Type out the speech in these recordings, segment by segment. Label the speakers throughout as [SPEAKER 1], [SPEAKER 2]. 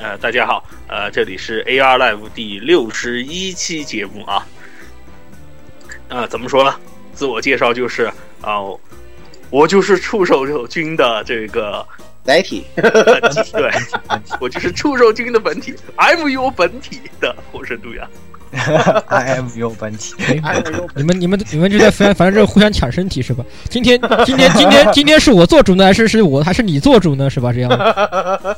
[SPEAKER 1] 呃，大家好，呃，这里是 AR Live 第六十一期节目啊。呃，怎么说呢？自我介绍就是啊、我就是触手君的这个
[SPEAKER 2] 载 体，
[SPEAKER 1] 本体，对，我就是触手君的本体，I'm your 本体的火神 杜亚。
[SPEAKER 3] I am your 本体，
[SPEAKER 2] 哎呦
[SPEAKER 4] 你们你们你们就在反反正这互相抢身体是吧？今天今天今天今天是我做主呢，还是是我还是你做主呢？是吧？这样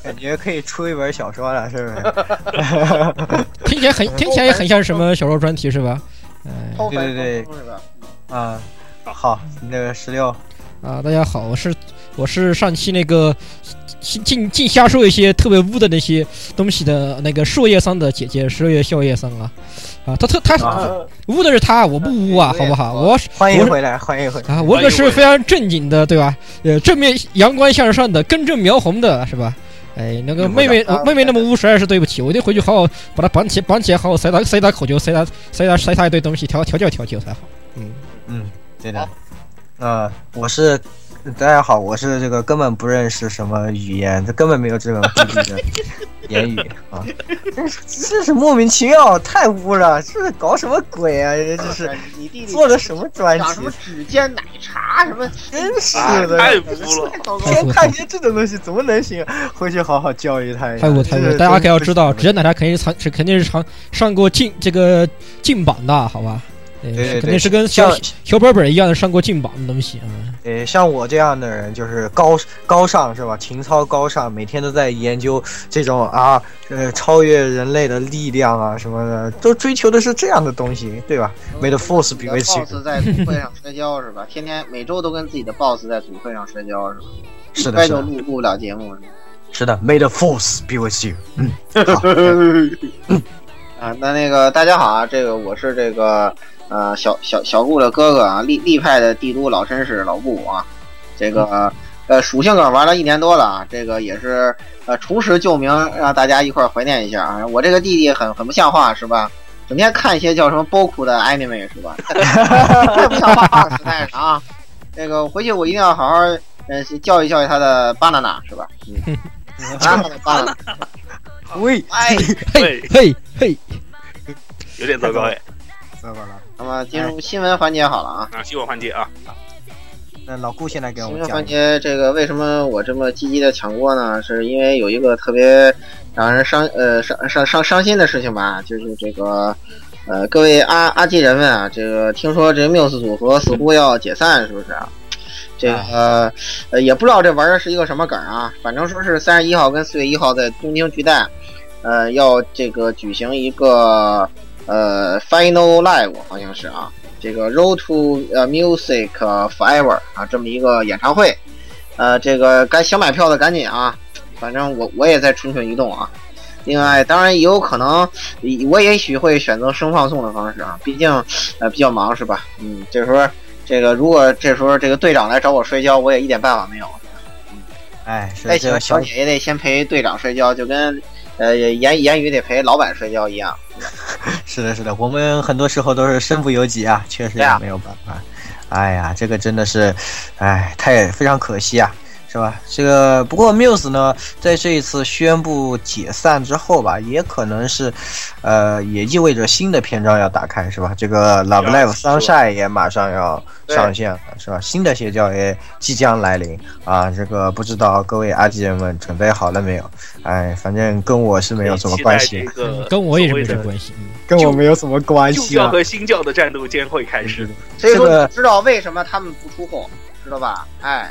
[SPEAKER 3] 感觉可以出一本小说了，是不是？
[SPEAKER 4] 听起来很听起来也很像是什么小说专题是吧？哎
[SPEAKER 2] 超凡
[SPEAKER 3] 对对
[SPEAKER 2] 双峰是吧？
[SPEAKER 3] 啊，好，那个十六，
[SPEAKER 4] 啊，大家好，我是我是上期那个净净净瞎说一些特别污的那些东西的那个树叶桑的姐姐，树叶笑叶桑啊啊，他特他
[SPEAKER 3] 啊
[SPEAKER 4] 污的是他，我不污啊，好不好？我是
[SPEAKER 3] 欢迎回来，欢迎回来。
[SPEAKER 4] 啊，我可是非常正经的，对吧？呃，正面阳光向上的，根正苗红的，是吧？哎，那个妹妹，
[SPEAKER 2] 嗯
[SPEAKER 4] 我妹妹那么污，实在是对不起，我一定回去好好把她绑起，绑起来，好好塞她塞她口酒，塞她塞她塞她一堆东西，调调教调教才好。嗯，
[SPEAKER 3] 嗯，对的。啊，我是大家好，我是这个根本不认识什么语言，这根本没有这种地域的言语啊，这是这是莫名其妙，太污了，这是搞什么鬼啊？这这是
[SPEAKER 2] 你弟弟
[SPEAKER 3] 做了什么专
[SPEAKER 2] 讲什
[SPEAKER 3] 辑
[SPEAKER 2] 么？指尖奶茶什么，
[SPEAKER 3] 真是
[SPEAKER 1] 哎
[SPEAKER 3] 的，
[SPEAKER 1] 太 污了，
[SPEAKER 2] 太糟糕了。
[SPEAKER 3] 天看见这种东西怎么能行？回去好好教育他一下。
[SPEAKER 4] 太污太污，大家可要知道，直接
[SPEAKER 3] 真
[SPEAKER 4] 奶茶肯定是常是肯定是常上过进这个进榜的，好吧？对
[SPEAKER 3] 对对
[SPEAKER 4] 肯定是跟
[SPEAKER 3] 像
[SPEAKER 4] 小小本本一样的上过进榜的东西啊。嗯
[SPEAKER 3] 呃像我这样的人就是高高尚是吧？情操高尚，每天都在研究这种啊呃超越人类的力量啊什么的，都追求的是这样的东西，对吧？May the force be
[SPEAKER 2] 你的
[SPEAKER 3] with you。
[SPEAKER 2] boss 在组会上摔跤是吧？天天每周都跟自己的 boss 在组会上摔跤是吧？
[SPEAKER 3] 是的
[SPEAKER 2] 摔
[SPEAKER 3] 是
[SPEAKER 2] 就
[SPEAKER 3] 的
[SPEAKER 2] 录录不了节目是吧
[SPEAKER 3] 是的，May the force be with you。
[SPEAKER 2] 啊，那那个大家好啊，这个我是这个呃小小小顾的哥哥啊，立立派的帝都老绅士老顾啊，这个呃属性梗玩了一年多了啊，这个也是呃重拾旧名，让大家一块儿怀念一下啊。我这个弟弟很很不像话是吧？整天看一些叫什么 Boku 的 anime 是吧？ 太不像话了，实在是啊。这个回去我一定要好好呃教育教育他的 banana 是吧？嗯，啊 banana，
[SPEAKER 3] 喂，
[SPEAKER 2] 哎。
[SPEAKER 4] 嘿嘿嘿，
[SPEAKER 1] 有点糟糕哎。
[SPEAKER 3] 怎么了？
[SPEAKER 2] 那么进
[SPEAKER 3] 哎
[SPEAKER 2] 入新闻环节好了啊。
[SPEAKER 1] 啊，新闻环节啊，
[SPEAKER 3] 那老顾先来给我
[SPEAKER 2] 新
[SPEAKER 3] 们
[SPEAKER 2] 闻
[SPEAKER 3] 讲
[SPEAKER 2] 环
[SPEAKER 3] 一下。
[SPEAKER 2] 节这个为什么我这么积极的抢锅呢？是因为有一个特别让人伤呃伤伤伤伤心的事情吧，就是这个呃各位阿阿基人们啊，这个听说这 Muse 组合似乎要解散，是不是啊？这个呃
[SPEAKER 3] 哎
[SPEAKER 2] 呃也不知道这玩意儿是一个什么梗啊，反正说是三十一号跟四月一号在东京巨蛋，呃要这个举行一个呃 Final Live 好像是啊，这个 Road to 呃 Music Forever 啊这么一个演唱会，呃，这个该想买票的赶紧啊，反正我我也在蠢蠢欲动啊。另外，当然也有可能，我也许会选择声放送的方式啊，毕竟呃比较忙是吧？嗯，这时候这个如果这时候这个队长来找我摔跤，我也一点办法没有。
[SPEAKER 3] 哎，是
[SPEAKER 2] 再
[SPEAKER 3] 这
[SPEAKER 2] 喜
[SPEAKER 3] 个
[SPEAKER 2] 欢
[SPEAKER 3] 小
[SPEAKER 2] 小姐也得先陪队长摔跤，就跟呃言言语得陪老板摔跤一样。
[SPEAKER 3] 是的，是的，我们很多时候都是身不由己啊，确实
[SPEAKER 2] 对啊
[SPEAKER 3] 也没有办法。哎呀，这个真的是，哎，太非常可惜啊，是吧？这个不过 Muse 呢，在这一次宣布解散之后吧，也可能是，呃，也意味着新的篇章要打开，是吧？这个 Love
[SPEAKER 1] 要
[SPEAKER 3] Live
[SPEAKER 1] 结束了
[SPEAKER 3] Sunshine 也马上要
[SPEAKER 2] 对
[SPEAKER 3] 上线了，是吧？新的邪教也即将来临啊！这个不知道各位阿基人们准备好了没有？哎，反正跟我是没有什么关系
[SPEAKER 1] 期待，这个
[SPEAKER 4] 跟我也是没什
[SPEAKER 1] 所
[SPEAKER 4] 么
[SPEAKER 1] 谓
[SPEAKER 3] 啊
[SPEAKER 1] 的
[SPEAKER 4] 关系。嗯
[SPEAKER 3] 跟我没有什么关
[SPEAKER 1] 旧
[SPEAKER 3] 系
[SPEAKER 1] 教
[SPEAKER 3] 啊。
[SPEAKER 1] 和新教的战斗将会开始。
[SPEAKER 2] 所以说，
[SPEAKER 3] 这个
[SPEAKER 2] 你知道为什么他们不出货，知道吧？ 哎，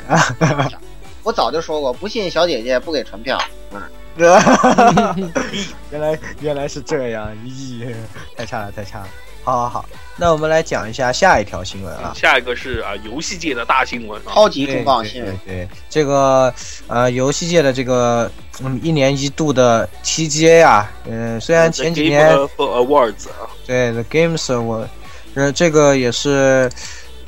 [SPEAKER 2] 我早就说过，不信小姐姐不给传票。
[SPEAKER 3] 原来原来是这样，咦，太差了，太差了。好好好，那我们来讲一下下一条新闻啊。
[SPEAKER 1] 下一个是啊，游戏界的大新闻啊，
[SPEAKER 2] 超级嗯
[SPEAKER 3] 对
[SPEAKER 2] 重磅新
[SPEAKER 3] 对
[SPEAKER 2] 闻，
[SPEAKER 3] 对对，这个呃，游戏界的这个嗯一年一度的 TGA 啊，嗯、虽然前几年
[SPEAKER 1] 嗯 The Game of Awards 啊，
[SPEAKER 3] 对 The Games Award，呃，这个也是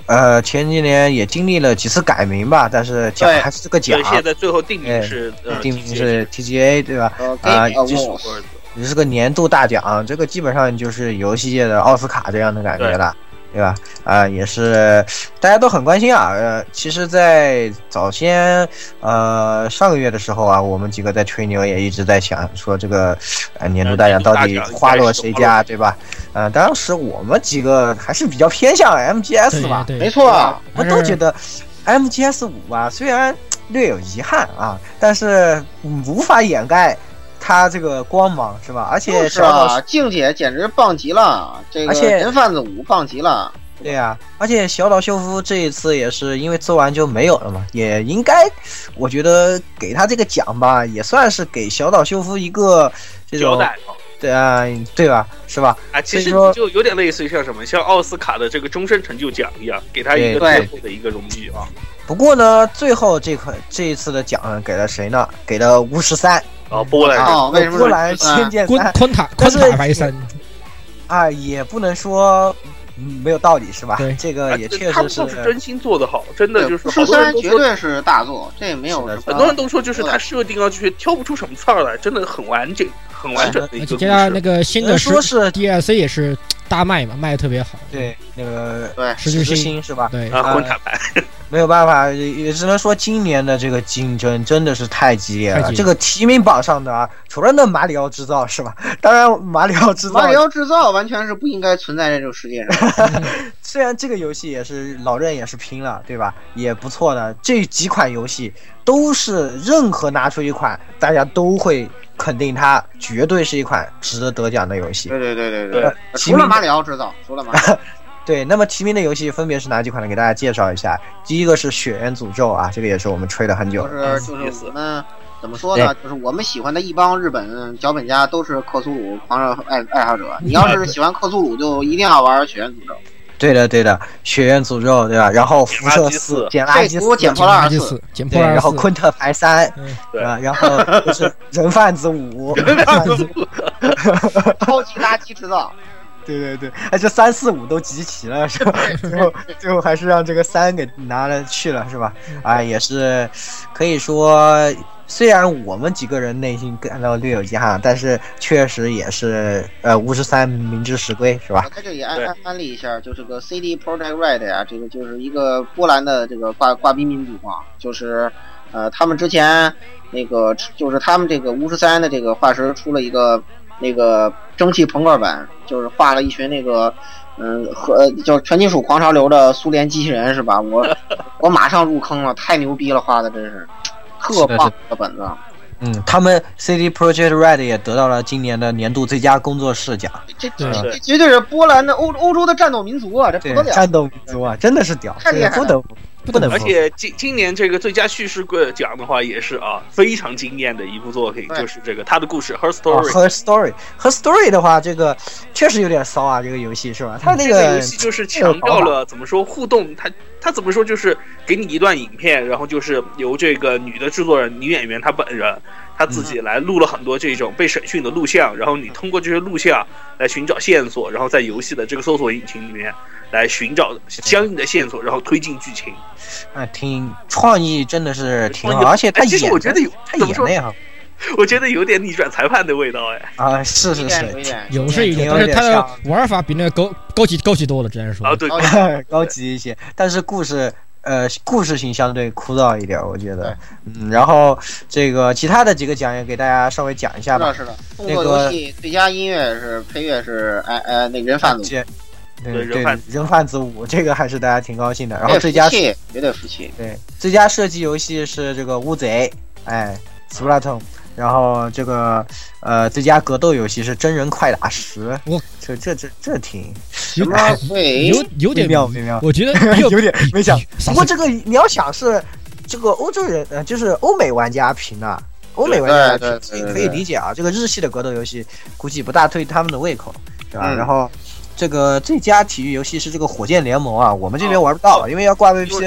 [SPEAKER 3] 呃前几年也经历了几次改名吧，但是奖
[SPEAKER 2] 对
[SPEAKER 3] 还是这个奖
[SPEAKER 1] 对，，现在最后定名
[SPEAKER 3] 哎
[SPEAKER 1] 是呃
[SPEAKER 3] 定名是 TGA 对吧？
[SPEAKER 2] 呃
[SPEAKER 3] 啊
[SPEAKER 2] Game
[SPEAKER 3] 就是
[SPEAKER 2] Awards，
[SPEAKER 3] 这是个年度大奖，这个基本上就是游戏界的奥斯卡这样的感觉了。对吧？啊、也是大家都很关心啊。呃，其实，在早先呃上个月的时候啊，我们几个在吹牛，也一直在想说这个呃年度大奖到底花落谁家，对吧？呃，当时我们几个还是比较偏向 MGS 吧，
[SPEAKER 4] 对
[SPEAKER 2] 没
[SPEAKER 4] 对，
[SPEAKER 2] 错啊，
[SPEAKER 3] 我都觉得 MGS 五吧，虽然略有遗憾啊，但是嗯无法掩盖它这个光芒，是吧？而且
[SPEAKER 2] 就是
[SPEAKER 3] 小岛
[SPEAKER 2] 啊，静姐简直棒极了，这个
[SPEAKER 3] 而且
[SPEAKER 2] 人贩子五棒极了，
[SPEAKER 3] 对呀、而且小岛秀夫这一次也是因为做完就没有了嘛，也应该，我觉得给他这个奖吧，也算是给小岛秀夫一个这
[SPEAKER 1] 交
[SPEAKER 3] 种
[SPEAKER 1] 代啊。
[SPEAKER 3] 对啊，对吧？是吧？
[SPEAKER 1] 啊，其实
[SPEAKER 3] 所以说
[SPEAKER 1] 你就有点类似于像什么，像奥斯卡的这个终身成就奖一样，给他一个
[SPEAKER 2] 对
[SPEAKER 1] 最后的一个荣誉啊。
[SPEAKER 3] 不过呢，最后这块这一次的奖给了谁呢？给了巫师三，
[SPEAKER 1] 啊，波兰人
[SPEAKER 2] 哦，为什么
[SPEAKER 3] 波兰
[SPEAKER 2] 啊
[SPEAKER 3] 仙剑
[SPEAKER 4] 昆
[SPEAKER 3] 三
[SPEAKER 4] 昆塔
[SPEAKER 3] 但
[SPEAKER 4] 昆
[SPEAKER 3] 是
[SPEAKER 4] 塔白三，
[SPEAKER 3] 啊，也不能说嗯没有道理是吧
[SPEAKER 4] 对？
[SPEAKER 3] 这
[SPEAKER 1] 啊
[SPEAKER 3] 个哦也
[SPEAKER 1] 这
[SPEAKER 3] 确
[SPEAKER 1] 他
[SPEAKER 3] 实
[SPEAKER 1] 们都
[SPEAKER 3] 是
[SPEAKER 1] 是真心做得好，真的就是好
[SPEAKER 2] 十
[SPEAKER 1] 多人
[SPEAKER 2] 三
[SPEAKER 1] 都
[SPEAKER 2] 绝
[SPEAKER 1] 说，
[SPEAKER 2] 对是大作，这没有什
[SPEAKER 3] 是的
[SPEAKER 1] 很
[SPEAKER 2] 么
[SPEAKER 1] 多人都说
[SPEAKER 3] 嗯
[SPEAKER 1] 就是他设定啊，就是挑不出什么刺儿来，真的很完整，很完整的一
[SPEAKER 4] 那
[SPEAKER 1] 个故
[SPEAKER 4] 加上那
[SPEAKER 1] 事。
[SPEAKER 4] 个新
[SPEAKER 3] 只
[SPEAKER 4] 的
[SPEAKER 3] 能
[SPEAKER 4] 十
[SPEAKER 3] 说是
[SPEAKER 4] DLC 也是大卖嘛，卖的特别好。
[SPEAKER 3] 对那个
[SPEAKER 2] 对
[SPEAKER 4] 十
[SPEAKER 3] 之
[SPEAKER 4] 之星
[SPEAKER 3] 星是吧？
[SPEAKER 4] 对，
[SPEAKER 1] 啊，混蛋版
[SPEAKER 3] 没有办法，也也只能说今年的这个竞争真的是太激烈
[SPEAKER 4] 太
[SPEAKER 3] 了。
[SPEAKER 4] 激烈
[SPEAKER 3] 这个提名榜上的啊，除了那马里奥制造是吧？当然，马里奥制造
[SPEAKER 2] 马里奥制造完全是不应该存在在这个世界上。
[SPEAKER 3] 虽然这个游戏也是老任也是拼了，对吧？也不错的。这几款游戏都是任何拿出一款，大家都会肯定它绝对是一款值得得奖的游戏。
[SPEAKER 2] 对对对 对
[SPEAKER 1] 对
[SPEAKER 2] 对，除了马里奥制造，除了马里奥，
[SPEAKER 3] 对，那么提名的游戏分别是哪几款呢？给大家介绍一下。第一个是《血缘诅咒》啊，这个也是我们吹了很久
[SPEAKER 2] 就
[SPEAKER 3] 的。
[SPEAKER 2] 是就是我们怎么说呢？就是我们喜欢的一帮日本脚本家都是克苏鲁狂热爱爱好者。你要是喜欢克苏鲁，就一定要玩《血缘诅咒
[SPEAKER 3] 对的，对的，《血缘诅咒》对吧？然后辐射四、捡垃》，圾
[SPEAKER 2] 这图
[SPEAKER 3] 四、
[SPEAKER 2] 捡破
[SPEAKER 4] 二
[SPEAKER 2] 烂
[SPEAKER 4] 十
[SPEAKER 2] 四，
[SPEAKER 4] 四，捡
[SPEAKER 3] 对，
[SPEAKER 4] 破二
[SPEAKER 3] 然
[SPEAKER 4] 十
[SPEAKER 3] 后
[SPEAKER 4] 四，
[SPEAKER 3] 昆特牌三，
[SPEAKER 4] 嗯
[SPEAKER 1] 对
[SPEAKER 3] 啊，然后就是人贩子五， 人贩子五，
[SPEAKER 2] 超级垃圾制造。
[SPEAKER 3] 对对对，哎，这三四五都集齐了是吧？最后最后还是让这个三给拿了去了是吧？啊，也是可以说，虽然我们几个人内心感到略有遗憾，但是确实也是呃五十三名至实归是吧
[SPEAKER 2] 我？在这里安
[SPEAKER 1] 对
[SPEAKER 2] 安安利一下，就这个 CD Projekt Red 呀、这个就是一个波兰的这个挂挂逼民族啊，就是呃，他们之前那个就是他们这个巫师三的这个画师出了一个那个蒸汽朋克版，就是画了一群那个。嗯，和就是全金属狂潮流的苏联机器人是吧？我我马上入坑了，太牛逼了，画的真是特
[SPEAKER 3] 是的
[SPEAKER 2] 棒的本子。
[SPEAKER 3] 嗯，他们 CD Projekt Red 也得到了今年的年度最佳工作室奖。
[SPEAKER 2] 这这
[SPEAKER 4] 对
[SPEAKER 2] 这这绝对是波兰的欧欧洲的战斗民族啊，这不
[SPEAKER 3] 对
[SPEAKER 2] 得，了！
[SPEAKER 3] 战斗民族啊，真的是屌，
[SPEAKER 2] 太厉害了
[SPEAKER 3] 这个不得不能
[SPEAKER 1] 而
[SPEAKER 3] 服。
[SPEAKER 1] 且今今年这个最佳叙事奖的话，也是啊非常惊艳的一部作品，
[SPEAKER 2] 对
[SPEAKER 1] 就是这个他的故事《Her
[SPEAKER 3] 啊
[SPEAKER 1] Story》。
[SPEAKER 3] 和 story 和 story 的话，这个确实有点骚啊，这个游戏是吧？它
[SPEAKER 1] 嗯
[SPEAKER 3] 那
[SPEAKER 1] 这个
[SPEAKER 3] 个
[SPEAKER 1] 游戏就是强调了怎么说互动，它它怎么说就是给你一段影片，然后就是由这个女的制作人、女演员她本人，她自己来录了很多这种被审讯的录像，然后你通过这些录像来寻找线索，然后在游戏的这个搜索引擎里面来寻找相应的线索，然后推进剧情。
[SPEAKER 3] 啊，挺创意，真的是挺好，
[SPEAKER 1] 创意
[SPEAKER 3] 而且他
[SPEAKER 1] 哎其实
[SPEAKER 3] 演
[SPEAKER 1] 我觉得有
[SPEAKER 3] 他
[SPEAKER 1] 怎么
[SPEAKER 3] 演
[SPEAKER 1] 说
[SPEAKER 3] 的，也好
[SPEAKER 1] 我觉得有点逆转裁判的味道哎。
[SPEAKER 3] 啊，是
[SPEAKER 2] 有
[SPEAKER 3] 是
[SPEAKER 2] 一点有一
[SPEAKER 3] 是，
[SPEAKER 2] 点，
[SPEAKER 4] 有是有
[SPEAKER 3] 挺，有
[SPEAKER 4] 但是
[SPEAKER 3] 点
[SPEAKER 4] 它的
[SPEAKER 3] 像哦
[SPEAKER 4] 玩法比那个高高级高级多了，只能说
[SPEAKER 1] 啊，对，
[SPEAKER 2] 高
[SPEAKER 3] 高级一些，但是故事。呃，故事性相对枯燥一点，我觉
[SPEAKER 2] 对，
[SPEAKER 3] 得嗯，然后这个其他的几个奖也给大家稍微讲一下
[SPEAKER 2] 是
[SPEAKER 3] 吧
[SPEAKER 2] 的，。是的，动
[SPEAKER 3] 那
[SPEAKER 2] 作
[SPEAKER 3] 个
[SPEAKER 2] 游戏最佳音乐是配乐是哎哎那个人贩子，
[SPEAKER 3] 这
[SPEAKER 1] 对
[SPEAKER 3] 对对
[SPEAKER 1] 人贩哎
[SPEAKER 3] 人贩子五，这个还是大家挺高兴的。然后
[SPEAKER 2] 对
[SPEAKER 3] 最
[SPEAKER 2] 服
[SPEAKER 3] 佳
[SPEAKER 2] 气，绝对服气。
[SPEAKER 3] 对，最佳射击游戏是这个乌贼，哎，Splatoon。然后这个呃，最佳格斗游戏是真人快打十，
[SPEAKER 4] 哇
[SPEAKER 3] 这这这这挺
[SPEAKER 2] 什么会
[SPEAKER 4] 有有
[SPEAKER 3] 微
[SPEAKER 4] 点
[SPEAKER 3] 哎妙微妙，
[SPEAKER 4] 我觉得 有
[SPEAKER 3] 有点没想。
[SPEAKER 4] 啥
[SPEAKER 3] 不过这个你要想是这个欧洲人，呃，就是欧美玩家评的，欧美玩家
[SPEAKER 2] 对对
[SPEAKER 3] 评，
[SPEAKER 2] 对
[SPEAKER 3] 所以
[SPEAKER 2] 对
[SPEAKER 3] 可以
[SPEAKER 2] 对
[SPEAKER 3] 理解啊。这个日系的格斗游戏估计不大对他们的胃口，对吧？
[SPEAKER 2] 嗯
[SPEAKER 3] 然后这个最佳体育游戏是这个火箭联盟啊，我们这边玩不到
[SPEAKER 2] 哦
[SPEAKER 3] 了，因为要挂 VPN。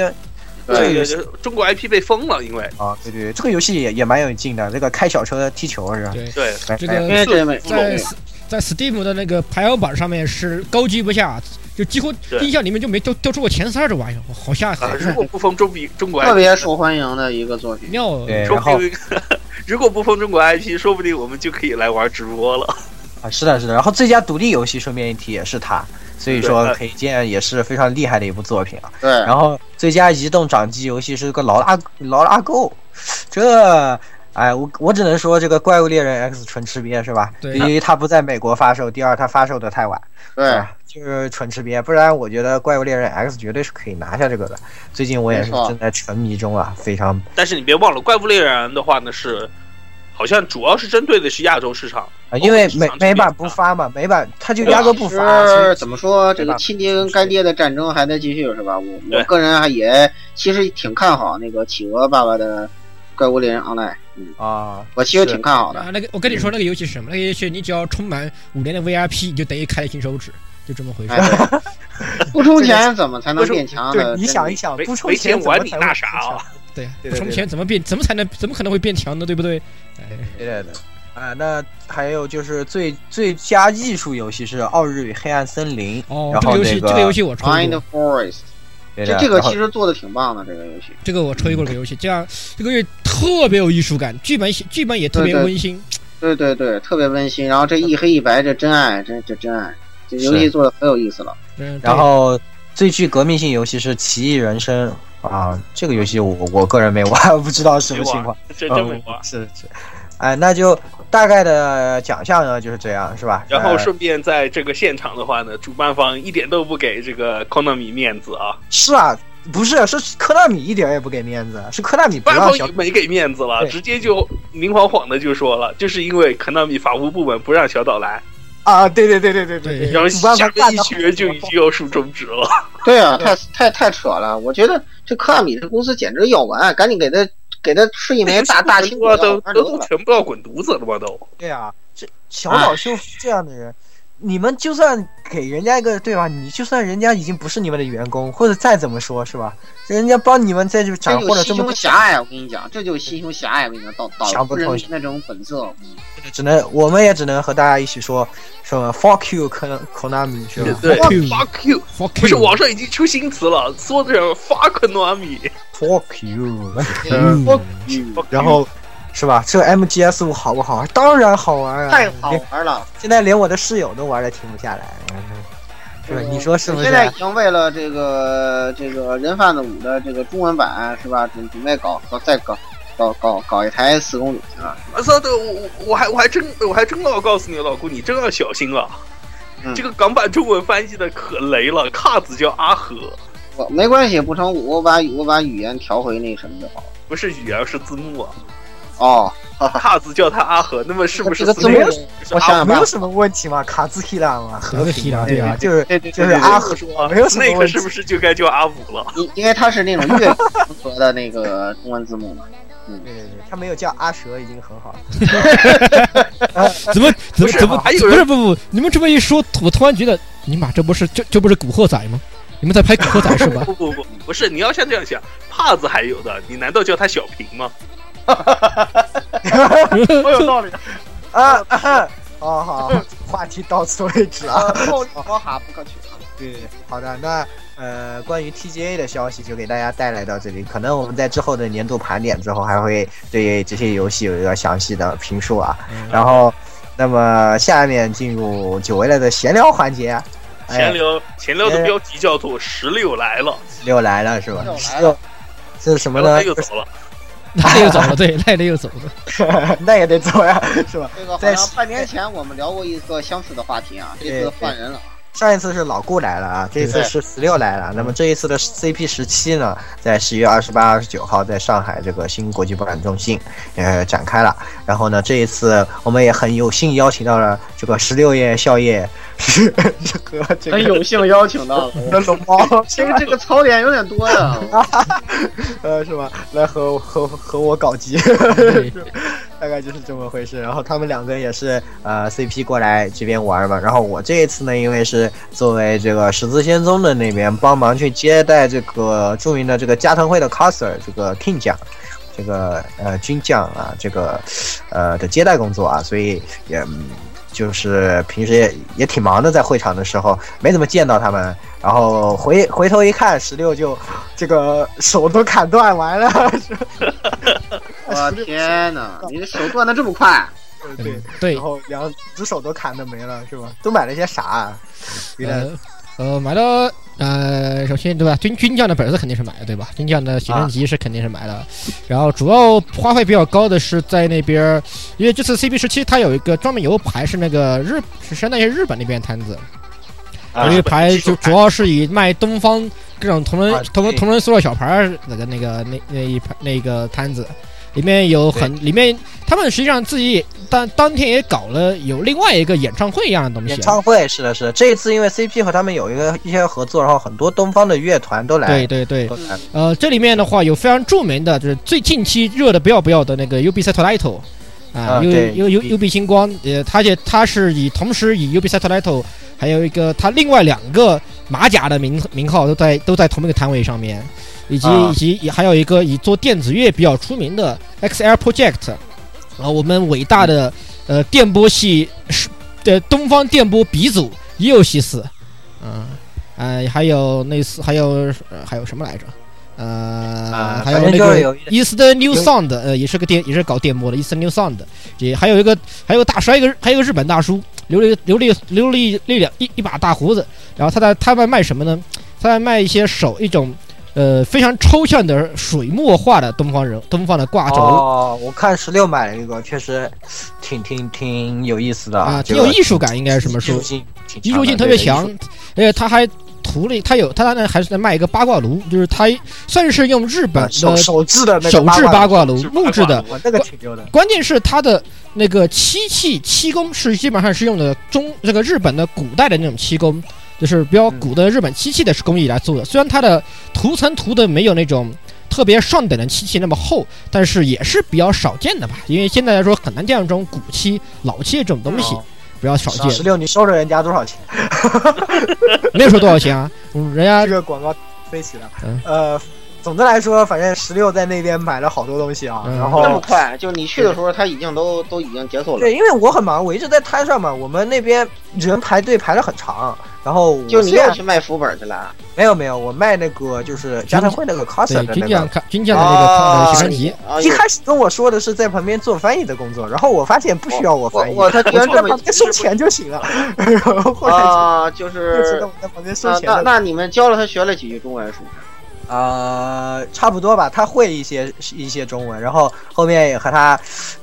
[SPEAKER 1] 这
[SPEAKER 3] 对
[SPEAKER 1] 个就是中国 IP 被封了，因为
[SPEAKER 3] 啊，对对，对，这个游戏也也蛮有劲的，这个开小车踢球是吧？
[SPEAKER 4] 对
[SPEAKER 1] 对
[SPEAKER 3] 哎
[SPEAKER 4] 这
[SPEAKER 3] 哎
[SPEAKER 2] 因
[SPEAKER 4] 个
[SPEAKER 2] 为这没
[SPEAKER 4] 在 S- 在 Steam 的那个排行榜上面是高居不下，就几乎
[SPEAKER 1] 对
[SPEAKER 4] 印象里面就没掉掉出过前三这玩意儿，我好吓
[SPEAKER 1] 啊，
[SPEAKER 4] 人，
[SPEAKER 1] 如果不封中 比中国
[SPEAKER 2] 特
[SPEAKER 1] IP，
[SPEAKER 2] 别受欢迎的一个作品。
[SPEAKER 4] 妙啊。
[SPEAKER 3] 对，
[SPEAKER 1] 说
[SPEAKER 3] 然后
[SPEAKER 1] 不定 如果不封中国 IP，说不定我们就可以来玩直播了。
[SPEAKER 3] 啊，是的，是的，然后最佳独立游戏顺便一提也是它，所以说
[SPEAKER 2] 哎
[SPEAKER 1] 对呃
[SPEAKER 3] 可以见也是非常厉害的一部作品啊。
[SPEAKER 2] 对，
[SPEAKER 3] 然后最佳移动掌机游戏是个劳拉劳拉 Go，这。哎，我我只能说这个《怪物猎人 X》纯吃瘪是吧？
[SPEAKER 4] 对
[SPEAKER 3] 第一，它不在美国发售；第二，它发售的太晚。
[SPEAKER 2] 对，
[SPEAKER 3] 啊，就是纯吃瘪，不然我觉得《怪物猎人 X》绝对是可以拿下这个的。最近我也是
[SPEAKER 2] 没错
[SPEAKER 3] 正在沉迷中啊，非常
[SPEAKER 1] 但是你别忘了，怪物猎人的话呢是，好像主要是针对的是亚洲市场，
[SPEAKER 2] 哦
[SPEAKER 3] 啊，因为
[SPEAKER 1] 市
[SPEAKER 3] 美
[SPEAKER 1] 场这
[SPEAKER 3] 美版
[SPEAKER 1] 边
[SPEAKER 3] 不
[SPEAKER 1] 啊
[SPEAKER 3] 发嘛，美版它就
[SPEAKER 1] 对
[SPEAKER 3] 压
[SPEAKER 1] 啊
[SPEAKER 3] 根不
[SPEAKER 2] 其
[SPEAKER 3] 发。所
[SPEAKER 2] 实
[SPEAKER 3] 以
[SPEAKER 2] 怎么说，这个亲爹跟干爹的战争还在继续，是吧？我我
[SPEAKER 1] 对
[SPEAKER 2] 个人还啊也其实挺看好那个企鹅爸爸的《怪物猎人 Online》，嗯，
[SPEAKER 3] 啊，
[SPEAKER 2] 我其实
[SPEAKER 3] 是
[SPEAKER 2] 挺看好的。
[SPEAKER 4] 啊，那个我跟你说，那个游戏是什么？那个游戏你只要充满五连的 VIP，你就等于开了金手指，就这么回事
[SPEAKER 2] 哎。，对 不充钱怎么才能
[SPEAKER 3] 不是
[SPEAKER 2] 变强
[SPEAKER 3] 对，
[SPEAKER 2] 呢？
[SPEAKER 3] 你想一想，
[SPEAKER 1] 没
[SPEAKER 3] 不充
[SPEAKER 1] 没钱
[SPEAKER 3] 钱怎么
[SPEAKER 1] 管你
[SPEAKER 3] 才会
[SPEAKER 1] 那
[SPEAKER 3] 变
[SPEAKER 1] 啥
[SPEAKER 3] 强
[SPEAKER 1] 啊？
[SPEAKER 4] 对呀，
[SPEAKER 3] 对
[SPEAKER 4] 不
[SPEAKER 3] 对
[SPEAKER 4] 充
[SPEAKER 3] 对
[SPEAKER 4] 钱怎么变？怎么才能？怎么可能会变强呢？对不对？哎，
[SPEAKER 3] 对的对的。啊，那还有就是最最佳艺术游戏是《奥日与黑暗森林》，
[SPEAKER 4] 哦，
[SPEAKER 3] 然
[SPEAKER 4] 这个
[SPEAKER 3] 后
[SPEAKER 4] 游
[SPEAKER 3] 那
[SPEAKER 4] 戏，
[SPEAKER 3] 个
[SPEAKER 4] 这个游戏我
[SPEAKER 2] 真
[SPEAKER 4] 抽
[SPEAKER 2] 的
[SPEAKER 4] 过
[SPEAKER 2] Find。Forest，
[SPEAKER 3] 对
[SPEAKER 2] 这
[SPEAKER 3] 的
[SPEAKER 2] 这个
[SPEAKER 3] 然后
[SPEAKER 2] 其实做的挺棒的，这个游戏。
[SPEAKER 4] 这个我抽过这个游戏，这样这个游戏特别有艺术感，剧本剧本也特别
[SPEAKER 2] 对对
[SPEAKER 4] 温馨。
[SPEAKER 2] 对对对，特别温馨。然后这一黑一白，这真爱，这这真爱，这游戏
[SPEAKER 3] 是
[SPEAKER 2] 做的很有意思了。
[SPEAKER 4] 嗯，对
[SPEAKER 3] 然后最具革命性游戏是《奇异人生》啊，这个游戏我我个人没玩，不知道什么情况。
[SPEAKER 1] 这
[SPEAKER 3] 呃
[SPEAKER 1] 真没玩。
[SPEAKER 3] 是是，哎，那就大概的奖项呢就是这样，是吧？
[SPEAKER 1] 然后
[SPEAKER 3] 呃
[SPEAKER 1] 顺便在这个现场的话呢，主办方一点都不给这个 Konami 面子啊，
[SPEAKER 3] 是啊，不是是科纳米一点儿也不给面子，是科纳米不
[SPEAKER 1] 官
[SPEAKER 3] 让
[SPEAKER 1] 方
[SPEAKER 3] 小
[SPEAKER 1] 也没给面子了，
[SPEAKER 3] 对
[SPEAKER 1] 直接就明晃晃的就说了，就是因为 Konami 法务部门不让小岛来，
[SPEAKER 3] 啊，对对对对对
[SPEAKER 4] 对
[SPEAKER 3] 对，
[SPEAKER 1] 然后
[SPEAKER 3] 主办
[SPEAKER 1] 下
[SPEAKER 3] 方
[SPEAKER 1] 面
[SPEAKER 3] 干
[SPEAKER 1] 一
[SPEAKER 3] 得好
[SPEAKER 1] 决就已经要竖中指了。
[SPEAKER 2] 对啊，太太太扯了！我觉得这科亚米这公司简直要完，啊赶紧给他给他吃一 枚大大 青
[SPEAKER 1] 瓜
[SPEAKER 2] 果
[SPEAKER 1] 都
[SPEAKER 2] 药丸
[SPEAKER 1] 都
[SPEAKER 2] 得
[SPEAKER 1] 都
[SPEAKER 2] 了。
[SPEAKER 1] 全部要滚犊子了嘛都。
[SPEAKER 3] 对啊，这小
[SPEAKER 2] 哎
[SPEAKER 3] 岛秀夫这样的人，你们就算给人家一个对吧？你就算人家已经不是你们的员工，或者再怎么说是吧？人家帮你们在这
[SPEAKER 2] 这
[SPEAKER 3] 斩获
[SPEAKER 2] 就
[SPEAKER 3] 了
[SPEAKER 2] 是
[SPEAKER 3] 这
[SPEAKER 2] 心
[SPEAKER 3] 么多
[SPEAKER 2] 胸狭隘，我跟你讲，这就是心胸狭隘。我跟你讲，导导
[SPEAKER 3] 想
[SPEAKER 2] 不
[SPEAKER 3] 不
[SPEAKER 2] 人
[SPEAKER 3] 透
[SPEAKER 2] 民的这种本色。嗯我跟你讲
[SPEAKER 3] 只能我们也只能和大家一起说什么 “fuck you” 科 Konami 是吧
[SPEAKER 1] 对
[SPEAKER 4] Fuck you
[SPEAKER 1] ，fuck you，
[SPEAKER 4] Fuck
[SPEAKER 1] 不是
[SPEAKER 4] you
[SPEAKER 1] 网上已经出新词了，说的人 fuck Konami，
[SPEAKER 3] ？“fuck you”，
[SPEAKER 4] 嗯
[SPEAKER 2] 嗯，
[SPEAKER 3] 然后是吧？这 MGS 五好不好玩？当然好玩啊！
[SPEAKER 2] 太好玩了。
[SPEAKER 3] 现在连我的室友都玩的停不下来，嗯是
[SPEAKER 2] 这
[SPEAKER 3] 吧？
[SPEAKER 2] 个
[SPEAKER 3] 你说是不
[SPEAKER 2] 我
[SPEAKER 3] 是
[SPEAKER 2] 现？在已经为了这个这个人贩子五的这个中文版是吧，准准备搞搞再搞搞搞搞一台四公里去了。
[SPEAKER 1] 我操啊的，我我我还我还真我还真要告诉你，老姑，你真要小心了。
[SPEAKER 2] 嗯
[SPEAKER 1] 这个港版中文翻译的可雷了，卡子叫阿和，
[SPEAKER 2] 我没关系，不成，我把我把语言调回那什么就好了。
[SPEAKER 1] 不是语言是字幕啊。
[SPEAKER 2] 哦，
[SPEAKER 1] 卡子叫他阿和，那么是不是
[SPEAKER 2] 这个
[SPEAKER 1] 斯
[SPEAKER 2] 字幕
[SPEAKER 1] 内
[SPEAKER 3] 我
[SPEAKER 1] 尔是
[SPEAKER 2] 我
[SPEAKER 1] 阿
[SPEAKER 2] 想想
[SPEAKER 3] 没
[SPEAKER 2] 办
[SPEAKER 3] 有
[SPEAKER 2] 法。
[SPEAKER 3] 什么问题嘛，卡兹希拉嘛，和平
[SPEAKER 4] 卡兹希拉
[SPEAKER 3] 对
[SPEAKER 4] 对啊
[SPEAKER 3] 吧？就是
[SPEAKER 2] 对对
[SPEAKER 3] 就
[SPEAKER 2] 对
[SPEAKER 3] 是啊
[SPEAKER 2] 对，
[SPEAKER 3] 阿
[SPEAKER 1] 和
[SPEAKER 3] 和
[SPEAKER 1] 说
[SPEAKER 3] 没有什么
[SPEAKER 1] 啊那个
[SPEAKER 3] 问题
[SPEAKER 1] 是不是就该叫阿五了？
[SPEAKER 2] 因因为它是那种粤语风格的那个中文字幕嘛。
[SPEAKER 3] 对对对，他没有叫阿蛇已经很好了。
[SPEAKER 4] 怎么怎
[SPEAKER 1] 不
[SPEAKER 4] 么
[SPEAKER 1] 是
[SPEAKER 4] 怎么
[SPEAKER 1] 还有
[SPEAKER 4] 不
[SPEAKER 1] 人
[SPEAKER 4] 是不不，你们这么一说，我突然觉得，尼玛，这不是这这不是古惑仔吗？你们在拍古惑仔是 吧？
[SPEAKER 1] 不不不，不是，你要像这样想，帕子还有的，你难道叫他小平吗？
[SPEAKER 2] 我有道理，
[SPEAKER 3] 啊，啊哈好好，好话题到此为止啊。
[SPEAKER 2] 呃后高哈不可取啊。
[SPEAKER 3] 对，好的，那呃，关于 TGA 的消息就给大家带来到这里，可能我们在之后的年度盘点之后，还会对这些游戏有一个详细的评述啊。然后，那么下面进入久违了的闲聊环节啊，哎
[SPEAKER 1] 闲聊闲聊的
[SPEAKER 3] 哎
[SPEAKER 1] 标题叫做“石榴来了
[SPEAKER 3] 又来了是吧？
[SPEAKER 2] 又来
[SPEAKER 3] 又这是什”，么
[SPEAKER 1] 然后
[SPEAKER 3] 呢
[SPEAKER 1] 他？又走 了。
[SPEAKER 4] 赖着走了，对，赖着又走了。
[SPEAKER 3] 那也得走呀，是吧？
[SPEAKER 2] 这个好
[SPEAKER 3] 在
[SPEAKER 2] 像半年前我们聊过一个相似的话题啊，这次
[SPEAKER 3] 对对
[SPEAKER 2] 换人了。
[SPEAKER 3] 上一次是老顾来了啊，这次
[SPEAKER 2] 对
[SPEAKER 3] 是十六来了。那么这一次的 CP 十七呢，在十月二十八、二十九号在上海这个新国际博览中心，呃，展开了。然后呢，这一次我们也很有幸邀请到了这个十六夜笑夜 和这个
[SPEAKER 2] 有幸邀请到了，
[SPEAKER 3] 龙猫，
[SPEAKER 2] 其实这个槽点有点多呀。
[SPEAKER 3] 呃，是吧？来和我和和我搞基。
[SPEAKER 4] 对
[SPEAKER 3] 大概就是这么回事。然后他们两个也是呃 CP 过来这边玩嘛。然后我这一次呢，因为是作为这个十字仙宗的那边帮忙去接待这个著名的这个加藤会的 coser 这个 King 奖。这个呃军将啊，这个呃的接待工作啊，所以也、嗯就是平时也也挺忙的，在会场的时候没怎么见到他们。然后回回头一看，十六就这个手都砍断完了，是吧
[SPEAKER 2] 我 天哪，你的手断的这么快？
[SPEAKER 3] 对
[SPEAKER 4] 对
[SPEAKER 3] 然，后两只手都砍的没了，是吧？都买了些啥啊？有点
[SPEAKER 4] 呃，呃，买了呃，首先对吧，军军将的本子肯定是买的，对吧？军将的写真
[SPEAKER 3] 啊
[SPEAKER 4] 集是肯定是买了，然后主要花费比较高的是在那边儿，因为这次 CP 十七它有一个专门有一排是那个日是相当于日本那边的摊子，
[SPEAKER 3] 呃
[SPEAKER 1] 啊
[SPEAKER 4] 有一
[SPEAKER 1] 日本
[SPEAKER 4] 排
[SPEAKER 1] 技术
[SPEAKER 4] 就主要是以卖东方各种同人
[SPEAKER 3] 啊
[SPEAKER 4] 同人
[SPEAKER 3] 对
[SPEAKER 4] 同人塑料小牌儿那个那个那那一排那个摊子，里面有很里面他们实际上自己也当当天也搞了有另外一个演唱会一样的东西啊
[SPEAKER 3] 演，唱会是的，是的。这一次因为 CP 和他们有一个一些合作，然后很多东方的乐团都来，
[SPEAKER 4] 对对对，
[SPEAKER 3] 都来
[SPEAKER 4] 呃，这里面的话有非常著名的，就是最近期热的不要不要的那个 UB Satellite，啊
[SPEAKER 3] 啊
[SPEAKER 4] ，U
[SPEAKER 3] 对
[SPEAKER 4] U U UB 星光，呃，它且它是以同时以 UB Satellite 还有一个它另外两个马甲的名名号都在都在同一个摊位上面，以及、
[SPEAKER 3] 啊
[SPEAKER 4] 以及以还有一个以做电子乐比较出名的 XL Project，啊，我们伟大的呃电波系是的东方电波鼻祖也有西斯，嗯、哎，还有类似，还有、呃还有什么来着？呃，
[SPEAKER 3] 啊
[SPEAKER 4] 还有
[SPEAKER 3] 反
[SPEAKER 4] 那
[SPEAKER 3] 正就是
[SPEAKER 4] 个
[SPEAKER 3] 有一
[SPEAKER 4] Eastern New Sound，呃，也是个电，也是搞电波的 Eastern New Sound，也还有一个，还有个大叔，还有一个还有一个日本大叔，留了一个留了一个留了一留两一一把大胡子，然后他在他在卖什么呢？他在卖一些手一种呃非常抽象的水墨画的东方人东方的挂轴。
[SPEAKER 3] 哦，我看十六买了一个，确实挺挺挺有意思的
[SPEAKER 4] 啊，
[SPEAKER 3] 这
[SPEAKER 4] 挺
[SPEAKER 3] 个
[SPEAKER 4] 有艺术感，应该是这么
[SPEAKER 3] 艺
[SPEAKER 4] 说
[SPEAKER 3] 术，性挺
[SPEAKER 4] 艺
[SPEAKER 3] 强
[SPEAKER 4] 术
[SPEAKER 3] 的
[SPEAKER 4] 性特别
[SPEAKER 3] 啊对
[SPEAKER 4] 强
[SPEAKER 3] 艺术，
[SPEAKER 4] 而且他还涂了，他有他那还是在卖一个八卦炉，就是他算是用日本
[SPEAKER 3] 啊
[SPEAKER 4] 的
[SPEAKER 3] 手手制的那个
[SPEAKER 4] 手制八
[SPEAKER 3] 八
[SPEAKER 4] 卦炉
[SPEAKER 1] 是，八卦
[SPEAKER 4] 木质的。
[SPEAKER 3] 我那个挺牛的。
[SPEAKER 4] 关键是它的那个漆器漆工是基本上是用的中这个日本的古代的那种漆工，就是比较
[SPEAKER 3] 嗯
[SPEAKER 4] 古的日本漆器的工艺来做的。虽然它的涂层涂的没有那种特别上等的漆器那么厚，但是也是比较少见的吧，因为现在来说很难见到这种古漆、老漆这种东
[SPEAKER 3] 啊
[SPEAKER 4] 西，比较少
[SPEAKER 3] 哦十
[SPEAKER 4] 见。
[SPEAKER 3] 六，你收了人家多少钱？
[SPEAKER 4] 没有说多少钱啊，嗯人家
[SPEAKER 3] 这个广告飞起了
[SPEAKER 4] 嗯。
[SPEAKER 3] 呃，总的来说，反正十六在那边买了好多东西啊，
[SPEAKER 4] 嗯
[SPEAKER 3] 然
[SPEAKER 2] 这么
[SPEAKER 3] 后。
[SPEAKER 2] 快，就你去的时候，他已经都都已经结束了。
[SPEAKER 3] 对，因为我很忙，我一直在摊上嘛。我们那边人排队排了很长，然后我
[SPEAKER 2] 就你
[SPEAKER 3] 虽然
[SPEAKER 2] 又去卖副本去了，啊
[SPEAKER 3] 没有没有，我卖那个就是家庭会那个 coser
[SPEAKER 4] 对
[SPEAKER 3] 的
[SPEAKER 4] 军
[SPEAKER 3] 那
[SPEAKER 4] 将
[SPEAKER 3] 个。
[SPEAKER 4] 看军将的那个
[SPEAKER 2] 啊
[SPEAKER 4] 看写真集，
[SPEAKER 2] 啊，
[SPEAKER 3] 一
[SPEAKER 2] 有
[SPEAKER 3] 开始跟我说的是在旁边做翻译的工作，然后我发现不需要我
[SPEAKER 2] 我
[SPEAKER 3] 翻译，
[SPEAKER 2] 我他居
[SPEAKER 3] 我
[SPEAKER 2] 然
[SPEAKER 3] 就
[SPEAKER 2] 这
[SPEAKER 3] 在
[SPEAKER 2] 么
[SPEAKER 3] 旁边收钱就行了。然后后来
[SPEAKER 2] 啊，就
[SPEAKER 3] 就知
[SPEAKER 2] 是
[SPEAKER 3] 道我在旁边收
[SPEAKER 2] 啊，
[SPEAKER 3] 钱
[SPEAKER 2] 那
[SPEAKER 3] 了。
[SPEAKER 2] 那你们教了他学了几句中文是不是？
[SPEAKER 3] 呃，差不多吧，他会一些一些中文，然后后面也和他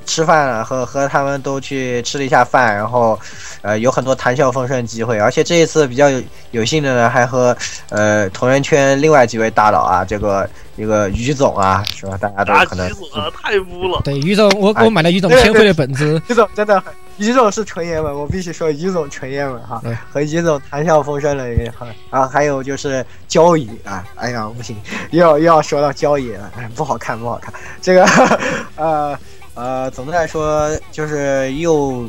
[SPEAKER 3] 吃饭了，和和他们都去吃了一下饭，然后呃有很多谈笑风生的机会，而且这一次比较有有幸的呢，还和呃同人圈另外几位大佬啊，这个一个于总啊，是吧？大家
[SPEAKER 1] 打啊
[SPEAKER 3] 都可
[SPEAKER 1] 急
[SPEAKER 3] 能
[SPEAKER 1] 死了，太污了。
[SPEAKER 4] 对于总，我
[SPEAKER 3] 哎
[SPEAKER 4] 我买了于总
[SPEAKER 3] 对对
[SPEAKER 4] 千惠的本子，
[SPEAKER 3] 于总真的很，于总是纯爷们，我必须说于总纯爷们哈
[SPEAKER 4] 嗯，
[SPEAKER 3] 和于总谈笑风生了也很啊，还有就是交易啊，哎呀不行，又要又要说到交易了，哎不好看不好看，这个 呃呃，总的来说就是又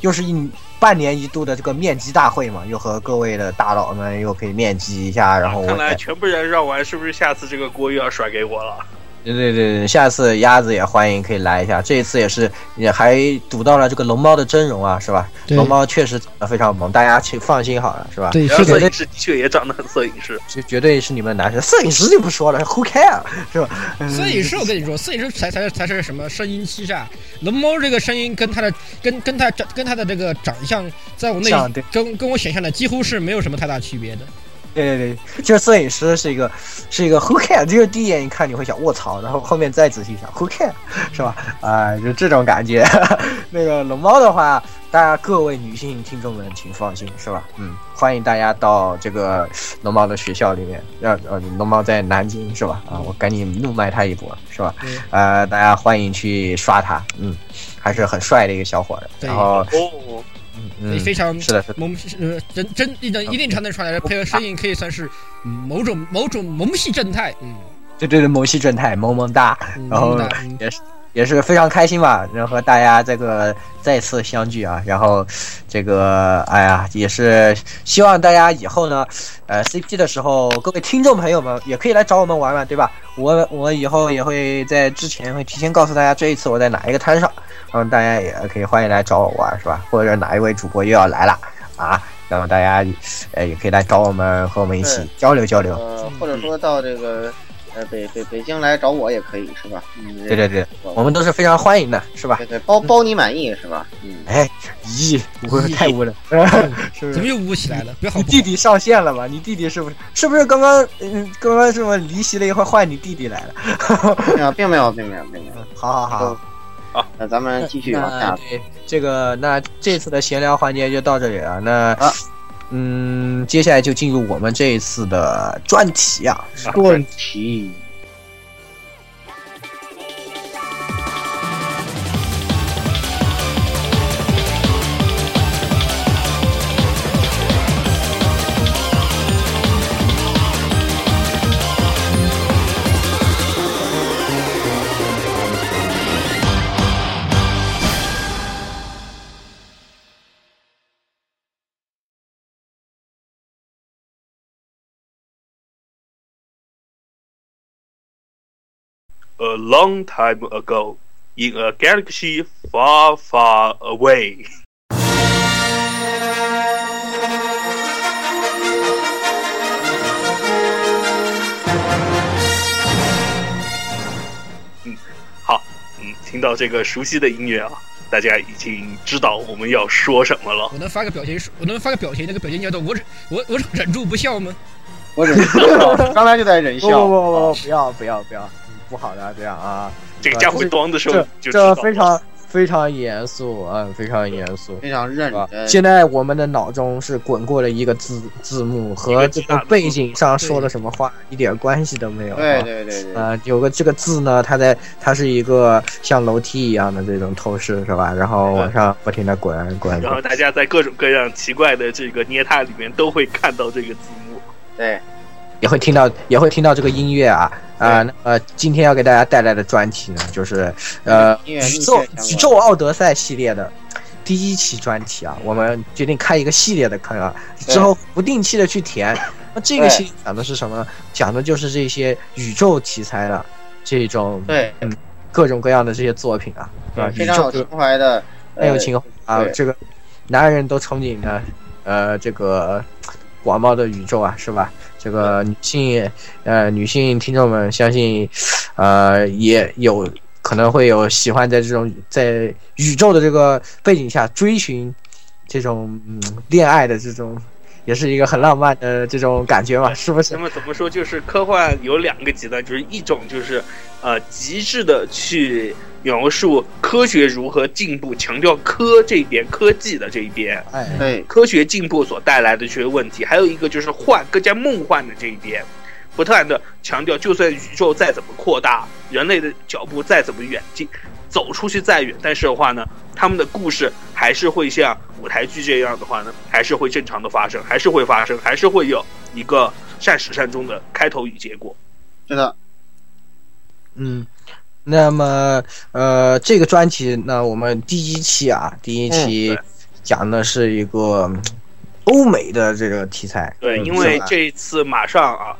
[SPEAKER 3] 又是一半年一度的这个面基大会嘛，又和各位的大佬们又可以面基一下， 然后我哎
[SPEAKER 1] 看来
[SPEAKER 3] 也
[SPEAKER 1] 全部人绕完，是不是下次这个锅又要甩给我了？
[SPEAKER 3] 对对对，对，下次鸭子也欢迎可以来一下。这一次也是也还读到了这个龙猫的真容啊，是吧？
[SPEAKER 4] 对
[SPEAKER 3] 龙猫确实长得非常萌，大家去放心好了，是吧？，
[SPEAKER 4] 对，
[SPEAKER 1] 然后
[SPEAKER 4] 是
[SPEAKER 1] 摄
[SPEAKER 4] 的，
[SPEAKER 1] 影师的确也长得很摄影师，
[SPEAKER 3] 这绝对是你们的男神。摄影师就不说了，Who care 是吧？嗯
[SPEAKER 4] 摄影师，我跟你说，摄影师才才才是什么声音欺诈。龙猫这个声音跟他的跟跟他长跟他的这个长相，在我内
[SPEAKER 3] 像对
[SPEAKER 4] 跟跟我想象的几乎是没有什么太大区别的。
[SPEAKER 3] 对对对，就是摄影师是一个是一个 Who care，就是第一眼一看你会想卧槽，然后后面再仔细想 Who care 是吧？啊、就这种感觉。 那个龙猫的话，大家各位女性听众们请放心，是吧？嗯，欢迎大家到这个龙猫的学校里面，呃呃，龙猫在南京是吧？啊，我赶紧怒卖他一波，是吧
[SPEAKER 4] 嗯？
[SPEAKER 3] 呃，大家欢迎去刷他，嗯，还是很帅的一个小伙儿。
[SPEAKER 4] 对
[SPEAKER 3] 然后，
[SPEAKER 1] 哦，
[SPEAKER 3] 嗯，
[SPEAKER 4] 非常
[SPEAKER 3] 是的，是的，
[SPEAKER 4] 萌，呃，真真一定一定程度上来配合声音，可以算是嗯某种某种萌系正太。嗯，
[SPEAKER 3] 对对对，萌系正太，萌萌哒。
[SPEAKER 4] 嗯
[SPEAKER 3] 然后
[SPEAKER 4] 萌的嗯
[SPEAKER 3] 也是也是非常开心吧，能和大家这个再次相聚啊。然后这个哎呀，也是希望大家以后呢，呃，CP 的时候，各位听众朋友们也可以来找我们玩玩，对吧？我我以后也会在之前会提前告诉大家这一次我在哪一个摊上，然后大家也可以欢迎来找我玩，是吧？或者哪一位主播又要来了啊？那么大家，呃，也可以来找我们，和我们一起
[SPEAKER 2] 对
[SPEAKER 3] 交流交流。
[SPEAKER 2] 呃，或者说到这个呃北北北京来找我也可以是吧？嗯，
[SPEAKER 3] 对对对，
[SPEAKER 2] 我
[SPEAKER 3] 我们都是非常欢迎的，是吧
[SPEAKER 2] 对？对包包你满意是吧？嗯，
[SPEAKER 3] 哎，咦，不会太 污了，是不
[SPEAKER 4] 怎么
[SPEAKER 3] 是？
[SPEAKER 4] 又污起来了？不要好
[SPEAKER 3] 你
[SPEAKER 4] 不
[SPEAKER 3] 弟
[SPEAKER 4] 好？
[SPEAKER 3] 弟上线了吧？你弟弟是不是是不是刚刚嗯刚刚什么离席了一会儿换你弟弟来了？
[SPEAKER 2] 没有，并没有，并没有，并没有。
[SPEAKER 3] 好好好，
[SPEAKER 2] 哦那咱们继续往
[SPEAKER 3] 嗯那
[SPEAKER 2] 下。
[SPEAKER 3] 对这个，那这次的闲聊环节就到这里了。那、
[SPEAKER 2] 啊
[SPEAKER 3] 嗯，接下来就进入我们这一次的专题啊。
[SPEAKER 2] 问题，
[SPEAKER 1] A long time ago, in a galaxy far, far away. 嗯，好，嗯，听到这个熟悉的音乐啊，大家已经知道我们要说什么了。
[SPEAKER 4] 我能发个表情，我能发个表情，那个表情叫做我忍我我忍住不笑吗？
[SPEAKER 2] 我忍笑，刚才就在忍
[SPEAKER 3] 不不
[SPEAKER 2] 笑。啊
[SPEAKER 3] 不不，哦不要不要不要，不好的，这样啊，
[SPEAKER 1] 这个家伙装的时候
[SPEAKER 3] 这
[SPEAKER 1] 就知道了
[SPEAKER 3] 这非常非常严肃，嗯，非常严肃。
[SPEAKER 2] 非常认
[SPEAKER 3] 啊！
[SPEAKER 2] 真，
[SPEAKER 3] 现在我们的脑中是滚过了一个字字幕，和这个背景上说的什么话一点关系都没有。
[SPEAKER 2] 对
[SPEAKER 3] 啊
[SPEAKER 2] 对对对，
[SPEAKER 3] 呃，有个这个字呢，它在它是一个像楼梯一样的这种透视，是吧？然后往上不停的滚滚
[SPEAKER 1] 然后
[SPEAKER 3] 滚。
[SPEAKER 1] 大家在各种各样奇怪的这个捏踏里面都会看到这个字幕。
[SPEAKER 2] 对，
[SPEAKER 3] 也会听到也会听到这个音乐啊啊、
[SPEAKER 2] 对
[SPEAKER 3] 那呃，今天要给大家带来的专题呢，就是呃
[SPEAKER 2] 音乐
[SPEAKER 3] 宇
[SPEAKER 2] 逆
[SPEAKER 3] 宙
[SPEAKER 2] 向
[SPEAKER 3] 宇宙奥德赛系列的第一期专题啊，我们决定开一个系列的坑啊，
[SPEAKER 2] 对
[SPEAKER 3] 之后不定期的去填。那这个
[SPEAKER 2] 对
[SPEAKER 3] 系列讲的是什么呢？讲的就是这些宇宙题材的这种
[SPEAKER 2] 对
[SPEAKER 3] 嗯各种各样的这些作品啊，啊，
[SPEAKER 2] 非
[SPEAKER 3] 宇
[SPEAKER 2] 常有
[SPEAKER 3] 宙
[SPEAKER 2] 情怀的，
[SPEAKER 3] 很有
[SPEAKER 2] 呃
[SPEAKER 3] 情怀啊，
[SPEAKER 2] 对
[SPEAKER 3] 这个男人都憧憬的，呃，这个广袤的宇宙啊，是吧？这个女性，呃，女性听众们相信，呃，也有可能会有喜欢在这种在宇宙的这个背景下追寻这种嗯恋爱的这种，也是一个很浪漫的这种感觉嘛，是不是
[SPEAKER 1] 那？么怎么说？就是科幻有两个极端，就是一种就是呃极致的去描述科学如何进步，强调科这一边科技的这一边，
[SPEAKER 3] 哎，
[SPEAKER 2] 呃对
[SPEAKER 1] 科学进步所带来的这些问题；还有一个就是幻更加梦幻的这一边，不断的强调，就算宇宙再怎么扩大，人类的脚步再怎么远近，走出去再远，但是的话呢，他们的故事还是会像舞台剧这样的话呢，还是会正常的发生，还是会发生，还是会有一个善始善终的开头与结果。
[SPEAKER 2] 是的，
[SPEAKER 3] 嗯，那么呃，这个专题呢，我们第一期啊，第一期
[SPEAKER 1] 嗯对
[SPEAKER 3] 讲的是一个嗯欧美的这个题材。
[SPEAKER 1] 对，
[SPEAKER 3] 嗯
[SPEAKER 1] 因为
[SPEAKER 2] 是吧
[SPEAKER 1] 这一次马上啊，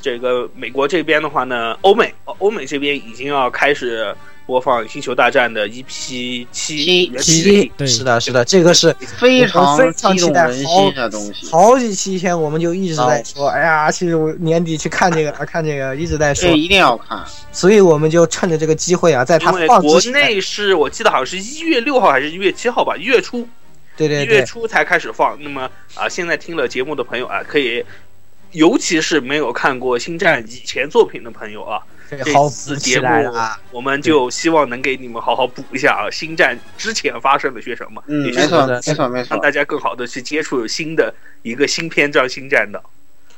[SPEAKER 1] 这个美国这边的话呢，欧美欧美这边已经要开始播放《星球大战》的 EP
[SPEAKER 2] 七
[SPEAKER 1] 七原
[SPEAKER 3] 是
[SPEAKER 1] 始
[SPEAKER 4] 对
[SPEAKER 3] 是的，是的，这个是
[SPEAKER 2] 非常
[SPEAKER 3] 非常
[SPEAKER 2] 激
[SPEAKER 3] 期
[SPEAKER 2] 动
[SPEAKER 3] 待
[SPEAKER 2] 人心的东西。
[SPEAKER 3] 好几期前我们就一直在说，哎呀，其实我年底去 看这个，啊看这个，一直在说
[SPEAKER 2] 这，一定要看，
[SPEAKER 3] 所以我们就趁着这个机会啊，在它
[SPEAKER 1] 因为
[SPEAKER 3] 放
[SPEAKER 1] 国
[SPEAKER 3] 之前，
[SPEAKER 1] 内是我记得好像是一月六号还是一月七号吧，一月初
[SPEAKER 3] 对对
[SPEAKER 1] 一月
[SPEAKER 3] 对，
[SPEAKER 1] 初才开始放。那么啊，现在听了节目的朋友啊，可以，尤其是没有看过《星战》以前作品的朋友啊，
[SPEAKER 3] 这好
[SPEAKER 1] 这次
[SPEAKER 3] 补
[SPEAKER 1] 节
[SPEAKER 3] 起
[SPEAKER 1] 目
[SPEAKER 3] 来了啊！
[SPEAKER 1] 我们就希望能给你们好好补一下啊，《星战》之前发生了些什么，
[SPEAKER 2] 嗯，
[SPEAKER 1] 也
[SPEAKER 2] 没
[SPEAKER 1] 是
[SPEAKER 2] 错，
[SPEAKER 3] 是的
[SPEAKER 2] 没错，没
[SPEAKER 1] 让
[SPEAKER 2] 错，
[SPEAKER 1] 大家更好的去接触新的一个新篇章《星战》的。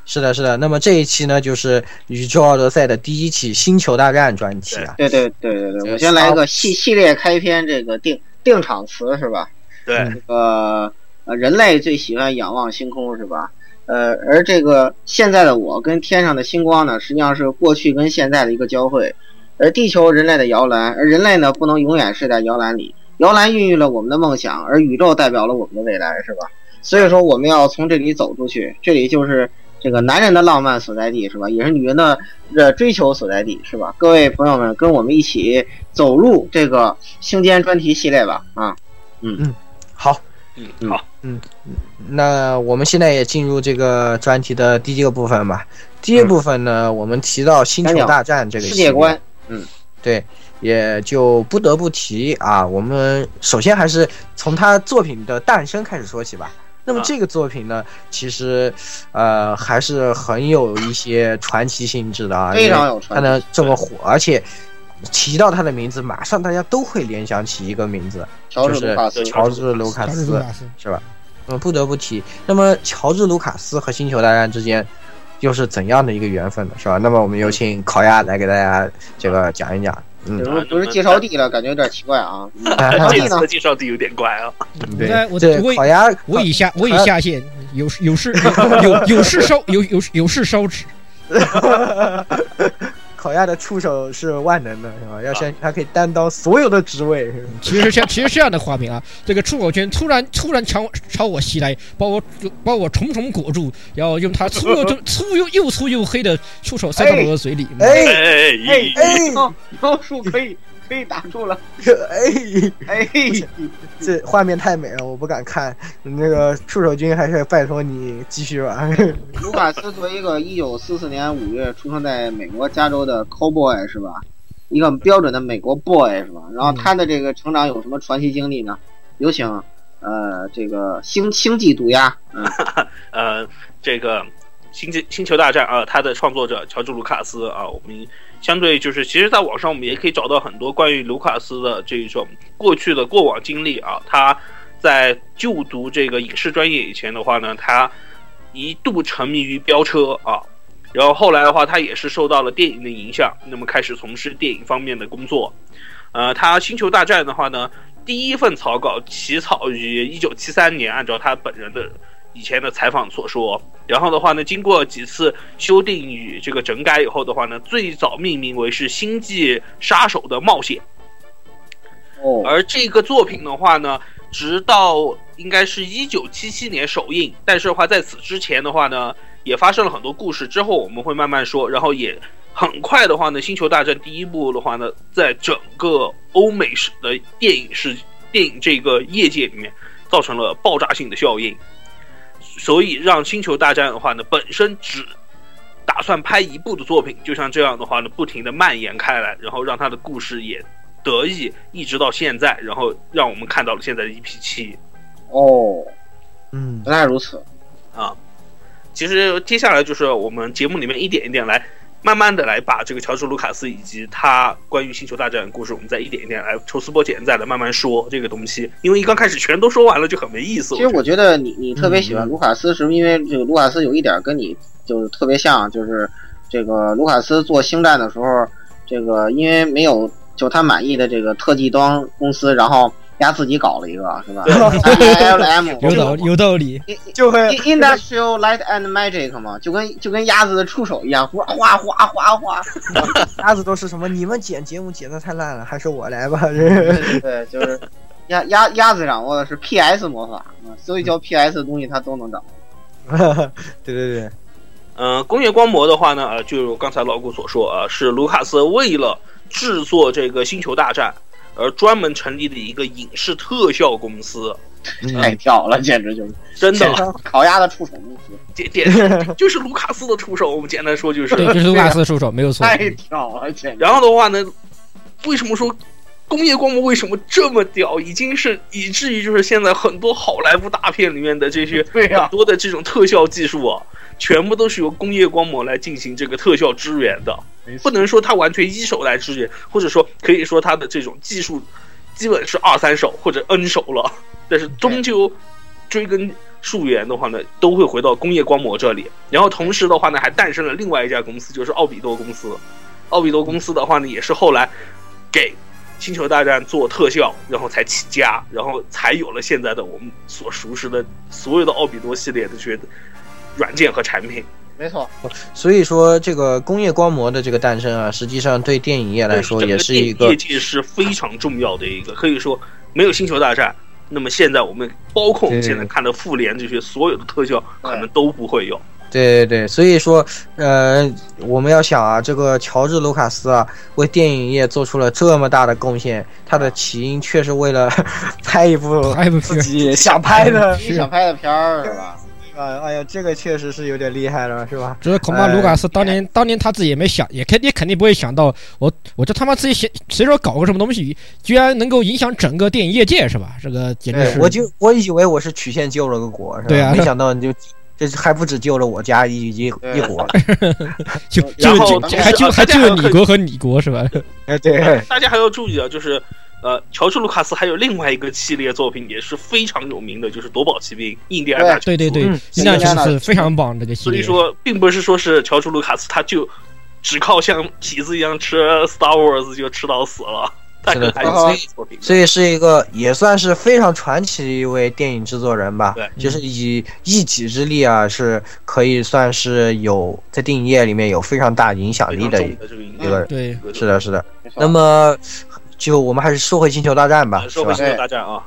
[SPEAKER 3] 是的，是的。那么这一期呢，就是《宇宙奥德赛》的第一期《星球大战》专题啊。
[SPEAKER 2] 对对对对
[SPEAKER 3] 这
[SPEAKER 2] 对，
[SPEAKER 3] 个
[SPEAKER 2] 我先来个系系列开篇，这个定定场词是吧？
[SPEAKER 1] 对，
[SPEAKER 3] 嗯
[SPEAKER 2] 呃，呃人类最喜欢仰望星空是吧？呃，而这个现在的我跟天上的星光呢，实际上是过去跟现在的一个交汇。而地球人类的摇篮，而人类呢，不能永远睡在摇篮里。摇篮孕育了我们的梦想，而宇宙代表了我们的未来，是吧？所以说，我们要从这里走出去，这里就是这个男人的浪漫所在地，是吧？也是女人的呃追求所在地，是吧？各位朋友们，跟我们一起走入这个星间专题系列吧，啊！
[SPEAKER 3] 好，
[SPEAKER 1] 嗯，好，
[SPEAKER 3] 那我们现在也进入这个专题的第一个部分吧。第一部分呢，我们提到《星球大战》这个
[SPEAKER 2] 嗯世
[SPEAKER 3] 系列
[SPEAKER 2] 界观，
[SPEAKER 3] 对，也就不得不提啊。我们首先还是从他作品的诞生开始说起吧。那么
[SPEAKER 1] 啊
[SPEAKER 3] 这个作品呢，其实，呃，还是很有一些传奇性质的啊，
[SPEAKER 2] 非常有
[SPEAKER 3] 它
[SPEAKER 2] 传奇。
[SPEAKER 3] 能这么火，而且提到他的名字，马上大家都会联想起一个名字，
[SPEAKER 2] 乔治·卢卡斯
[SPEAKER 1] 就，是
[SPEAKER 3] 乔治·卢卡
[SPEAKER 4] 乔治卢
[SPEAKER 3] 斯，
[SPEAKER 4] 卡斯，
[SPEAKER 3] 是吧？嗯，不得不提。那么乔治·卢卡斯和《星球大战》之间又是怎样的一个缘分呢？是吧？那么我们有请烤鸭来给大家这个讲一 讲。嗯
[SPEAKER 2] 这，不是不是介绍地了，感觉有点奇怪啊。
[SPEAKER 1] 这次的介绍的有点怪啊，
[SPEAKER 4] 我在我
[SPEAKER 3] 这
[SPEAKER 4] 我已
[SPEAKER 3] 烤鸭，
[SPEAKER 4] 我已下我已下线，有事有事有有有事烧有有有事烧纸，
[SPEAKER 3] 烤鸭的触手是万能的，是吧？
[SPEAKER 4] 啊
[SPEAKER 3] 要先，它可以担当所有的职位。
[SPEAKER 4] 其实是这样，其实是这样的画面啊，这个触手圈突然突然朝朝我袭来，把我把我重重裹住，然后用它粗又就粗又又粗又黑的触手塞到我的嘴里。
[SPEAKER 1] 哎
[SPEAKER 3] 哎
[SPEAKER 1] 哎
[SPEAKER 2] 哎
[SPEAKER 1] 哎，
[SPEAKER 2] 妖妖术可以可以打住了，
[SPEAKER 3] 哎，
[SPEAKER 2] 哎，
[SPEAKER 3] 这画面太美了，我不敢看。那个触手君还是拜托你继续吧。
[SPEAKER 2] 卢卡斯作为一个一九四四年五月出生在美国加州的 cowboy 是吧？一个很标准的美国 boy 是吧？然后他的这个成长有什么传奇经历呢？有请呃这个星星际毒鸦，嗯，
[SPEAKER 1] 呃，这个《星际星球大战》啊，它的创作者乔治·卢卡斯啊，我们相对就是，其实在网上我们也可以找到很多关于卢卡斯的这种过去的过往经历啊。他在就读这个影视专业以前的话呢，他一度沉迷于飙车啊。然后后来的话，他也是受到了电影的影响，那么开始从事电影方面的工作。呃，他《星球大战》的话呢，第一份草稿起草于一九七三年，按照他本人的以前的采访所说。然后的话呢，经过几次修订与这个整改以后的话呢，最早命名为是《星际杀手的冒险》。
[SPEAKER 2] 哦，
[SPEAKER 1] 而这个作品的话呢，直到应该是一九七七年首映，但是的话，在此之前的话呢，也发生了很多故事，之后我们会慢慢说。然后也很快的话呢，《星球大战》第一部的话呢，在整个欧美式的电影市电影这个业界里面，造成了爆炸性的效应，所以让《星球大战》的话呢，本身只打算拍一部的作品，就像这样的话呢，不停的蔓延开来，然后让它的故事也得以一直到现在，然后让我们看到了现在的 EP 七
[SPEAKER 2] 哦，
[SPEAKER 3] 嗯，
[SPEAKER 2] 原来如此，
[SPEAKER 1] 啊。其实接下来就是我们节目里面一点一点来，慢慢的来把这个乔治·卢卡斯以及他关于星球大战的故事，我们再一点一点来抽丝剥茧，再来慢慢说这个东西。因为一刚开始全都说完了就很没意思。
[SPEAKER 2] 其实
[SPEAKER 1] 我觉
[SPEAKER 2] 我觉得你你特别喜欢
[SPEAKER 3] 嗯
[SPEAKER 2] 卢卡斯，是不是因为这个卢卡斯有一点跟你就是特别像，就是这个卢卡斯做星战的时候，这个因为没有就他满意的这个特技端公司，然后他自己搞了一个，是吧？L M
[SPEAKER 4] 有道理，有道理。
[SPEAKER 3] 就会
[SPEAKER 2] Industrial Light and Magic 嘛，就跟就跟鸭子的触手一样，哗哗哗哗哗。
[SPEAKER 3] 鸭子都是什么？你们剪节目剪的太烂了，还是我来吧。这
[SPEAKER 2] 对，就是鸭鸭鸭子掌握的是 PS 魔法，嗯所以叫 PS 的东西它都能掌握。
[SPEAKER 3] 对对对，
[SPEAKER 1] 嗯，工业光魔的话呢，呃，就如刚才老顾所说啊、呃是卢卡斯为了制作这个《星球大战》而专门成立的一个影视特效公司，
[SPEAKER 3] 嗯
[SPEAKER 2] 太屌了，简直就是
[SPEAKER 1] 真的
[SPEAKER 2] 烤鸭的触手公司，
[SPEAKER 1] 点点就是卢卡斯的出手，我们简单说就是。
[SPEAKER 4] 对，就是卢卡斯的触手，没有错。
[SPEAKER 2] 太屌了，简直。
[SPEAKER 1] 然后的话呢，为什么说工业光魔为什么这么屌，已经是以至于就是现在很多好莱坞大片里面的这些
[SPEAKER 2] 对呀、
[SPEAKER 1] 很多的这种特效技术啊，全部都是由工业光魔来进行这个特效支援的。
[SPEAKER 2] 没错
[SPEAKER 1] 不能说它完全一手来支援，或者说可以说它的这种技术基本是二三手或者 N 手了，但是终究追根溯源的话呢，都会回到工业光魔这里。然后同时的话呢，还诞生了另外一家公司，就是奥比多公司。奥比多公司的话呢，也是后来给。星球大战做特效，然后才起家，然后才有了现在的我们所熟识的所有的奥比多系列的这些软件和产品。
[SPEAKER 2] 没错，
[SPEAKER 3] 所以说这个工业光魔的这个诞生啊，实际上对电影业来说
[SPEAKER 1] 对
[SPEAKER 3] 也
[SPEAKER 1] 整
[SPEAKER 3] 是
[SPEAKER 1] 电
[SPEAKER 3] 一个
[SPEAKER 1] 业界是非常重要的一个，可以说没有星球大战，那么现在我们包括我们
[SPEAKER 3] 对
[SPEAKER 1] 现在看的复联这些所有的特效，
[SPEAKER 2] 对
[SPEAKER 1] 可能都不会有。
[SPEAKER 3] 对对对，所以说呃，我们要想啊，这个乔治卢卡斯啊，为电影业做出了这么大的贡献，他的起因却是为了 拍一部
[SPEAKER 4] 还不
[SPEAKER 3] 自己想拍的
[SPEAKER 2] 你想拍的片儿是吧？
[SPEAKER 3] 啊，哎呀，这个确实是有点厉害了，是吧？
[SPEAKER 4] 这恐怕
[SPEAKER 3] 呃
[SPEAKER 4] 卢卡斯当年、当年他自己也没想，也肯也肯定不会想到，我我这他妈自己谁随手搞个什么东西，居然能够影响整个电影业界是吧？这个简直
[SPEAKER 3] 对，
[SPEAKER 4] 是
[SPEAKER 3] 哎我就我以为我是曲线救了个国，是吧？
[SPEAKER 4] 对啊
[SPEAKER 3] 没想到你就这还不止救了我家一一一国，
[SPEAKER 4] 就
[SPEAKER 1] 然
[SPEAKER 4] 就
[SPEAKER 1] 后
[SPEAKER 4] 就
[SPEAKER 1] 当时
[SPEAKER 4] 还就
[SPEAKER 3] 啊
[SPEAKER 1] 呃大
[SPEAKER 4] 还
[SPEAKER 1] 家
[SPEAKER 4] 就
[SPEAKER 1] 还有
[SPEAKER 4] 有你
[SPEAKER 1] 可以
[SPEAKER 4] 国和你国是吧？
[SPEAKER 3] 哎， 对，
[SPEAKER 1] 大家还要注意啊，就是呃，乔治·卢卡斯还有另外一个系列作品也是非常有名的，就是《夺宝奇兵》《印第安纳琼斯》。
[SPEAKER 4] 对对对，
[SPEAKER 3] 嗯
[SPEAKER 4] 印第安
[SPEAKER 2] 印第安纳
[SPEAKER 4] 琼斯
[SPEAKER 2] 琼斯
[SPEAKER 4] 非常棒这个系
[SPEAKER 1] 所
[SPEAKER 4] 列。
[SPEAKER 1] 以说，并不是说是乔治·卢卡斯他就只靠像痞子一样吃 Star Wars 就吃到死了，他可能还有自己的作品。
[SPEAKER 3] 所以是一个也算是非常传奇的一位电影制作人吧。
[SPEAKER 1] 对
[SPEAKER 3] 就是以一己之力啊，是可以算是有在电影业里面有非常大影响
[SPEAKER 1] 非
[SPEAKER 3] 力
[SPEAKER 1] 常
[SPEAKER 3] 的。
[SPEAKER 1] 重的嗯这个影
[SPEAKER 3] 一个人
[SPEAKER 4] 对，
[SPEAKER 3] 是的，是的。
[SPEAKER 2] 没错
[SPEAKER 3] 那么，就我们还是说回《星球大战》吧，是
[SPEAKER 1] 啊说回
[SPEAKER 3] 吧？
[SPEAKER 1] 星球大战啊，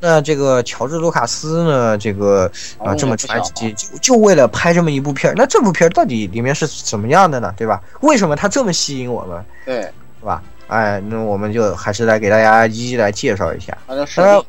[SPEAKER 3] 那这个乔治·卢卡斯呢，这个啊、
[SPEAKER 2] 哦
[SPEAKER 3] 这么
[SPEAKER 2] 我不
[SPEAKER 3] 传
[SPEAKER 2] 晓
[SPEAKER 3] 奇，就就为了拍这么一部片儿，那这部片儿到底里面是什么样的呢？对吧？为什么它这么吸引我们，
[SPEAKER 2] 对，
[SPEAKER 3] 是吧？哎，那我们就还是来给大家一一来介绍一下。
[SPEAKER 2] 他的设定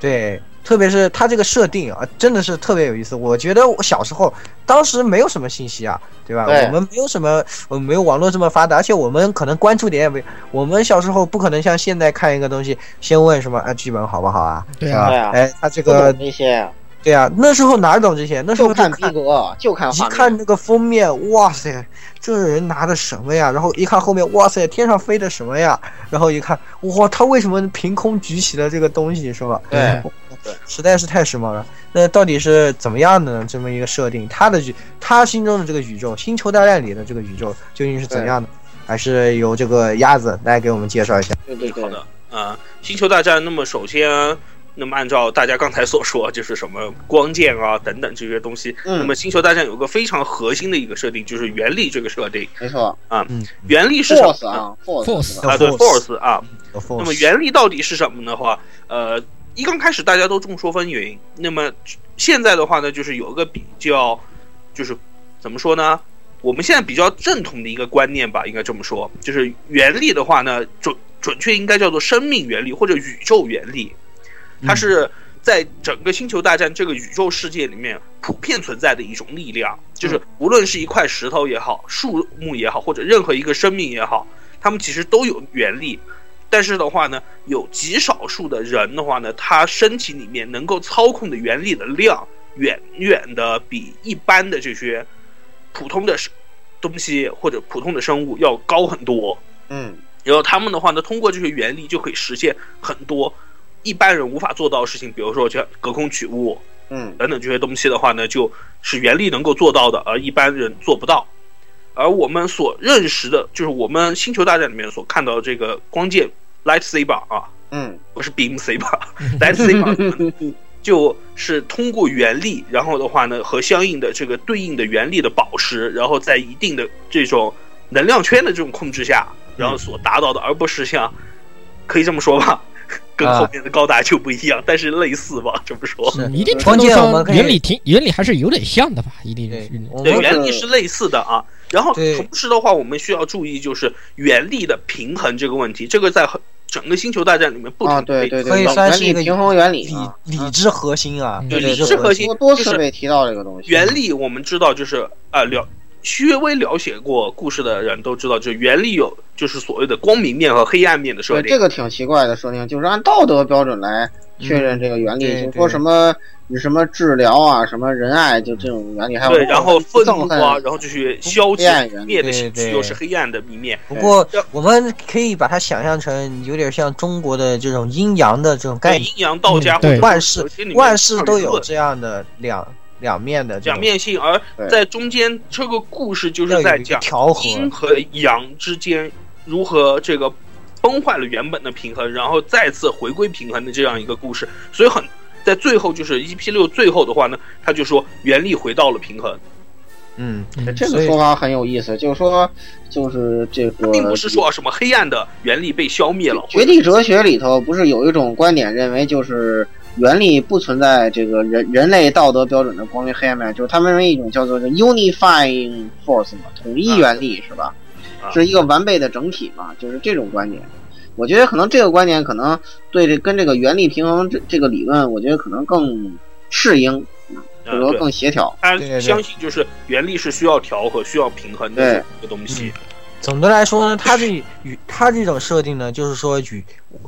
[SPEAKER 3] 对，特别是它这个设定啊，真的是特别有意思。我觉得我小时候，当时没有什么信息啊，对吧？
[SPEAKER 2] 对
[SPEAKER 3] 我们没有什么，我们没有网络这么发达，而且我们可能关注点也没，我们小时候不可能像现在看一个东西，先问什么啊剧本好不好啊？
[SPEAKER 4] 对
[SPEAKER 3] 是
[SPEAKER 4] 啊
[SPEAKER 3] 吧
[SPEAKER 2] 对啊
[SPEAKER 3] 哎，他这
[SPEAKER 2] 不
[SPEAKER 3] 个
[SPEAKER 2] 懂这些，
[SPEAKER 3] 对啊，那时候哪懂这些？那时候
[SPEAKER 2] 就
[SPEAKER 3] 就
[SPEAKER 2] 看
[SPEAKER 3] 看
[SPEAKER 2] 逼格，就看
[SPEAKER 3] 一
[SPEAKER 2] 画
[SPEAKER 3] 看
[SPEAKER 2] 面，
[SPEAKER 3] 那个封面，哇塞，这人拿的什么呀？然后一看后面，哇塞，天上飞的什么呀？然后一看，哇，他为什么凭空举起了这个东西，是吧？
[SPEAKER 2] 对，
[SPEAKER 3] 实在是太时髦了。那到底是怎么样的呢？这么一个设定，他的宇，他心中的这个宇宙，《星球大战》里的这个宇宙究竟是怎样的？还是由这个鸭子来给我们介绍一下？
[SPEAKER 2] 对对对
[SPEAKER 1] 好，的，呃，星球大战，那么首先。那么按照大家刚才所说，就是什么光剑啊等等这些东西。那
[SPEAKER 2] 嗯
[SPEAKER 1] 么，星球大战有个非常核心的一个设定，就是原力这个设定。
[SPEAKER 2] 没错
[SPEAKER 3] 嗯，
[SPEAKER 1] 原力是什
[SPEAKER 2] ，force
[SPEAKER 1] 么呢？
[SPEAKER 2] 啊，force，
[SPEAKER 4] Force
[SPEAKER 2] 是吧
[SPEAKER 1] 啊，对
[SPEAKER 3] Force
[SPEAKER 1] ，force 啊，那么原力到底是什么的话，呃，一刚开始大家都众说纷纭。那么现在的话呢，就是有一个比较，就是怎么说呢？我们现在比较正统的一个观念吧，应该这么说，就是原力的话呢，准准确应该叫做生命原力或者宇宙原力，它是在整个星球大战这个宇宙世界里面普遍存在的一种力量，就是无论是一块石头也好，树木也好，或者任何一个生命也好，他们其实都有原力。但是的话呢，有极少数的人的话呢，他身体里面能够操控的原力的量，远远的比一般的这些普通的生东西或者普通的生物要高很多。
[SPEAKER 2] 嗯，
[SPEAKER 1] 然后他们的话呢，通过这些原理就可以实现很多一般人无法做到的事情，比如说像隔空取物
[SPEAKER 2] 嗯，
[SPEAKER 1] 等等这些东西的话呢，就是原力能够做到的，而一般人做不到。而我们所认识的，就是我们《星球大战》里面所看到的这个光剑 lightsaber 啊，
[SPEAKER 2] 嗯，
[SPEAKER 1] 不是 beam saber，lightsaber 就是通过原力，然后的话呢，和相应的这个对应的原力的宝石，然后在一定的这种能量圈的这种控制下，然后所达到的，而不是像可以这么说吧，跟后面的高达就不一样，但是类似吧，这么说。
[SPEAKER 3] 是
[SPEAKER 4] 嗯一定程
[SPEAKER 3] 关
[SPEAKER 4] 度
[SPEAKER 3] 键我
[SPEAKER 4] 上
[SPEAKER 3] 们可以
[SPEAKER 4] 原理挺原理还是有点像的吧，一定
[SPEAKER 3] 对
[SPEAKER 4] 是。，
[SPEAKER 3] 我
[SPEAKER 1] 对，
[SPEAKER 3] 们
[SPEAKER 1] 原力是类似的啊。然后
[SPEAKER 3] 对
[SPEAKER 1] 同时的话，我们需要注意就是原力的平衡这个问题，这个在很整个星球大战里面 不
[SPEAKER 2] 啊，
[SPEAKER 1] 停地
[SPEAKER 2] 对
[SPEAKER 1] 被
[SPEAKER 2] 对
[SPEAKER 3] 可
[SPEAKER 2] 对，
[SPEAKER 3] 以
[SPEAKER 2] 原
[SPEAKER 3] 算是一
[SPEAKER 2] 理
[SPEAKER 3] 个
[SPEAKER 2] 平衡原理
[SPEAKER 3] 理
[SPEAKER 2] 啊，
[SPEAKER 3] 理智核心啊，
[SPEAKER 4] 嗯
[SPEAKER 1] 对
[SPEAKER 3] 理
[SPEAKER 1] 理
[SPEAKER 3] 智
[SPEAKER 1] 智核心
[SPEAKER 2] 多多
[SPEAKER 1] 就
[SPEAKER 2] 次
[SPEAKER 1] 是
[SPEAKER 2] 被提到这个东西，
[SPEAKER 1] 原力我们知道就是啊了，略微了解过故事的人都知道，就是原力有就是所谓的光明面和黑暗面的设
[SPEAKER 2] 对
[SPEAKER 1] 定
[SPEAKER 2] 这。个挺奇怪的设定，就是按道德标准来确认这个原
[SPEAKER 3] 嗯对
[SPEAKER 2] 理，就说什么与什么治疗啊，什么仁爱，就这种原理，还有
[SPEAKER 1] 对，然后愤怒
[SPEAKER 2] 憎恨
[SPEAKER 1] 啊，然后就是消极
[SPEAKER 2] 黑暗原理
[SPEAKER 1] 灭的
[SPEAKER 3] 对
[SPEAKER 1] 情
[SPEAKER 3] 对
[SPEAKER 1] 绪，又是黑暗的一面。
[SPEAKER 3] 不过我们可以把它想象成有点像中国的这种阴阳的这种概
[SPEAKER 1] 对，
[SPEAKER 3] 念，
[SPEAKER 1] 哎阴阳道家
[SPEAKER 4] 嗯对
[SPEAKER 1] 或者
[SPEAKER 3] 万事
[SPEAKER 1] 首先里面
[SPEAKER 3] 万事都
[SPEAKER 1] 有
[SPEAKER 3] 有这样的两两面的这
[SPEAKER 1] 两
[SPEAKER 3] 种
[SPEAKER 1] 面性，而
[SPEAKER 2] 对
[SPEAKER 1] 在中间这个故事就
[SPEAKER 3] 要
[SPEAKER 1] 是
[SPEAKER 3] 有
[SPEAKER 1] 在
[SPEAKER 3] 一个
[SPEAKER 1] 讲
[SPEAKER 3] 调和，
[SPEAKER 1] 阴和阳之间如何这个崩坏了原本的平衡，然后再次回归平衡的这样一个故事。所以很在最后就是 EP 六最后的话呢，他就说原力回到了平衡，
[SPEAKER 3] 嗯，
[SPEAKER 4] 嗯
[SPEAKER 2] 这
[SPEAKER 3] 所
[SPEAKER 2] 个
[SPEAKER 3] 以
[SPEAKER 2] 说法很有意思，就是说，就是这个
[SPEAKER 1] 并不是说什么黑暗的原力被消灭了，
[SPEAKER 2] 绝地哲学里头不是有一种观点认为就是原理不存在这个人人类道德标准的光明黑暗面，就是他们认为一种叫做这 unifying force 嘛，统一原力是吧
[SPEAKER 1] 啊？
[SPEAKER 2] 是一个完备的整体嘛，就是这种观点。我觉得可能这个观点可能对这跟这个原力平衡这这个理论，我觉得可能更适应。
[SPEAKER 1] 对啊呃
[SPEAKER 2] 或者说
[SPEAKER 1] 对
[SPEAKER 2] 更协调。
[SPEAKER 1] 他
[SPEAKER 3] 对对
[SPEAKER 1] 相信就是原力是需要调和、需要平衡的一个东西。
[SPEAKER 3] 总的来说呢，它这与它这种设定呢，就是说与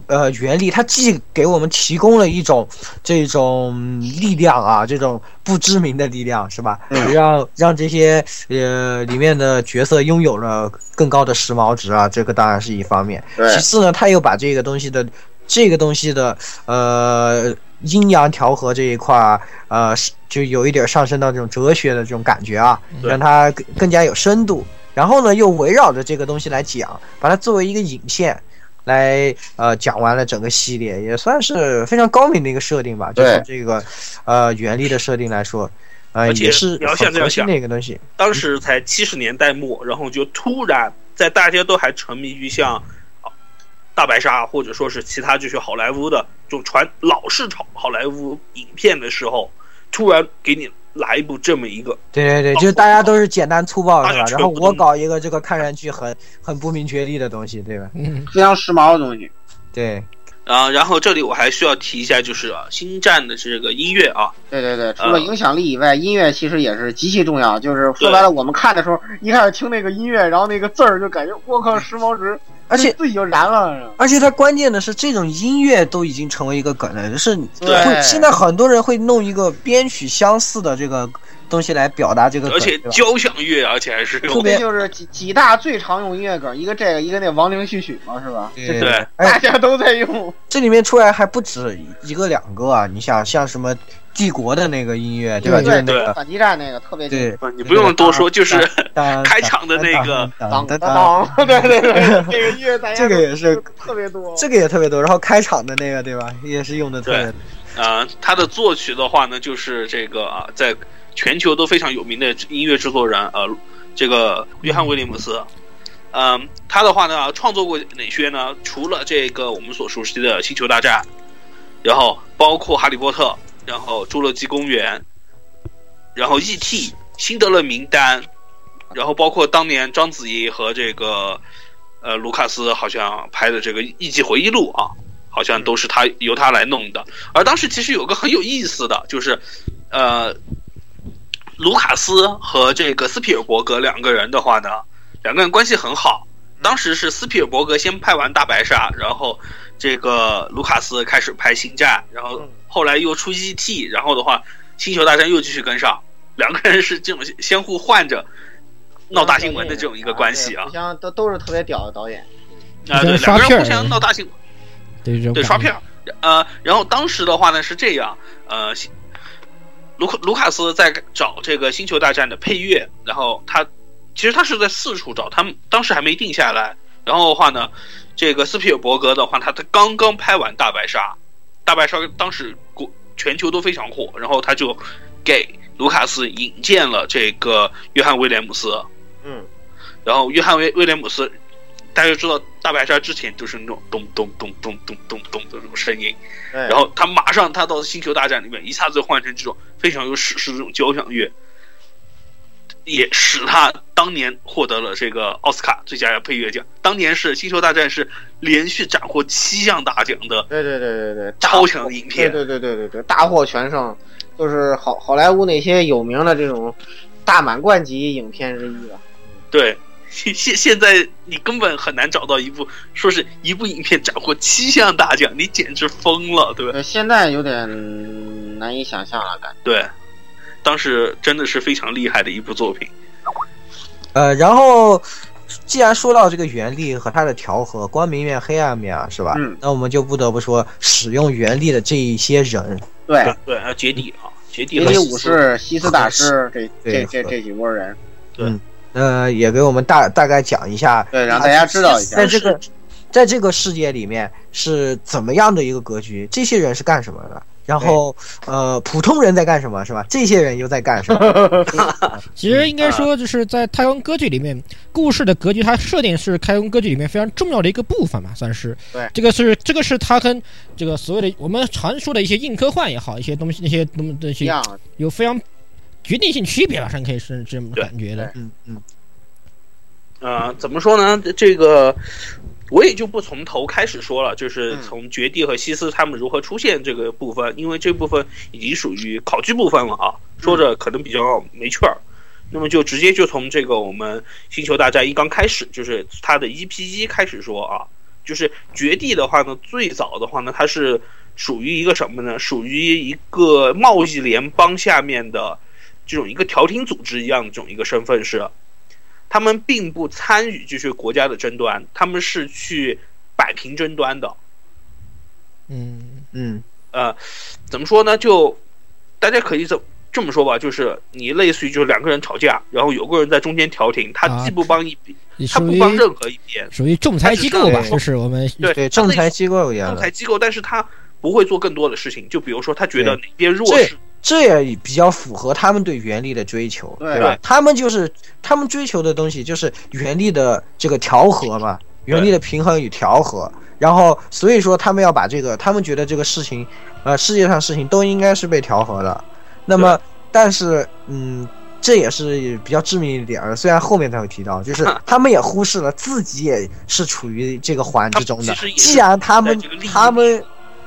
[SPEAKER 3] 呃原力，它既给我们提供了一种这种力量啊，这种不知名的力量是吧？
[SPEAKER 2] 嗯
[SPEAKER 3] 让让这些呃里面的角色拥有了更高的时髦值啊，这个当然是一方面。
[SPEAKER 2] 对
[SPEAKER 3] 其次呢，他又把这个东西的这个东西的呃阴阳调和这一块儿，呃，是就有一点上升到这种哲学的这种感觉啊，
[SPEAKER 1] 对
[SPEAKER 3] 让它更更加有深度。然后呢，又围绕着这个东西来讲，把它作为一个引线。来，呃，讲完了整个系列，也算是非常高明的一个设定吧。就
[SPEAKER 2] 对
[SPEAKER 3] 是这个，呃，原力的设定来说，呃，
[SPEAKER 1] 而且
[SPEAKER 3] 也是
[SPEAKER 1] 你要像
[SPEAKER 3] 很
[SPEAKER 1] 这样
[SPEAKER 3] 核心
[SPEAKER 1] 想
[SPEAKER 3] 的一个东西。
[SPEAKER 1] 当时才七十年代末，然后就突然在大家都还沉迷于像啊大白鲨或者说是其他这些好莱坞的这种传老式好好莱坞影片的时候，突然给你来一部这么一个，
[SPEAKER 3] 对对
[SPEAKER 1] 哦
[SPEAKER 3] 对，就是大家都是简单粗暴
[SPEAKER 1] 大
[SPEAKER 3] 是
[SPEAKER 1] 家
[SPEAKER 3] 吧？
[SPEAKER 1] 全
[SPEAKER 3] 然后
[SPEAKER 1] 部都
[SPEAKER 3] 我搞一个这个看上去很很不明觉厉的东西，对吧？
[SPEAKER 4] 嗯，
[SPEAKER 2] 非常时髦的东西。
[SPEAKER 3] 对，
[SPEAKER 1] 啊，然后这里我还需要提一下，就是、啊、星战的这个音乐啊，
[SPEAKER 2] 对对对，除了
[SPEAKER 1] 嗯
[SPEAKER 2] 影响力以外，音乐其实也是极其重要。就是说白了，我们看的时候，一开始听那个音乐，然后那个字儿就感觉我靠，时髦值，
[SPEAKER 3] 而且
[SPEAKER 2] 自己就燃了。
[SPEAKER 3] 而且它关键的是，这种音乐都已经成为一个梗了，就是你
[SPEAKER 2] 对
[SPEAKER 3] 会现在很多人会弄一个编曲相似的这个东西来表达这个梗，
[SPEAKER 1] 而且
[SPEAKER 3] 对吧
[SPEAKER 1] 交响乐，而且还是
[SPEAKER 3] 特
[SPEAKER 1] 用
[SPEAKER 3] 别
[SPEAKER 2] 这就是几几大最常用音乐梗，一个这个，一个那《亡灵序曲》嘛，是吧？
[SPEAKER 3] 对
[SPEAKER 1] 对，
[SPEAKER 2] 大
[SPEAKER 3] 哎，
[SPEAKER 2] 家都在用。
[SPEAKER 3] 这里面出来还不止一个两个啊！你想，像什么帝国的那个音乐，对吧？
[SPEAKER 2] 对
[SPEAKER 3] 就是那个
[SPEAKER 2] 反击战那个特别
[SPEAKER 3] 对，
[SPEAKER 1] 啊你不用多说，就是
[SPEAKER 3] 当
[SPEAKER 1] 开场的那个，
[SPEAKER 2] 当
[SPEAKER 3] 当
[SPEAKER 2] 当
[SPEAKER 3] 当当，
[SPEAKER 2] 当，对对对，这个音乐大家
[SPEAKER 3] 这个也是
[SPEAKER 2] 都特别多。
[SPEAKER 3] 这个也特别多。然后开场的那个，对吧？也是用的特别多。
[SPEAKER 1] 呃，他的作曲的话呢，就是这个啊，在全球都非常有名的音乐制作人，呃，这个约翰·威廉姆斯。嗯、他的话呢，创作过哪些呢？除了这个我们所熟悉的《星球大战》，然后包括《哈利波特》，然后《侏罗纪公园》，然后《E.T.》《辛德勒名单》，然后包括当年章子怡和这个呃卢卡斯好像拍的这个《艺伎回忆录》啊，好像都是他由他来弄的。而当时其实有个很有意思的，就是，呃，卢卡斯和这个斯皮尔伯格两个人的话呢，两个人关系很好。当时是斯皮尔伯格先拍完《大白鲨》，然后这个卢卡斯开始拍《星战》，然后后来又出 E.T.，然后的话，《星球大战》又继续跟上，两个人是这种相互换着闹大新闻的这种一个关系啊
[SPEAKER 2] 互。相都都是特别屌的导演。
[SPEAKER 1] 啊，对，
[SPEAKER 4] 互相
[SPEAKER 1] 两个人
[SPEAKER 4] 嗯刷片儿
[SPEAKER 1] 互相闹大新闻。
[SPEAKER 4] 对这种
[SPEAKER 1] 对，
[SPEAKER 4] 感
[SPEAKER 1] 刷
[SPEAKER 4] 觉
[SPEAKER 1] 片儿。呃，然后当时的话呢是这样，呃，西卢克卢卡斯在找这个《星球大战》的配乐，然后他其实他是在四处找，他们当时还没定下来。然后的话呢，这个斯皮尔伯格的话，他他刚刚拍完《大白鲨》，《大白鲨》当时国全球都非常火，然后他就给卢卡斯引荐了这个约翰威廉姆斯。
[SPEAKER 2] 嗯，
[SPEAKER 1] 然后约翰威威廉姆斯，大家知道大白鲨之前就是那种咚咚咚咚咚咚咚的那种声音，
[SPEAKER 2] 对
[SPEAKER 1] 然后他马上他到星球大战里面一下子换成这种非常有史诗这种交响乐，也使他当年获得了这个奥斯卡最佳配乐奖。当年是星球大战是连续斩获七项大奖的
[SPEAKER 2] 对对对对对，大
[SPEAKER 1] 超强影片，
[SPEAKER 2] 对对对对对，大获全胜，就是好好莱坞那些有名的这种大满贯级影片之一吧。
[SPEAKER 1] 对。现现现在你根本很难找到一部说是一部影片斩获七项大奖，你简直疯了，对吧？
[SPEAKER 2] 呃，现在有点难以想象了，感觉。
[SPEAKER 1] 对，当时真的是非常厉害的一部作品。
[SPEAKER 3] 呃，然后既然说到这个原力和它的调和，光明面、黑暗面啊，是吧？
[SPEAKER 2] 嗯，
[SPEAKER 3] 那我们就不得不说使用原力的这一些人，
[SPEAKER 2] 对，
[SPEAKER 1] 对，还有绝地啊，绝地
[SPEAKER 2] 迪
[SPEAKER 1] 和
[SPEAKER 2] 里
[SPEAKER 1] 西
[SPEAKER 2] 哎武
[SPEAKER 1] 斯，
[SPEAKER 2] 士、西斯大师这这
[SPEAKER 3] 对
[SPEAKER 2] 这这几波人，
[SPEAKER 3] 呃，也给我们大大概讲一下，
[SPEAKER 2] 对，让大家知道一下
[SPEAKER 3] 在。这个在这个世界里面是怎么样的一个格局，这些人是干什么的？然后，呃，普通人在干什么是吧？这些人又在干 什么？
[SPEAKER 4] 其实应
[SPEAKER 2] 嗯
[SPEAKER 4] 该
[SPEAKER 2] 啊
[SPEAKER 4] 说，就是在太空歌剧里面，故事的格局它设定是太空歌剧里面非常重要的一个部分嘛，算是。
[SPEAKER 2] 对
[SPEAKER 4] 这个是这个是它跟这个所谓的我们常说的一些硬科幻也好，一些东西那些东东
[SPEAKER 2] 一
[SPEAKER 4] 西
[SPEAKER 2] 样，
[SPEAKER 4] 有非常决定性区别吧，上可以是这么感觉的。
[SPEAKER 3] 嗯嗯，
[SPEAKER 1] 呃，怎么说呢？这个我也就不从头开始说了，就是
[SPEAKER 2] 嗯
[SPEAKER 1] 从绝地和西斯他们如何出现这个部分，因为这部分已经属于考据部分了啊，说着可能比较没趣儿。那么就直接就从这个我们星球大战一刚开始，就是它的 EP 一开始说啊，就是绝地的话呢，最早的话呢，它是属于一个什么呢？属于一个贸易联邦下面的这种一个调停组织一样的这种一个身份是，啊他们并不参与这些国家的争端，他们是去摆平争端的。
[SPEAKER 4] 嗯
[SPEAKER 3] 嗯
[SPEAKER 1] 呃，怎么说呢？就大家可以这这么说吧，就是你类似于就是两个人吵架，然后有个人在中间调停，他
[SPEAKER 4] 啊
[SPEAKER 1] 既不帮一，
[SPEAKER 4] 也
[SPEAKER 1] 他
[SPEAKER 4] 属
[SPEAKER 1] 不
[SPEAKER 4] 于
[SPEAKER 1] 帮任何一边，
[SPEAKER 4] 属于仲裁机构吧，
[SPEAKER 3] 对
[SPEAKER 4] 就是我们
[SPEAKER 1] 对
[SPEAKER 3] 对，仲裁机构一样
[SPEAKER 1] 仲
[SPEAKER 3] 的
[SPEAKER 1] 裁，机构，但是他不会做更多的事情。就比如说，他觉得哪边弱
[SPEAKER 3] 对
[SPEAKER 1] 势，
[SPEAKER 3] 这也比较符合他们对原力的追求，
[SPEAKER 2] 对
[SPEAKER 3] 吧？他们就是他们追求的东西就是原力的这个调和嘛，原力的平衡与调和。然后所以说他们要把这个，他们觉得这个事情，呃，世界上事情都应该是被调和的。那么，但是，嗯。这也是比较致命一点儿，虽然后面才会提到，就是他们也忽视了自己也是处于这个环之中
[SPEAKER 1] 他
[SPEAKER 3] 的
[SPEAKER 1] 们其实。也是
[SPEAKER 3] 既然他们
[SPEAKER 1] 在这个利益
[SPEAKER 3] 他们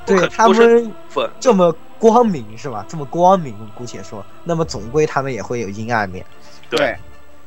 [SPEAKER 1] 不可
[SPEAKER 3] 对他
[SPEAKER 1] 脱身
[SPEAKER 3] 们
[SPEAKER 1] 部分
[SPEAKER 3] 这么光明是吧？这么光明，姑且说，那么总归他们也会有阴暗面。
[SPEAKER 1] 对，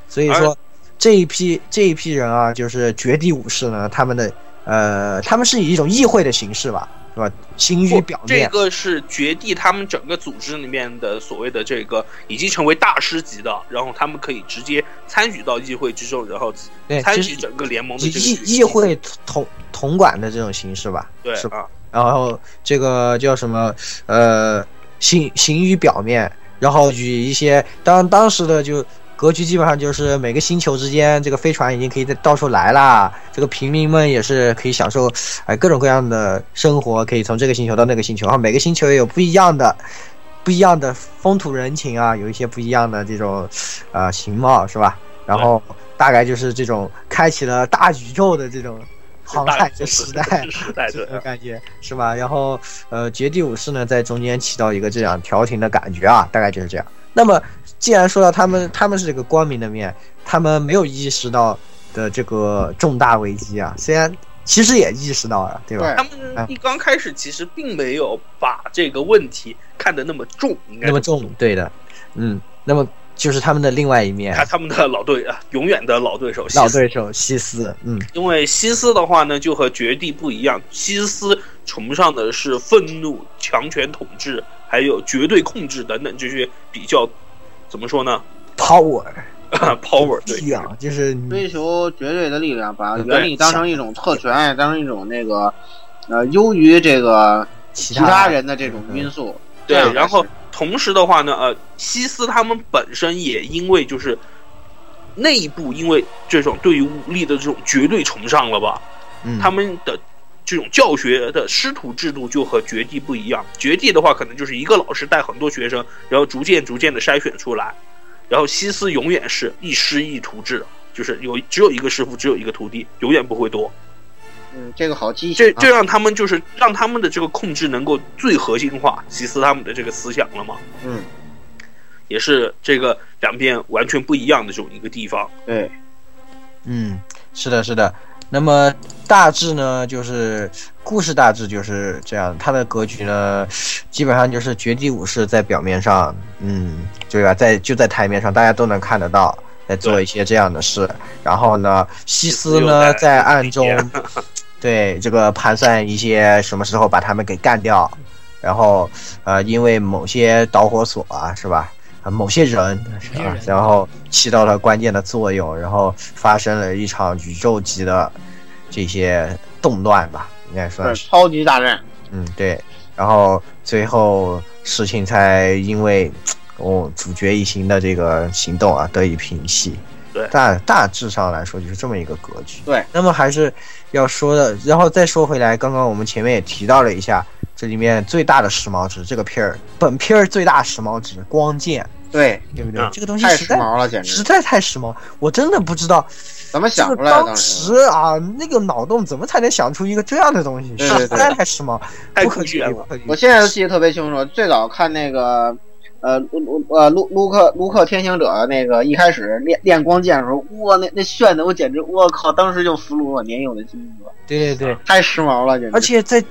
[SPEAKER 3] 所以说，这一批这一批人啊，就是绝地武士呢，他们的呃，他们是以一种议会的形式吧，是吧？行于
[SPEAKER 1] 不
[SPEAKER 3] 表
[SPEAKER 1] 这
[SPEAKER 3] 面，
[SPEAKER 1] 个是绝地他们整个组织里面的所谓的这个已经成为大师级的，然后他们可以直接参与到议会之中，然后
[SPEAKER 3] 对，
[SPEAKER 1] 参
[SPEAKER 3] 就
[SPEAKER 1] 与
[SPEAKER 3] 是
[SPEAKER 1] 整个联盟的
[SPEAKER 3] 以
[SPEAKER 1] 这个
[SPEAKER 3] 议
[SPEAKER 1] 决定
[SPEAKER 3] 议会统统管的这种形式吧。
[SPEAKER 1] 对
[SPEAKER 3] 是吧
[SPEAKER 1] 啊，
[SPEAKER 3] 然后这个叫什么呃，行行于表面，然后与一些当当时的就格局基本上就是每个星球之间，这个飞船已经可以在到处来啦，这个平民们也是可以享受哎、各种各样的生活，可以从这个星球到那个星球，然后啊每个星球也有不一样的。不一样的风土人情啊，有一些不一样的这种，呃，形貌是吧？然后大概就是这种开启了大宇宙的这种
[SPEAKER 1] 是
[SPEAKER 3] 航
[SPEAKER 1] 大
[SPEAKER 3] 海的 时代，
[SPEAKER 1] 时代
[SPEAKER 3] 这
[SPEAKER 1] 对。
[SPEAKER 3] 种感觉是吧？然后呃，绝地武士呢，在中间起到一个这样调停的感觉啊，大概就是这样。那么既然说到他们，他们是这个光明的面，他们没有意识到的这个重大危机啊，虽然其实也意识到了，对吧？
[SPEAKER 1] 他
[SPEAKER 2] 对，
[SPEAKER 3] 嗯
[SPEAKER 1] 们一刚开始其实并没有把这个问题看得那么重，应该
[SPEAKER 3] 那么重，对的，嗯，那么就是他们的另外一面
[SPEAKER 1] 他，他们的老对啊，永远的老对手西
[SPEAKER 3] 老
[SPEAKER 1] 斯
[SPEAKER 3] 对手西斯，嗯，
[SPEAKER 1] 因为西斯的话呢，就和绝地不一样，西斯崇尚的是愤怒、强权统治，还有绝对控制等等这些比较，怎么说呢
[SPEAKER 3] power
[SPEAKER 1] ？power 对
[SPEAKER 3] 力量，就是
[SPEAKER 2] 追求绝对的力量，把
[SPEAKER 3] 对
[SPEAKER 2] 原力当成一种特权，当成一种那个呃优于这个
[SPEAKER 3] 其
[SPEAKER 2] 其他
[SPEAKER 3] 他
[SPEAKER 2] 人的嗯这种因素。
[SPEAKER 1] 对
[SPEAKER 2] 这样才，是
[SPEAKER 1] 然后同时的话呢，呃，西斯他们本身也因为就是内部因为这种对于武力的这种绝对崇尚了吧，
[SPEAKER 3] 嗯
[SPEAKER 1] 他们的这种教学的师徒制度就和绝地不一样。绝地的话，可能就是一个老师带很多学生，然后逐渐逐渐的筛选出来。然后西斯永远是一师一徒制，就是有只有一个师傅，只有一个徒弟，永远不会多。
[SPEAKER 2] 嗯，这个好激情
[SPEAKER 1] 这
[SPEAKER 2] 啊！
[SPEAKER 1] 这让他们就是让他们的这个控制能够最核心化，西斯他们的这个思想了嘛，
[SPEAKER 2] 嗯，
[SPEAKER 1] 也是这个两边完全不一样的这种一个地方。
[SPEAKER 2] 对，
[SPEAKER 3] 嗯，是的，是的。那么大致呢，就是故事大致就是这样。它的格局呢，基本上就是绝地武士在表面上，嗯，对吧？在就在台面上，大家都能看得到，在做
[SPEAKER 1] 对
[SPEAKER 3] 一些这样的事。然后呢，西斯
[SPEAKER 1] 又在
[SPEAKER 3] 呢在暗中
[SPEAKER 1] 边
[SPEAKER 3] 对这个盘算一些什么时候把他们给干掉。然后，呃，因为某些导火索啊，是吧？啊，某些人
[SPEAKER 4] 些
[SPEAKER 3] 啊
[SPEAKER 4] 人，
[SPEAKER 3] 然后起到了关键的作用，然后发生了一场宇宙级的这些动乱吧，应该算
[SPEAKER 2] 是
[SPEAKER 3] 是，
[SPEAKER 2] 超级大战。
[SPEAKER 3] 嗯，对。然后最后事情才因为哦主角一行的这个行动啊得以平息。
[SPEAKER 1] 对
[SPEAKER 3] 大大致上来说就是这么一个格局。
[SPEAKER 2] 对，
[SPEAKER 3] 那么还是要说的，然后再说回来，刚刚我们前面也提到了一下，这里面最大的时髦值，这个片儿本片儿最大时髦值光剑，
[SPEAKER 2] 对，
[SPEAKER 3] 对不对？
[SPEAKER 1] 嗯
[SPEAKER 3] 这个东西
[SPEAKER 2] 太时
[SPEAKER 3] 实在
[SPEAKER 2] 髦了，简
[SPEAKER 3] 实
[SPEAKER 2] 直！
[SPEAKER 3] 在太时髦，我真的不知道
[SPEAKER 2] 怎么想
[SPEAKER 3] 这
[SPEAKER 2] 出
[SPEAKER 3] 个
[SPEAKER 2] 来的？当
[SPEAKER 3] 当
[SPEAKER 2] 时
[SPEAKER 3] 时啊，那个脑洞怎么才能想出一个这样的东西？
[SPEAKER 2] 对对
[SPEAKER 3] 实在太时髦，
[SPEAKER 1] 太
[SPEAKER 3] 不可
[SPEAKER 1] 酷
[SPEAKER 3] 理喻
[SPEAKER 1] 炫
[SPEAKER 3] 不
[SPEAKER 1] 了。
[SPEAKER 3] 可理喻
[SPEAKER 2] 我现在都记得特别清楚，最早看那个。呃卢卢呃卢卢克卢克天行者那个一开始练练光剑的时候，哇那那炫的我简直我靠，当时就俘虏我年幼的心智了，
[SPEAKER 3] 对对对，
[SPEAKER 2] 太时髦了，简直。
[SPEAKER 3] 而且在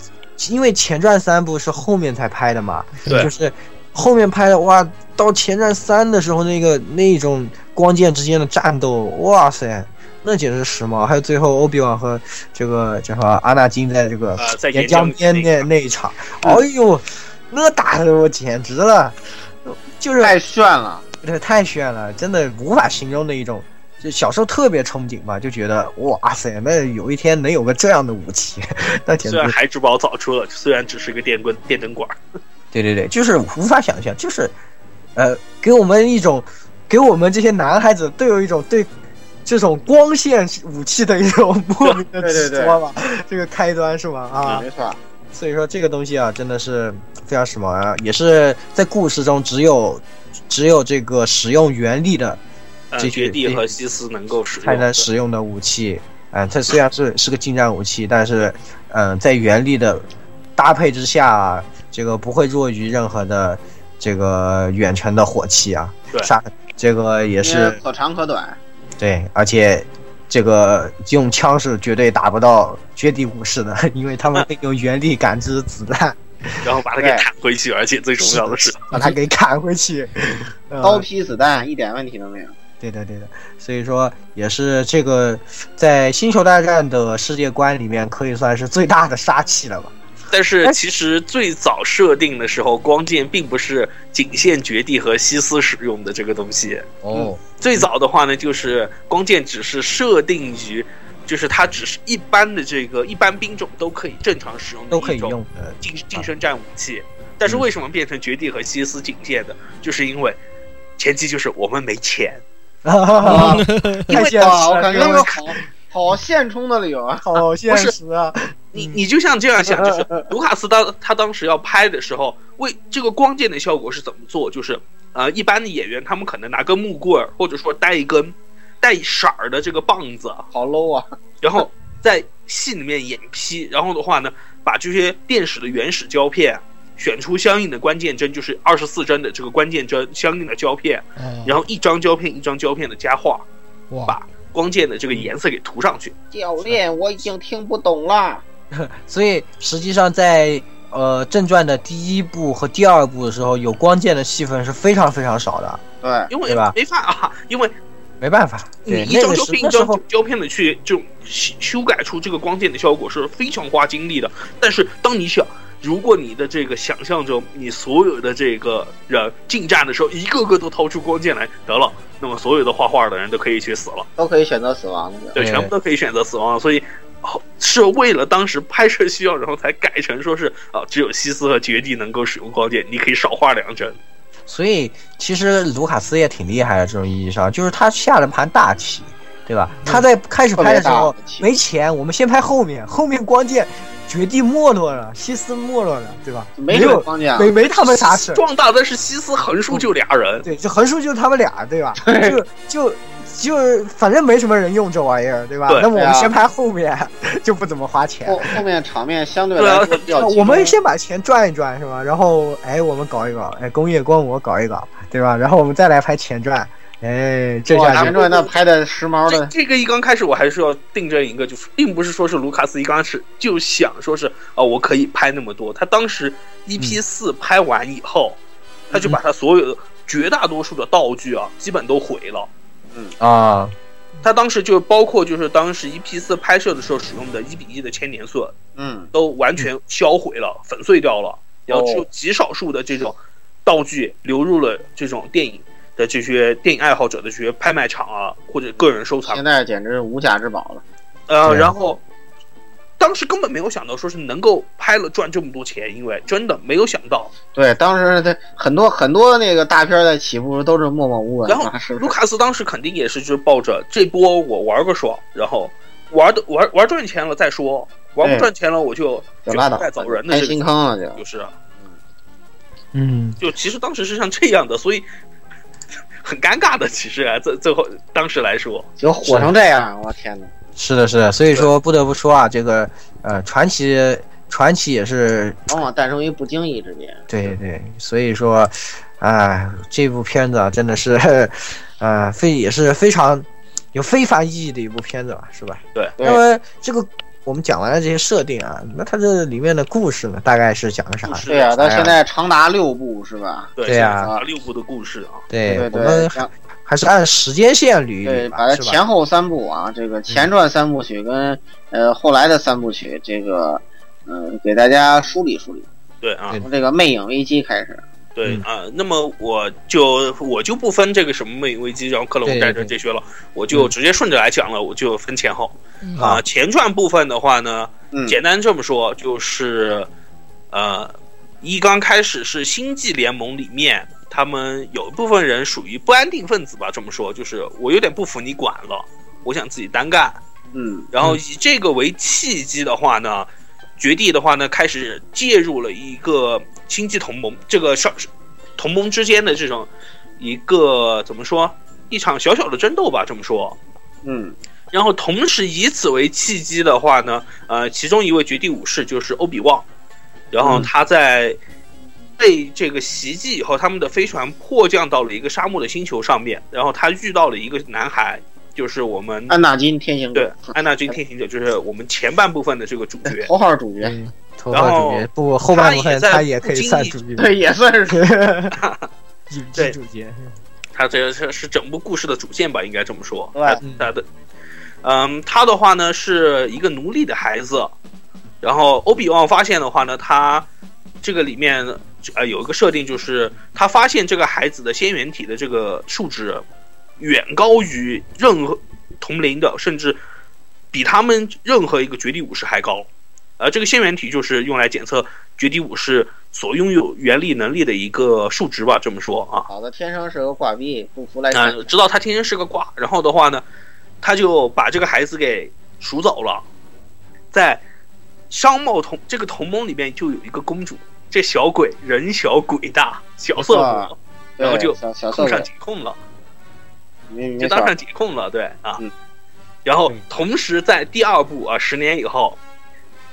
[SPEAKER 3] 因为前传三部是后面才拍的嘛，
[SPEAKER 1] 对
[SPEAKER 3] 就是后面拍的哇，到前传三的时候那个那种光剑之间的战斗，哇塞！那简直是时髦，还有最后欧比旺和这个叫什么阿纳金在这个
[SPEAKER 1] 呃在
[SPEAKER 3] 岩
[SPEAKER 1] 岩
[SPEAKER 3] 浆
[SPEAKER 1] 浆
[SPEAKER 3] 边那那一场，哎呦，那打的我简直了，就是
[SPEAKER 2] 太炫了，
[SPEAKER 3] 这太炫了，真的无法形容的一种。就小时候特别憧憬嘛，就觉得哇塞，那有一天能有个这样的武器， 那简
[SPEAKER 1] 虽然
[SPEAKER 3] 直
[SPEAKER 1] 孩之宝早出了，虽然只是个电棍电灯管儿，
[SPEAKER 3] 对对对，就是无法想象，就是呃，给我们一种，给我们这些男孩子都有一种对这种光线武器的一种莫名
[SPEAKER 2] 对
[SPEAKER 3] 的
[SPEAKER 2] 对
[SPEAKER 3] 执
[SPEAKER 2] 对
[SPEAKER 3] 着吧，这个开端是吧？啊，
[SPEAKER 2] 没错，
[SPEAKER 3] 所以说这个东西啊，真的是非常时髦啊，也是在故事中只有只有这个使用原力的
[SPEAKER 1] 呃，
[SPEAKER 3] 这
[SPEAKER 1] 绝
[SPEAKER 3] 这
[SPEAKER 1] 地和西斯能够使
[SPEAKER 3] 才
[SPEAKER 1] 用
[SPEAKER 3] 能使用的武器。嗯、它虽然是是个近战武器，但是，嗯、在原力的搭配之下，这个不会弱于任何的这个远程的火器啊。
[SPEAKER 1] 对
[SPEAKER 3] 杀这个也
[SPEAKER 2] 因为
[SPEAKER 3] 是
[SPEAKER 2] 可长可短，
[SPEAKER 3] 对，而且这个用枪是绝对打不到绝地武士的，因为他 们会用原力感知子弹
[SPEAKER 1] 然后把它给
[SPEAKER 2] 对
[SPEAKER 1] 砍回去，而且最重要的是，
[SPEAKER 3] 把它给砍回 去。嗯
[SPEAKER 2] 刀劈子弹一点问题都没有。
[SPEAKER 3] 对的，对的，所以说也是这个在《星球大战》的世界观里面可以算是最大的杀器了吧？
[SPEAKER 1] 但是其实最早设定的时候，光剑并不是仅限绝地和西斯使用的这个东西。
[SPEAKER 3] 哦，
[SPEAKER 1] 最早的话呢，就是光剑只是设定于，就是它只是一般的这个一般兵种都可以正常使用的
[SPEAKER 3] 都
[SPEAKER 1] 一种
[SPEAKER 3] 可以用啊嗯的。
[SPEAKER 1] 近近身战武器。但是为什么变成绝地和西斯警戒的？就是因为前期就是我们没钱，
[SPEAKER 2] 哦
[SPEAKER 3] 啊， 太现实
[SPEAKER 2] 哇，我感觉
[SPEAKER 3] 了，
[SPEAKER 2] 好好现充的理由啊！
[SPEAKER 3] 好现实啊！
[SPEAKER 1] 你
[SPEAKER 3] 嗯
[SPEAKER 1] 你就像这样想，就是卢卡斯当他当时要拍的时候，为这个光剑的效果是怎么做？就是呃，一般的演员他们可能拿根木棍儿，或者说带一根带色儿的这个棒子，
[SPEAKER 2] 好 low 啊！
[SPEAKER 1] 然后在戏里面演批，然后的话呢，把这些电史的原始胶片选出相应的关键帧，就是二十四帧的这个关键帧相应的胶片，
[SPEAKER 4] 啊，
[SPEAKER 1] 然后一张胶片一张胶片的加画，
[SPEAKER 4] 哇，
[SPEAKER 1] 把光剑的这个颜色给涂上去。
[SPEAKER 2] 教练，我已经听不懂了。
[SPEAKER 3] 所以实际上在呃正传的第一部和第二部的时候，有光剑的戏份是非常非常少的，
[SPEAKER 2] 对，
[SPEAKER 1] 因为
[SPEAKER 3] 对吧
[SPEAKER 1] 没法啊，因为
[SPEAKER 3] 没办法。
[SPEAKER 2] 嗯
[SPEAKER 1] 你
[SPEAKER 3] 对，
[SPEAKER 1] 一
[SPEAKER 3] 那
[SPEAKER 1] 张
[SPEAKER 3] 个
[SPEAKER 1] 胶
[SPEAKER 3] 时
[SPEAKER 1] 片一
[SPEAKER 3] 那时
[SPEAKER 1] 张
[SPEAKER 3] 候
[SPEAKER 1] 胶片的去这种修修改出这个光剑的效果是非常花精力的。但是当你想，如果你的这个想象中，你所有的这个人近战的时候，一个个都掏出光剑来，得了，那么所有的画画的人都可以去死了，
[SPEAKER 2] 都可以选择死亡的。
[SPEAKER 1] 对，
[SPEAKER 3] 对
[SPEAKER 1] 全部都可以选择死亡了。所以。哦是为了当时拍摄需要，然后才改成说是啊，只有西斯和绝地能够使用光剑，你可以少画两帧。
[SPEAKER 3] 所以其实卢卡斯也挺厉害的，这种意义上就是他下了盘大棋，对吧？他在开始
[SPEAKER 2] 嗯特
[SPEAKER 3] 拍
[SPEAKER 2] 别
[SPEAKER 3] 的时
[SPEAKER 2] 大
[SPEAKER 3] 候
[SPEAKER 2] 的气
[SPEAKER 3] 没哎钱，我们先拍后面，后面关键绝地没落了，西斯没落了，对吧？
[SPEAKER 2] 没
[SPEAKER 3] 有
[SPEAKER 2] 有框架，
[SPEAKER 3] 没没他们啥事儿，
[SPEAKER 1] 壮大的是西斯横竖就俩人，
[SPEAKER 3] 对，就横竖就是他们俩，对吧？就就就反正没什么人用这玩意儿，对吧？
[SPEAKER 1] 对
[SPEAKER 3] 那么我
[SPEAKER 2] 对啊
[SPEAKER 3] 们先拍后面， 就不怎么花钱
[SPEAKER 2] 后。后面场面相对
[SPEAKER 1] 啊
[SPEAKER 2] 来说比较
[SPEAKER 3] 呃
[SPEAKER 2] 集中
[SPEAKER 3] 我们先把钱赚一赚，是吧？然后，哎，我们搞一搞，哎，工业光魔搞一搞，对吧？然后我们再来拍前传，哎，这
[SPEAKER 2] 哇
[SPEAKER 3] 下就
[SPEAKER 2] 前传那拍的时髦
[SPEAKER 1] 这
[SPEAKER 2] 的，
[SPEAKER 1] 这个一刚开始，我还是要订正一个，就是并不是说是卢卡斯一刚开始就想说是哦，我可以拍那么多。他当时 EP 四拍完以后，他就把他所有的绝大多数的道具啊，基本都毁了。
[SPEAKER 3] 啊，
[SPEAKER 1] 他当时就包括就是当时 EP 四拍摄的时候使用的一比一的千年盾，
[SPEAKER 2] 嗯，
[SPEAKER 1] 都完全销毁了、粉碎掉了，然后只有
[SPEAKER 2] 哦
[SPEAKER 1] 极少数的这种道具流入了这种电影的这些电影爱好者的这些拍卖场啊，或者个人收藏
[SPEAKER 2] 现在简直是无价之宝了。
[SPEAKER 1] 呃，
[SPEAKER 3] 对啊
[SPEAKER 1] 然后当时根本没有想到说是能够拍了赚这么多钱，因为真的没有想到。
[SPEAKER 2] 对，当时他很多很多那个大片在起步都是默默无闻
[SPEAKER 1] 然后
[SPEAKER 2] 嘛，是不
[SPEAKER 1] 卢
[SPEAKER 2] 是？
[SPEAKER 1] 卡斯当时肯定也是就是抱着这波我玩个爽，然后玩的玩玩赚钱了再说，玩
[SPEAKER 2] 对
[SPEAKER 1] 不赚钱了我就
[SPEAKER 2] 就拉倒
[SPEAKER 1] 带走人的
[SPEAKER 2] 开
[SPEAKER 1] 这
[SPEAKER 2] 新
[SPEAKER 1] 个
[SPEAKER 2] 坑了就。
[SPEAKER 1] 就是啊
[SPEAKER 3] 嗯，
[SPEAKER 1] 就其实当时是像这样的，所以很尴尬的。其实啊，最最后当时来说，
[SPEAKER 2] 就火成这样，我天哪！
[SPEAKER 3] 是的，是的，所以说不得不说啊，这个呃传奇传奇也是
[SPEAKER 2] 往往诞生于不经意之间。
[SPEAKER 3] 对对，所以说，哎，这部片子啊，真的是， 呃，非也是非常有非凡意义的一部片子吧，是吧？
[SPEAKER 1] 对
[SPEAKER 3] 那么这个我们讲完了这些设定啊，那它这里面的故事呢，大概是讲个啥
[SPEAKER 1] 故？事
[SPEAKER 2] 对
[SPEAKER 3] 哎
[SPEAKER 2] 啊，到现在长达六部是吧？
[SPEAKER 1] 对
[SPEAKER 3] 对啊
[SPEAKER 1] 啊，六部的故事啊，
[SPEAKER 3] 对
[SPEAKER 2] 对
[SPEAKER 3] 哎我
[SPEAKER 2] 对，
[SPEAKER 3] 们
[SPEAKER 2] 然
[SPEAKER 3] 还是按时间线捋一
[SPEAKER 2] 对，
[SPEAKER 3] 捋
[SPEAKER 2] 把
[SPEAKER 3] 吧，
[SPEAKER 2] 它
[SPEAKER 3] 是吧？嗯
[SPEAKER 2] 前后三部啊，这个前传三部曲跟呃后来的三部曲，这个嗯、呃给大家梳理梳理，
[SPEAKER 1] 对啊，
[SPEAKER 3] 对
[SPEAKER 2] 从这个《魅影危机》开始。
[SPEAKER 1] 对
[SPEAKER 3] 嗯
[SPEAKER 1] 啊、那么我就我就不分这个什么魅影危机，然后克隆
[SPEAKER 3] 对
[SPEAKER 1] 战
[SPEAKER 3] 对
[SPEAKER 1] 争这些了，我就
[SPEAKER 3] 嗯
[SPEAKER 1] 直接顺着来讲了，我就分前后
[SPEAKER 4] 嗯
[SPEAKER 1] 啊、前传部分的话呢，
[SPEAKER 2] 嗯，
[SPEAKER 1] 简单这么说就是，呃，一刚开始是星际联盟里面，他们有一部分人属于不安定分子吧，这么说就是我有点不服你管了，我想自己单干。
[SPEAKER 2] 嗯
[SPEAKER 1] 然后以这个为契机的话呢，绝地的话呢，开始介入了一个星际同盟，这个上同盟之间的这种一个怎么说，一场小小的争斗吧，这么说。
[SPEAKER 2] 嗯
[SPEAKER 1] 然后同时以此为契机的话呢，呃，其中一位绝地武士就是欧比旺，然后
[SPEAKER 2] 嗯
[SPEAKER 1] 他在被这个袭击以后，他们的飞船迫降到了一个沙漠的星球上面，然后他遇到了一个男孩，就是我们
[SPEAKER 2] 安纳金天行
[SPEAKER 1] 对
[SPEAKER 2] 者，，
[SPEAKER 1] 安娜君天行者就是我们前半部分的这个主角，
[SPEAKER 2] 头号主角，
[SPEAKER 3] 嗯，头
[SPEAKER 1] 然
[SPEAKER 3] 号
[SPEAKER 1] 后
[SPEAKER 3] 主角不后半部分
[SPEAKER 1] 他也在
[SPEAKER 3] 他也可以算主角，
[SPEAKER 2] 对，也算是
[SPEAKER 3] 影
[SPEAKER 1] 对
[SPEAKER 3] 集主角。
[SPEAKER 1] 他这是是整部故事的主线吧，应该这么说。
[SPEAKER 2] 对
[SPEAKER 1] 他
[SPEAKER 3] 嗯
[SPEAKER 1] 他的，嗯，他的话呢是一个奴隶的孩子，然后欧比旺发现的话呢，他这个里面呃有一个设定，就是他发现这个孩子的仙源体的这个数值远高于任何同龄的，甚至比他们任何一个绝地武士还高。呃，这个仙源体就是用来检测绝地武士所拥有原力能力的一个数值吧，这么说啊。
[SPEAKER 2] 好的，天生是个挂壁，不服来
[SPEAKER 1] 啊、
[SPEAKER 2] 战。
[SPEAKER 1] 知道他天生是个挂，然后的话呢，他就把这个孩子给赎走了。在商贸同这个同盟里面就有一个公主，这小鬼人小鬼大，小色魔然后
[SPEAKER 2] 对
[SPEAKER 1] 就
[SPEAKER 2] 小啊小色
[SPEAKER 1] 控上
[SPEAKER 2] 鬼，
[SPEAKER 1] 解控了，
[SPEAKER 2] 没没
[SPEAKER 1] 就
[SPEAKER 2] 错
[SPEAKER 1] 当，上解控了，对啊
[SPEAKER 2] 嗯。
[SPEAKER 1] 然后同时在第二部啊，十年以后，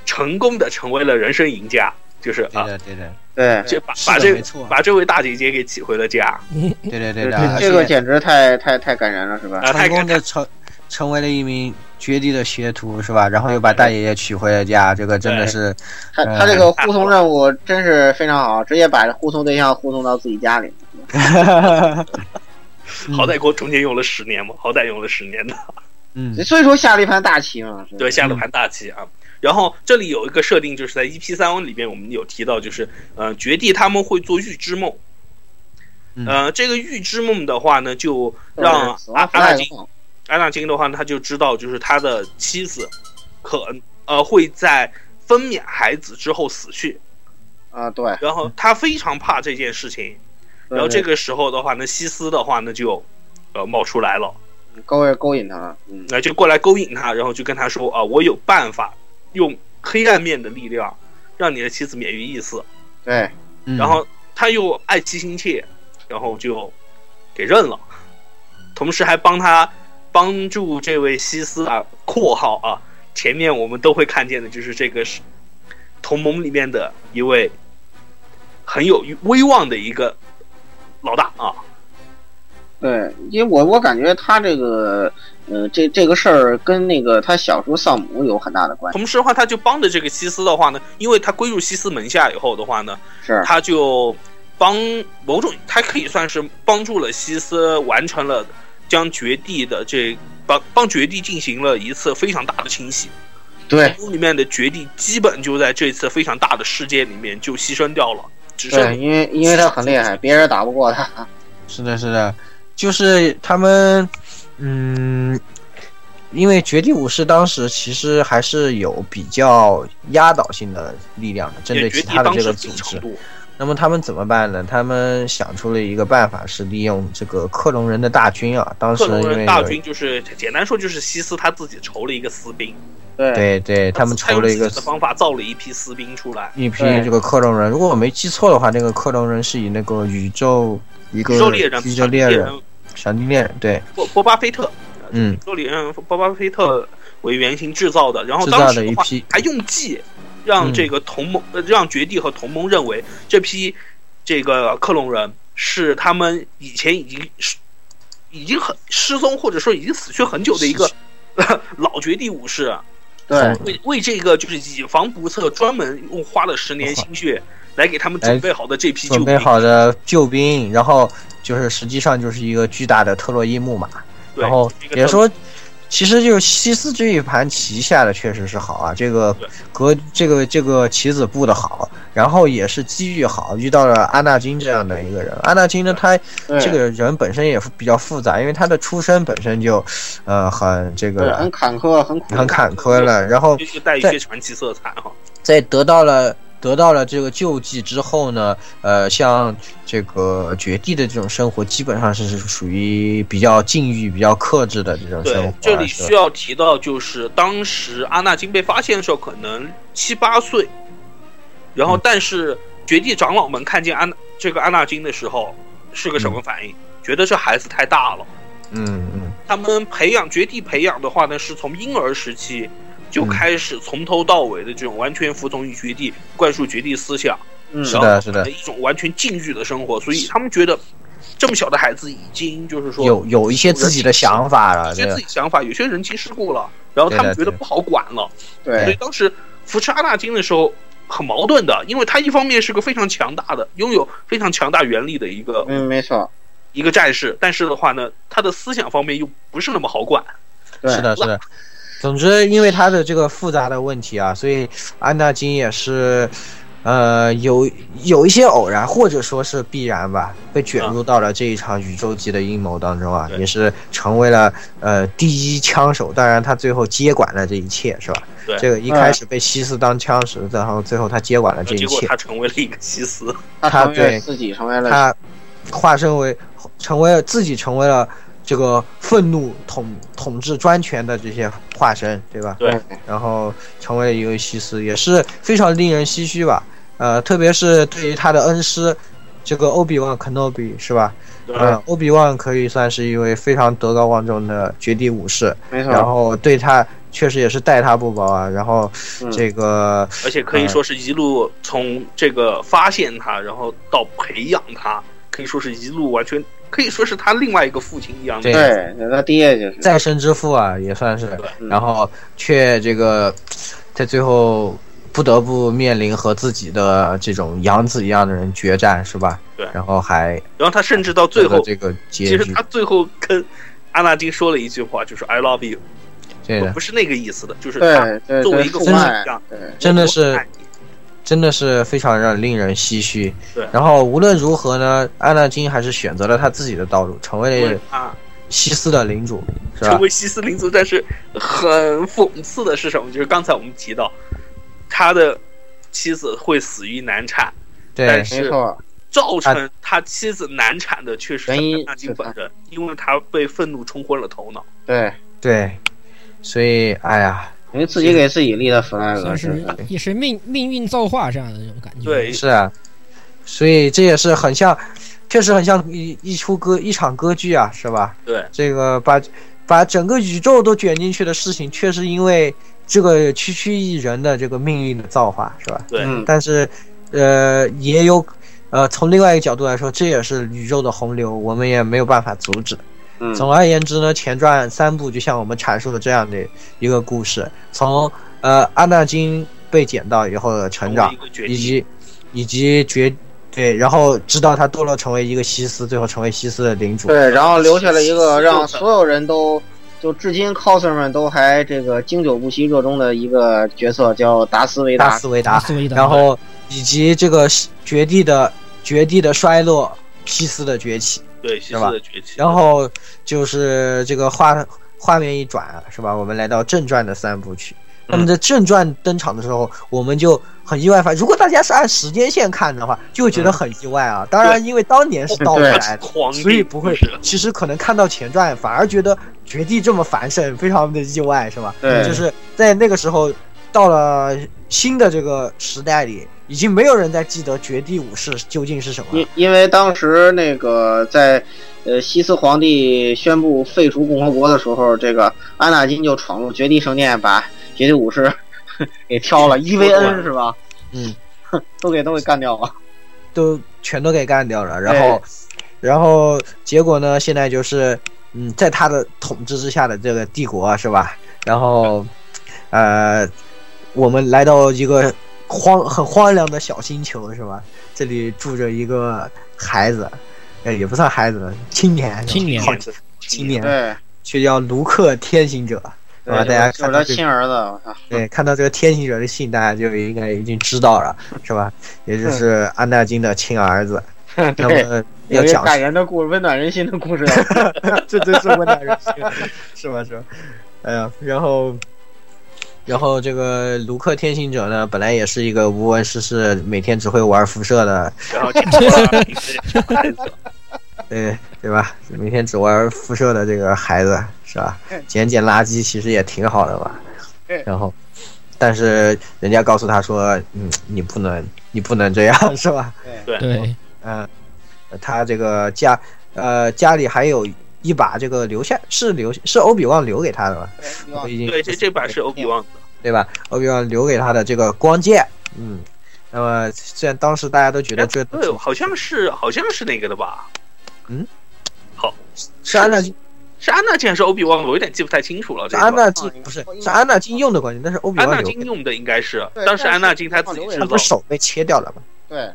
[SPEAKER 1] 成功的成为了人生赢家，就是
[SPEAKER 3] 对
[SPEAKER 1] 啊，
[SPEAKER 3] 的，对的，
[SPEAKER 2] 对，
[SPEAKER 1] 这把
[SPEAKER 3] 是
[SPEAKER 1] 把
[SPEAKER 3] 的
[SPEAKER 1] 这
[SPEAKER 3] 没错
[SPEAKER 1] 把这位大姐姐给娶回了家
[SPEAKER 3] 对的，对
[SPEAKER 2] 这
[SPEAKER 3] 的。而
[SPEAKER 2] 这个
[SPEAKER 3] 且
[SPEAKER 2] 简直太太太感人了，是吧？
[SPEAKER 1] 啊，太
[SPEAKER 3] 成功
[SPEAKER 1] 感
[SPEAKER 3] 的成成为了一名绝地的学徒，是吧？然后又把大爷爷娶回了家，这个真的是
[SPEAKER 2] 他
[SPEAKER 3] 嗯
[SPEAKER 2] 他这个护送任务真是非常好，直接把护送对象护送到自己家里。
[SPEAKER 1] 好歹给我中间用了十年嘛，好歹用了十年的。
[SPEAKER 3] 嗯，
[SPEAKER 2] 所以说下了一盘大棋嘛。是吧
[SPEAKER 1] 对，下了盘大棋啊。然后这里有一个设定，就是在 EP 三里面我们有提到，就是呃，绝地他们会做预知梦。
[SPEAKER 3] 嗯
[SPEAKER 1] 呃，这个预知梦的话呢，就让
[SPEAKER 2] 死
[SPEAKER 1] 阿
[SPEAKER 2] 亡
[SPEAKER 1] 阿纳
[SPEAKER 2] flag
[SPEAKER 1] 金安纳金的话呢，他就知道，就是他的妻子可呃会在分娩孩子之后死去，
[SPEAKER 2] 啊，对，
[SPEAKER 1] 然后他非常怕这件事情。
[SPEAKER 2] 对
[SPEAKER 1] 然后这
[SPEAKER 2] 对
[SPEAKER 1] 个时候的话呢，西斯的话呢就呃冒出来了。
[SPEAKER 2] 勾引勾引他了，嗯，
[SPEAKER 1] 那就过来勾引他，然后就跟他说啊，我有办法，用黑暗面的力量，让你的妻子免于一死。
[SPEAKER 2] 对，
[SPEAKER 3] 嗯
[SPEAKER 1] 然后他又爱妻心切，然后就给认了，同时还帮他帮助这位西斯啊（括号啊）前面我们都会看见的，就是这个是同盟里面的一位很有威望的一个老大啊，
[SPEAKER 2] 对，因为我我感觉他这个，呃，这这个事儿跟那个他小时候丧母有很大的关系，
[SPEAKER 1] 同时的话，他就帮着这个西斯的话呢，因为他归入西斯门下以后的话呢，
[SPEAKER 2] 是
[SPEAKER 1] 他就帮某种，他可以算是帮助了西斯完成了将绝地的这帮帮绝地进行了一次非常大的清洗。
[SPEAKER 3] 哎
[SPEAKER 2] 对
[SPEAKER 1] 屋里面的绝地基本就在这次非常大的事件里面就牺牲掉了，只
[SPEAKER 2] 对，
[SPEAKER 1] 剩
[SPEAKER 2] 因为因为他很厉害，别人打不过他，
[SPEAKER 3] 是的，是的，就是他们，嗯，因为绝地武士当时其实还是有比较压倒性的力量的，针
[SPEAKER 1] 也
[SPEAKER 3] 对
[SPEAKER 1] 绝
[SPEAKER 3] 其
[SPEAKER 1] 地
[SPEAKER 3] 他的
[SPEAKER 1] 当
[SPEAKER 3] 这
[SPEAKER 1] 时
[SPEAKER 3] 个
[SPEAKER 1] 非
[SPEAKER 3] 组
[SPEAKER 1] 常
[SPEAKER 3] 织。
[SPEAKER 1] 多，
[SPEAKER 3] 那么他们怎么办呢？他们想出了一个办法，是利用这个克隆人的大军啊，当时
[SPEAKER 1] 克
[SPEAKER 3] 因
[SPEAKER 1] 隆
[SPEAKER 3] 为
[SPEAKER 1] 人大
[SPEAKER 3] 有
[SPEAKER 1] 军就是简单说就是西斯他自己筹了一个私兵，
[SPEAKER 2] 对，
[SPEAKER 3] 对对，他们筹
[SPEAKER 1] 用
[SPEAKER 3] 了
[SPEAKER 1] 自
[SPEAKER 3] 一
[SPEAKER 1] 己
[SPEAKER 3] 个
[SPEAKER 1] 的方法造了一批私兵出来，
[SPEAKER 3] 一批
[SPEAKER 2] 对
[SPEAKER 3] 这个克隆人，如果我没记错的话，那个克隆人是以那个宇宙一个
[SPEAKER 1] 宇宙猎人、
[SPEAKER 3] 宇宙猎
[SPEAKER 1] 猎
[SPEAKER 3] 人、闪电猎人对，
[SPEAKER 1] 波波巴菲特，
[SPEAKER 3] 嗯，呃
[SPEAKER 1] 洛里人波巴菲特为原型制造的，然后
[SPEAKER 3] 制
[SPEAKER 1] 当
[SPEAKER 3] 造
[SPEAKER 1] 时
[SPEAKER 3] 的
[SPEAKER 1] 的
[SPEAKER 3] 一
[SPEAKER 1] 话
[SPEAKER 3] 批
[SPEAKER 1] 还用计
[SPEAKER 3] 嗯
[SPEAKER 1] 让这个同盟、呃让绝地和同盟认为这批这个克隆人是他们以前已经是已经很失踪或者说已经死去很久的一个 老绝地武士，
[SPEAKER 2] 对，
[SPEAKER 1] 为为这个就是以防不测，专门用花了十年心血来给他们准备好的这批救
[SPEAKER 3] 准备
[SPEAKER 1] 兵。
[SPEAKER 3] 好的救兵，然后就是实际上就是一个巨大的特洛伊木马，
[SPEAKER 1] 对
[SPEAKER 3] 然后
[SPEAKER 1] 这个
[SPEAKER 3] 也
[SPEAKER 1] 特
[SPEAKER 3] 说，其实就是西斯这一盘棋下的确实是好啊，这个
[SPEAKER 1] 对
[SPEAKER 3] 格这个这个棋子布的好，然后也是机遇好，遇到了安纳金这样的一个人。安纳金呢，他
[SPEAKER 2] 对
[SPEAKER 3] 这个人本身也比较复杂，因为他的出身本身就，呃，很这
[SPEAKER 2] 对，
[SPEAKER 3] 个
[SPEAKER 2] 很坎坷，很苦，
[SPEAKER 3] 很坎坷了，然后
[SPEAKER 1] 这就带一些传奇色彩哈。
[SPEAKER 3] 在得到了得到了这个救济之后呢，呃，像这个绝地的这种生活，基本上是属于比较禁欲、比较克制的这种生活
[SPEAKER 1] 对
[SPEAKER 3] 啊。，
[SPEAKER 1] 这里
[SPEAKER 3] 是吧
[SPEAKER 1] 需要提到，就是当时阿纳金被发现的时候，可能七八岁，然后
[SPEAKER 3] 嗯
[SPEAKER 1] 但是绝地长老们看见安这个阿纳金的时候，是个什么反应？觉得这孩子太大了。
[SPEAKER 3] 嗯嗯
[SPEAKER 1] 他们培养绝地培养的话呢，是从婴儿时期就
[SPEAKER 3] 嗯
[SPEAKER 1] 开始从头到尾的这种完全服从于绝地，灌输绝地思想，
[SPEAKER 2] 嗯，
[SPEAKER 3] 是的，是的，
[SPEAKER 1] 一种完全禁欲的生活，所以他们觉得这么小的孩子已经就是说
[SPEAKER 3] 有有一些自己的想法了，
[SPEAKER 1] 有
[SPEAKER 3] 这
[SPEAKER 1] 些
[SPEAKER 3] 个
[SPEAKER 1] 自己想法，有些人情世故了，然后他们觉
[SPEAKER 3] 对
[SPEAKER 1] 得
[SPEAKER 3] 的对的
[SPEAKER 1] 不好管了，所以
[SPEAKER 2] 对
[SPEAKER 1] 当时扶持阿纳金的时候很矛盾的，因为他一方面是个非常强大的、拥有非常强大原力的一个、
[SPEAKER 2] 嗯，没错，
[SPEAKER 1] 一个战士，但是的话呢，他的思想方面又不是那么好管。
[SPEAKER 2] 对
[SPEAKER 3] 是的，是的。总之，因为他的这个复杂的问题啊，所以安纳金也是，呃，有有一些偶然或者说是必然吧，被卷入到了这一场宇宙级的阴谋当中啊，
[SPEAKER 1] 嗯对
[SPEAKER 3] 也是成为了呃第一枪手。当然，他最后接管了这一切，是吧？
[SPEAKER 1] 对
[SPEAKER 3] 这个一开始被西斯当枪手，然后最后他接管了这一
[SPEAKER 1] 呃结果
[SPEAKER 3] 切，
[SPEAKER 1] 他成为了一个西斯，
[SPEAKER 2] 他
[SPEAKER 3] 他
[SPEAKER 2] 成为
[SPEAKER 3] 对
[SPEAKER 2] 自己成为了，
[SPEAKER 3] 他化身为成为了自己成为了这个愤怒统统治专权的这些化身，对吧？
[SPEAKER 1] 对
[SPEAKER 3] 然后成为了一位西斯，也是非常令人唏嘘吧。呃，特别是对于他的恩师，这个欧比旺肯诺比是吧？
[SPEAKER 1] 对吧？
[SPEAKER 3] 嗯，欧比旺可以算是一位非常德高望重的绝地武士，
[SPEAKER 2] 没
[SPEAKER 3] 然
[SPEAKER 2] 错，
[SPEAKER 3] 后对他确实也是待他不薄啊。然后
[SPEAKER 2] 嗯
[SPEAKER 3] 这个
[SPEAKER 1] 而且
[SPEAKER 3] 嗯
[SPEAKER 1] 可以说是一路从这个发现他，然后到培养他，可以说是一路完全可以说是他另外一个父亲一样的
[SPEAKER 3] 对。
[SPEAKER 2] 对，他爹就是，
[SPEAKER 3] 再生之父啊，也算是
[SPEAKER 1] 对，
[SPEAKER 2] 嗯
[SPEAKER 3] 然后却这个在最后不得不面临和自己的这种养子一样的人决战，是吧？
[SPEAKER 1] 对
[SPEAKER 3] 然后还
[SPEAKER 1] 然后他甚至到最
[SPEAKER 3] 得
[SPEAKER 1] 后
[SPEAKER 3] 到，这个结
[SPEAKER 1] 其实
[SPEAKER 3] 局
[SPEAKER 1] 他，最后跟阿纳金说了一句话，就是 “I love you”，
[SPEAKER 3] 对的，
[SPEAKER 1] 不是那个意思的，就是他
[SPEAKER 2] 对对
[SPEAKER 1] 作为
[SPEAKER 2] 对，
[SPEAKER 1] 一个
[SPEAKER 2] 父
[SPEAKER 1] 父亲
[SPEAKER 2] 爱
[SPEAKER 1] 一，样，
[SPEAKER 2] 对，
[SPEAKER 3] 真的是
[SPEAKER 1] 我爱你
[SPEAKER 3] 真的是非常让令人唏嘘。
[SPEAKER 1] 对
[SPEAKER 3] 然后无论如何呢，安纳金还是选择了他自己的道路，成为
[SPEAKER 1] 对
[SPEAKER 3] 了
[SPEAKER 1] 啊，
[SPEAKER 3] 西斯的领主，是
[SPEAKER 1] 成
[SPEAKER 3] 吧？
[SPEAKER 1] 为西斯民族战士很讽刺的是什么？就是刚才我们提到，他的妻子会死于难产，
[SPEAKER 3] 对
[SPEAKER 1] 但，是
[SPEAKER 2] 没错，
[SPEAKER 1] 造成他妻子难产的却是
[SPEAKER 2] 原因
[SPEAKER 1] 纳金
[SPEAKER 2] 是他
[SPEAKER 1] 本人，因为他被愤怒冲昏了头脑。
[SPEAKER 2] 对，
[SPEAKER 3] 对，所以哎呀，
[SPEAKER 2] 因为自己给自己立的 flag，
[SPEAKER 4] 算
[SPEAKER 2] 是嗯
[SPEAKER 4] 是
[SPEAKER 2] 不是
[SPEAKER 4] 也是命命运造化这样的一种感觉。
[SPEAKER 1] 对
[SPEAKER 3] 是啊，所以这也是很像，确实很像一一出歌一场歌剧啊，是吧？
[SPEAKER 1] 对，
[SPEAKER 3] 这个把把整个宇宙都卷进去的事情，确实因为这个区区一人的这个命运的造化，是吧？
[SPEAKER 1] 对，
[SPEAKER 2] 嗯，
[SPEAKER 3] 但是，呃，也有，呃，从另外一个角度来说，这也是宇宙的洪流，我们也没有办法阻止。
[SPEAKER 2] 嗯，
[SPEAKER 3] 总而言之呢，前传三部就像我们阐述的这样的一个故事，从呃阿纳金被捡到以后的成长
[SPEAKER 1] 成为一个，绝地
[SPEAKER 3] 以及以及绝对，然后知道他堕落成为一个西斯，最后成为西斯的领主。
[SPEAKER 2] 对，然后留下了一个让所有人都就至今 coser 们都还这个经久不息热衷的一个角色，叫达斯维
[SPEAKER 3] 达
[SPEAKER 2] 达。
[SPEAKER 3] 斯维
[SPEAKER 4] 达
[SPEAKER 3] 达，
[SPEAKER 4] 斯维达，
[SPEAKER 3] 啊然后以及这个绝地的绝地的衰落，西斯的崛起。
[SPEAKER 1] 对西斯
[SPEAKER 3] 吧
[SPEAKER 1] 的崛起。
[SPEAKER 3] 然后就是这个画画面一转啊，是吧？我们来到正传的三部曲。那
[SPEAKER 4] 嗯
[SPEAKER 3] 么在正传登场的时候，我们就很意外发现，如果大家是按时间线看的话，就会
[SPEAKER 4] 嗯
[SPEAKER 3] 觉得很意外啊。当然，因为当年是倒过
[SPEAKER 1] 他
[SPEAKER 3] 来
[SPEAKER 1] 是
[SPEAKER 3] 的，
[SPEAKER 1] 皇帝，
[SPEAKER 3] 所以不会
[SPEAKER 1] 是。
[SPEAKER 3] 其实可能看到前传，反而觉得绝地这么繁盛，非常的意外，是吧？
[SPEAKER 2] 对
[SPEAKER 3] 就是在那个时候，到了新的这个时代里，已经没有人再记得绝地武士究竟是什么了
[SPEAKER 2] 因。因为当时那个在，呃，西斯皇帝宣布废除共和国的时候，这个安纳金就闯入绝地圣殿，把绝地武士 E 给挑了，伊维恩是吧？
[SPEAKER 3] 嗯，
[SPEAKER 2] 都给都给干掉了。
[SPEAKER 3] 都全都给干掉了。然后，然后结果呢？现在就是，嗯，在他的统治之下的这个帝国啊是吧？然后，呃，我们来到一个荒很荒凉的小星球是吧？这里住着一个孩子，呃，也不算孩子了，青年是吧，
[SPEAKER 4] 青年
[SPEAKER 3] 好
[SPEAKER 1] 子
[SPEAKER 3] 青年，
[SPEAKER 2] 对，
[SPEAKER 3] 却叫卢克天行者。是吧？
[SPEAKER 2] 对，
[SPEAKER 3] 大家
[SPEAKER 2] 就是
[SPEAKER 3] 看
[SPEAKER 2] 他
[SPEAKER 3] 到这个
[SPEAKER 2] 亲儿子，我操，
[SPEAKER 3] 对，看到这个天行者的信，大家就应该已经知道了，是吧？也就是安纳金的亲儿子。 那
[SPEAKER 2] 对
[SPEAKER 3] 么要
[SPEAKER 2] 有一个
[SPEAKER 3] 讲
[SPEAKER 2] 感人的故事，温暖人心的故事。
[SPEAKER 3] 这真是温暖人心，是吧？是吧？哎呀，然后，然后这个卢克天行者呢，本来也是一个无闻世事，每天只会玩辐射的，
[SPEAKER 1] 然后就说了你是小孩子，
[SPEAKER 3] 对对吧？每天只玩辐射的这个孩子，是吧？捡捡垃圾其实也挺好的吧
[SPEAKER 2] 对。
[SPEAKER 3] 然后，但是人家告诉他说，嗯，你不能，你不能这样，是吧？
[SPEAKER 4] 对，
[SPEAKER 3] 嗯，他这个家呃家里还有一把这个留下是留是欧比旺留给他的吧？我已经
[SPEAKER 1] 对，这这版是欧比旺的，
[SPEAKER 3] 对吧？欧比旺留给他的这个光剑，嗯，那么虽然当时大家都觉得这
[SPEAKER 1] 哎对，好像是好像是那个的吧？
[SPEAKER 3] 嗯，
[SPEAKER 1] 好，
[SPEAKER 3] 是安纳金
[SPEAKER 1] 是安娜竟是欧比旺的，我有点记不太清楚了。
[SPEAKER 3] 是
[SPEAKER 1] 这个
[SPEAKER 3] 安纳金不是是安纳金用的光剑，但是欧比
[SPEAKER 1] 安
[SPEAKER 3] 旺
[SPEAKER 1] 娜
[SPEAKER 3] 留
[SPEAKER 1] 金
[SPEAKER 3] 给
[SPEAKER 1] 用的应该是，
[SPEAKER 2] 对
[SPEAKER 1] 当时
[SPEAKER 2] 但是
[SPEAKER 1] 安娜金她自己
[SPEAKER 2] 他
[SPEAKER 1] 知
[SPEAKER 3] 他
[SPEAKER 1] 道
[SPEAKER 3] 不是手被切掉了吗？
[SPEAKER 2] 对，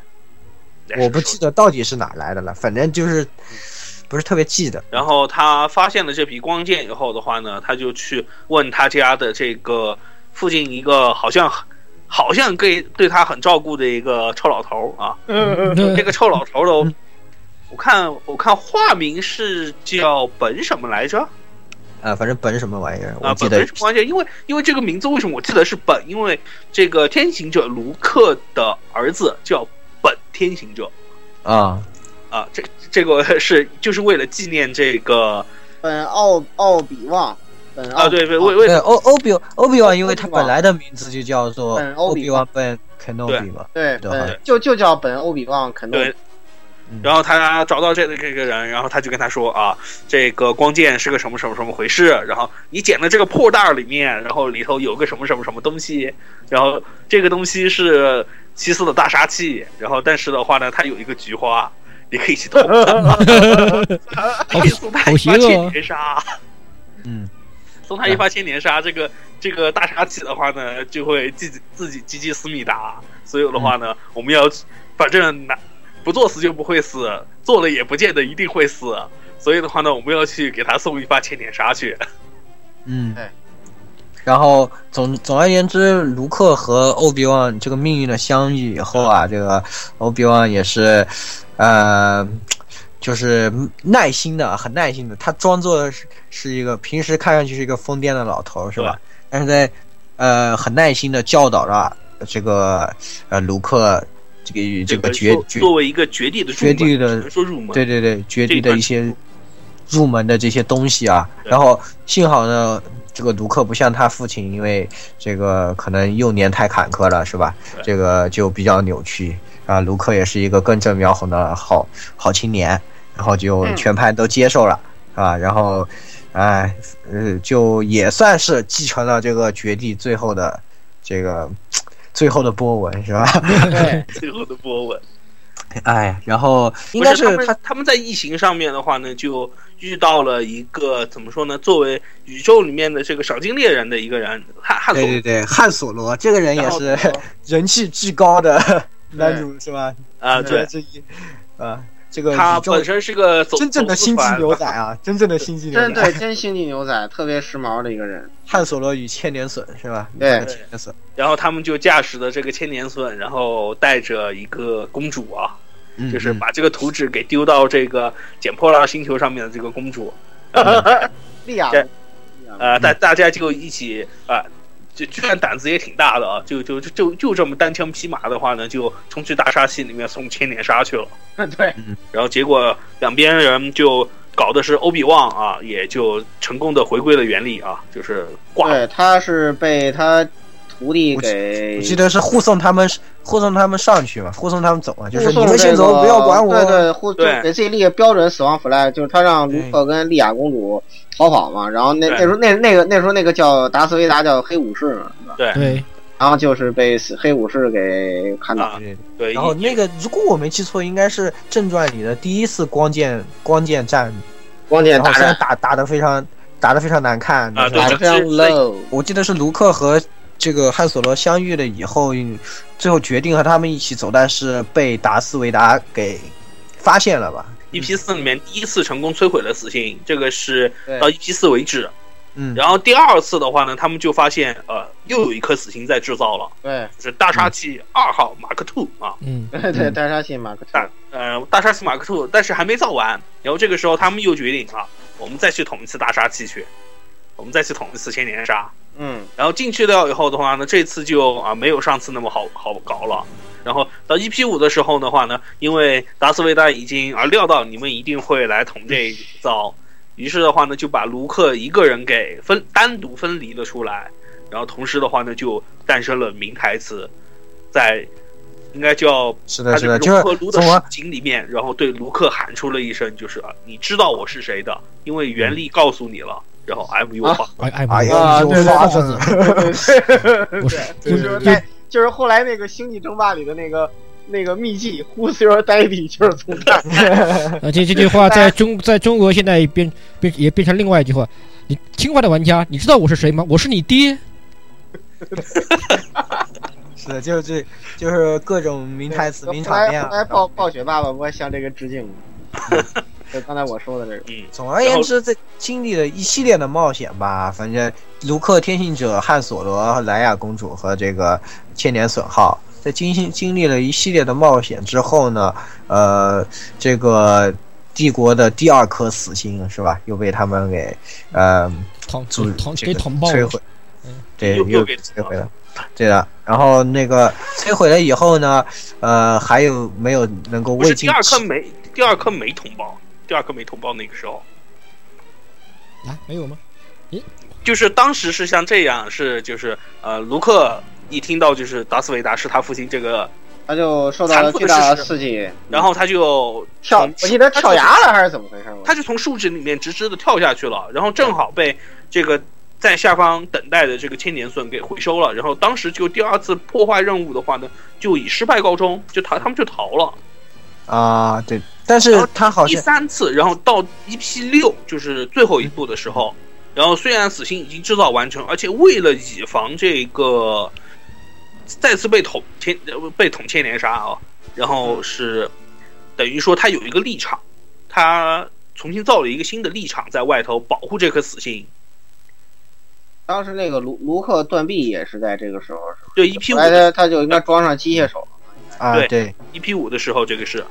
[SPEAKER 1] 但是
[SPEAKER 3] 我不记得到底是哪来的了，反正就是不是特别记得。
[SPEAKER 1] 然后他发现了这柄光剑以后的话呢，他就去问他家的这个附近一个好像好像对对他很照顾的一个臭老头儿啊，这
[SPEAKER 4] 对
[SPEAKER 1] 个臭老头儿呢
[SPEAKER 3] 嗯，
[SPEAKER 1] 我看我看化名是叫本什么来着？
[SPEAKER 3] 啊，反正本什么玩意儿，我
[SPEAKER 1] 啊，
[SPEAKER 3] 记
[SPEAKER 1] 本
[SPEAKER 3] 得
[SPEAKER 1] 本什么来着？因为因为这个名字为什么我记得是本？因为这个天行者卢克的儿子叫本天行者
[SPEAKER 3] 啊，
[SPEAKER 1] 啊，这这个是就是为了纪念这个
[SPEAKER 2] 本奥奥比旺，本奥
[SPEAKER 3] 哦
[SPEAKER 1] 啊，对对，为为
[SPEAKER 3] 对欧欧比欧比旺，因为他
[SPEAKER 2] 欧比旺
[SPEAKER 3] 本来的名字就叫做
[SPEAKER 2] 嗯
[SPEAKER 3] 欧
[SPEAKER 2] 欧
[SPEAKER 3] 比
[SPEAKER 2] 比
[SPEAKER 3] 旺
[SPEAKER 2] 旺
[SPEAKER 3] 本肯诺比嘛，
[SPEAKER 2] 对
[SPEAKER 3] 对
[SPEAKER 2] 本就就叫本欧比旺肯顿
[SPEAKER 1] 对。
[SPEAKER 4] 嗯
[SPEAKER 1] 然后他找到这个这个人，然后他就跟他说啊，这个光剑是个什么什么什么回事，然后你捡的这个破袋儿里面，然后里头有个什么什么什么东西，然后这个东西是西斯的大杀器，然后但是的话呢，它有一个菊花，你可以去偷，送
[SPEAKER 4] 好
[SPEAKER 1] 他
[SPEAKER 4] 好
[SPEAKER 1] 一
[SPEAKER 4] 邪
[SPEAKER 1] 发
[SPEAKER 4] 恶
[SPEAKER 1] 千
[SPEAKER 4] 啊
[SPEAKER 1] 年杀，
[SPEAKER 3] 嗯，
[SPEAKER 1] 送他一发千年杀，这个这个大杀器的话呢，就会自己自己击击思密达，所以的话
[SPEAKER 3] 嗯
[SPEAKER 1] 呢，我们要反正拿不作死就不会死，做了也不见得一定会死。所以的话呢，我们要去给他送一发千年杀去。
[SPEAKER 3] 嗯
[SPEAKER 2] 哎，
[SPEAKER 3] 然后总总而言之，卢克和欧比旺这个命运的相遇以后啊，这个欧比旺也是，呃，就是耐心的，很耐心的，他装作是是一个平时看上去是一个疯癫的老头，是吧？但是在呃很耐心的教导着这个呃卢克这个这个决
[SPEAKER 1] 作
[SPEAKER 3] 决
[SPEAKER 1] 作为一个绝地的入
[SPEAKER 3] 绝
[SPEAKER 1] 门，
[SPEAKER 3] 地的
[SPEAKER 1] 只能说入门，
[SPEAKER 3] 对对对，绝
[SPEAKER 1] 这
[SPEAKER 3] 地
[SPEAKER 1] 一
[SPEAKER 3] 的
[SPEAKER 1] 段
[SPEAKER 3] 一些
[SPEAKER 1] 是
[SPEAKER 3] 入门的这些东西啊。
[SPEAKER 1] 对
[SPEAKER 3] 然后幸好呢，这个卢克不像他父亲，因为这个可能幼年太坎坷了，是吧？
[SPEAKER 1] 对
[SPEAKER 3] 这个就比较扭曲啊。卢克也是一个根正苗红的好好青年，然后就
[SPEAKER 2] 嗯
[SPEAKER 3] 全盘都接受了、
[SPEAKER 1] 嗯
[SPEAKER 3] 啊。然后，哎，呃，就也算是继承了这个绝地最后的这个最后的波纹，是吧？
[SPEAKER 2] 对，
[SPEAKER 1] 最后的波纹。
[SPEAKER 3] 哎，然后应该
[SPEAKER 1] 不是他
[SPEAKER 3] 他
[SPEAKER 1] 们他们在异形上面的话呢，就遇到了一个怎么说呢？作为宇宙里面的这个赏金猎人的一个人，汉汉索
[SPEAKER 3] 对
[SPEAKER 1] 尔
[SPEAKER 3] 对对，汉索罗这个人也
[SPEAKER 1] 然后
[SPEAKER 3] 是 人气至高的男主是吧？
[SPEAKER 1] 啊，对，
[SPEAKER 3] 之一啊，这个
[SPEAKER 1] 他
[SPEAKER 3] 宇宙
[SPEAKER 1] 本身是个走
[SPEAKER 3] 真正的星际牛，仔
[SPEAKER 1] 走私
[SPEAKER 3] 啊， 真正的星际牛
[SPEAKER 2] 真
[SPEAKER 3] 仔，
[SPEAKER 2] 对真星际牛仔，特别时髦的一个人。
[SPEAKER 3] 汉索罗与千年隼是吧？
[SPEAKER 2] 对
[SPEAKER 3] 千年隼，
[SPEAKER 1] 团然后他们就驾驶的这个千年隼，然后带着一个公主啊，
[SPEAKER 3] 嗯
[SPEAKER 1] 就是
[SPEAKER 3] 嗯
[SPEAKER 1] 把这个图纸给丢到这个捡破烂星球上面的这个公主，
[SPEAKER 2] 利亚
[SPEAKER 1] 对
[SPEAKER 2] 利亚
[SPEAKER 3] 嗯
[SPEAKER 1] 呃，大大家就一起啊。就居然胆子也挺大的啊！就就就就就这么单枪匹马的话呢，就冲去大杀器里面送千年杀去 了。
[SPEAKER 2] 对
[SPEAKER 3] 嗯
[SPEAKER 1] 然后结果两边人就搞的是欧比旺啊，也就成功的回归了原力啊，就是挂
[SPEAKER 2] 对，他是被他徒弟给
[SPEAKER 3] 我记得是护送他们护送他们上去嘛，护送他们走啊，就是
[SPEAKER 2] 护
[SPEAKER 3] 你
[SPEAKER 2] 送
[SPEAKER 3] 们先
[SPEAKER 2] 这
[SPEAKER 3] 走，
[SPEAKER 2] 个
[SPEAKER 3] 不要管我。
[SPEAKER 2] 对对，护就
[SPEAKER 1] 对
[SPEAKER 2] 给自己立个标准死亡 flag，就是他让卢克跟莉亚公主逃跑嘛。然后那
[SPEAKER 1] 对
[SPEAKER 2] 那时候那那个那时候那个叫达斯维达叫黑武士嘛，
[SPEAKER 1] 对
[SPEAKER 4] 对，
[SPEAKER 2] 然后就是被黑武士给砍倒。
[SPEAKER 1] 啊
[SPEAKER 3] 对对对。
[SPEAKER 1] 对，
[SPEAKER 3] 然后那个，如果我没记错，应该是正传里的第一次光剑光剑战，
[SPEAKER 2] 光剑
[SPEAKER 3] 然后
[SPEAKER 2] 大
[SPEAKER 3] 虽然
[SPEAKER 2] 战
[SPEAKER 3] 打打得非常打得非常难看，但是
[SPEAKER 1] 对
[SPEAKER 2] 打得非常
[SPEAKER 1] 这
[SPEAKER 2] low，
[SPEAKER 3] 我记得是卢克和这个汉索罗相遇了以后，最后决定和他们一起走，但是被达斯维达给发现了吧？
[SPEAKER 1] EP 四里面第一次成功摧毁了死星，这个是
[SPEAKER 3] 对
[SPEAKER 1] 到 EP 四为止。
[SPEAKER 3] 嗯，
[SPEAKER 1] 然后第二次的话呢，他们就发现呃，又有一颗死星在制造了，
[SPEAKER 2] 对
[SPEAKER 1] 就是大杀器二号马克兔啊，
[SPEAKER 4] 嗯，
[SPEAKER 2] 对对，大杀器马克
[SPEAKER 1] 大呃大杀器马克兔，但是还没造完。然后这个时候他们又决定啊，我们再去捅一次大杀器去，我们再去捅一次千年杀。
[SPEAKER 2] 嗯，
[SPEAKER 1] 然后进去掉以后的话呢，这次就啊没有上次那么好好搞了。然后到 EP 五的时候的话呢，因为达斯维达已经啊料到你们一定会来捅这一遭，于是的话呢就把卢克一个人给分单独分离了出来，然后同时的话呢就诞生了名台词，在应该叫
[SPEAKER 3] 是
[SPEAKER 1] 他
[SPEAKER 3] 的，是
[SPEAKER 1] 这
[SPEAKER 3] 的，
[SPEAKER 1] 个
[SPEAKER 3] 就
[SPEAKER 1] 卢克
[SPEAKER 3] 是
[SPEAKER 1] 卢的
[SPEAKER 3] 怎么
[SPEAKER 1] 市井里面，然后对卢克喊出了一声，就是啊你知道我是谁的，因为原力告诉你了，然后 I'm your
[SPEAKER 2] 啊
[SPEAKER 1] father。
[SPEAKER 4] 哎哎，
[SPEAKER 3] 哎呀，
[SPEAKER 2] 啊
[SPEAKER 3] 又
[SPEAKER 2] 对对
[SPEAKER 3] 发生了，
[SPEAKER 4] 不是，
[SPEAKER 2] 对就是在就是后来那个星际争霸里的那个那个秘技 Who's your daddy 就是从这儿
[SPEAKER 4] 呃，这这句话在中在中国现在变变也变成另外一句话。你听话的玩家，你知道我是谁吗？我是你爹。
[SPEAKER 3] 是的，就是这就是各种 名台词、名
[SPEAKER 2] 后
[SPEAKER 3] 场面
[SPEAKER 2] 来后来
[SPEAKER 3] 啊。
[SPEAKER 2] 暴暴雪爸爸不还向这个 致敬吗？就刚才我说的这个，
[SPEAKER 3] 总而言之，这经历了一系列的冒险吧，反正卢克、天行者、汉索罗、莱雅公主和这个千年损耗，在经经历了一系列的冒险之后呢，呃，这个帝国的第二颗死星是吧，又被他们给呃
[SPEAKER 4] 捅
[SPEAKER 3] 阻
[SPEAKER 4] 捅
[SPEAKER 3] 这
[SPEAKER 4] 给
[SPEAKER 3] 个
[SPEAKER 4] 捅爆
[SPEAKER 3] 摧
[SPEAKER 4] 了，
[SPEAKER 3] 毁
[SPEAKER 4] 嗯，
[SPEAKER 3] 对，
[SPEAKER 1] 又哎又
[SPEAKER 3] 又
[SPEAKER 1] 给
[SPEAKER 3] 摧毁了。对的，然后那个摧毁了以后呢，呃，还有没有能够
[SPEAKER 1] 不是
[SPEAKER 3] 未
[SPEAKER 1] 第
[SPEAKER 3] 尽
[SPEAKER 1] 二
[SPEAKER 3] 其
[SPEAKER 1] 颗没，第二颗没同胞，第二颗没同胞那个时候，
[SPEAKER 4] 啊？没有吗？
[SPEAKER 1] 就是当时是像这样，是就是呃，卢克一听到就是达斯维达是他父亲这个，
[SPEAKER 2] 他就受到了巨大的刺激，嗯
[SPEAKER 1] 然后他就
[SPEAKER 2] 跳，
[SPEAKER 1] 从
[SPEAKER 2] 我记得跳崖了还是怎么回事？我
[SPEAKER 1] 他就从树枝里面直直的跳下去了，然后正好被这个在下方等待的这个千年隼给回收了，然后当时就第二次破坏任务的话呢，就以失败告终，就逃他们就逃了。
[SPEAKER 3] 啊、对，但
[SPEAKER 1] 然
[SPEAKER 3] 是
[SPEAKER 1] 后
[SPEAKER 3] 他好
[SPEAKER 1] 第
[SPEAKER 3] 像
[SPEAKER 1] 三次，然后到 EP 六，就是最后一部的时候，然后虽然死星已经制造完成，而且为了以防这个再次被捅千呃被捅千年杀啊，然后是等于说他有一个立场，他重新造了一个新的立场在外头保护这颗死星。
[SPEAKER 2] 当时那个卢卢克断臂也是在这个时候，
[SPEAKER 1] 对 EP
[SPEAKER 2] 后
[SPEAKER 1] 五
[SPEAKER 2] 来他他就应该装上机械手，
[SPEAKER 3] 啊，
[SPEAKER 1] 对
[SPEAKER 3] 对，
[SPEAKER 1] EP 五的时候，这个是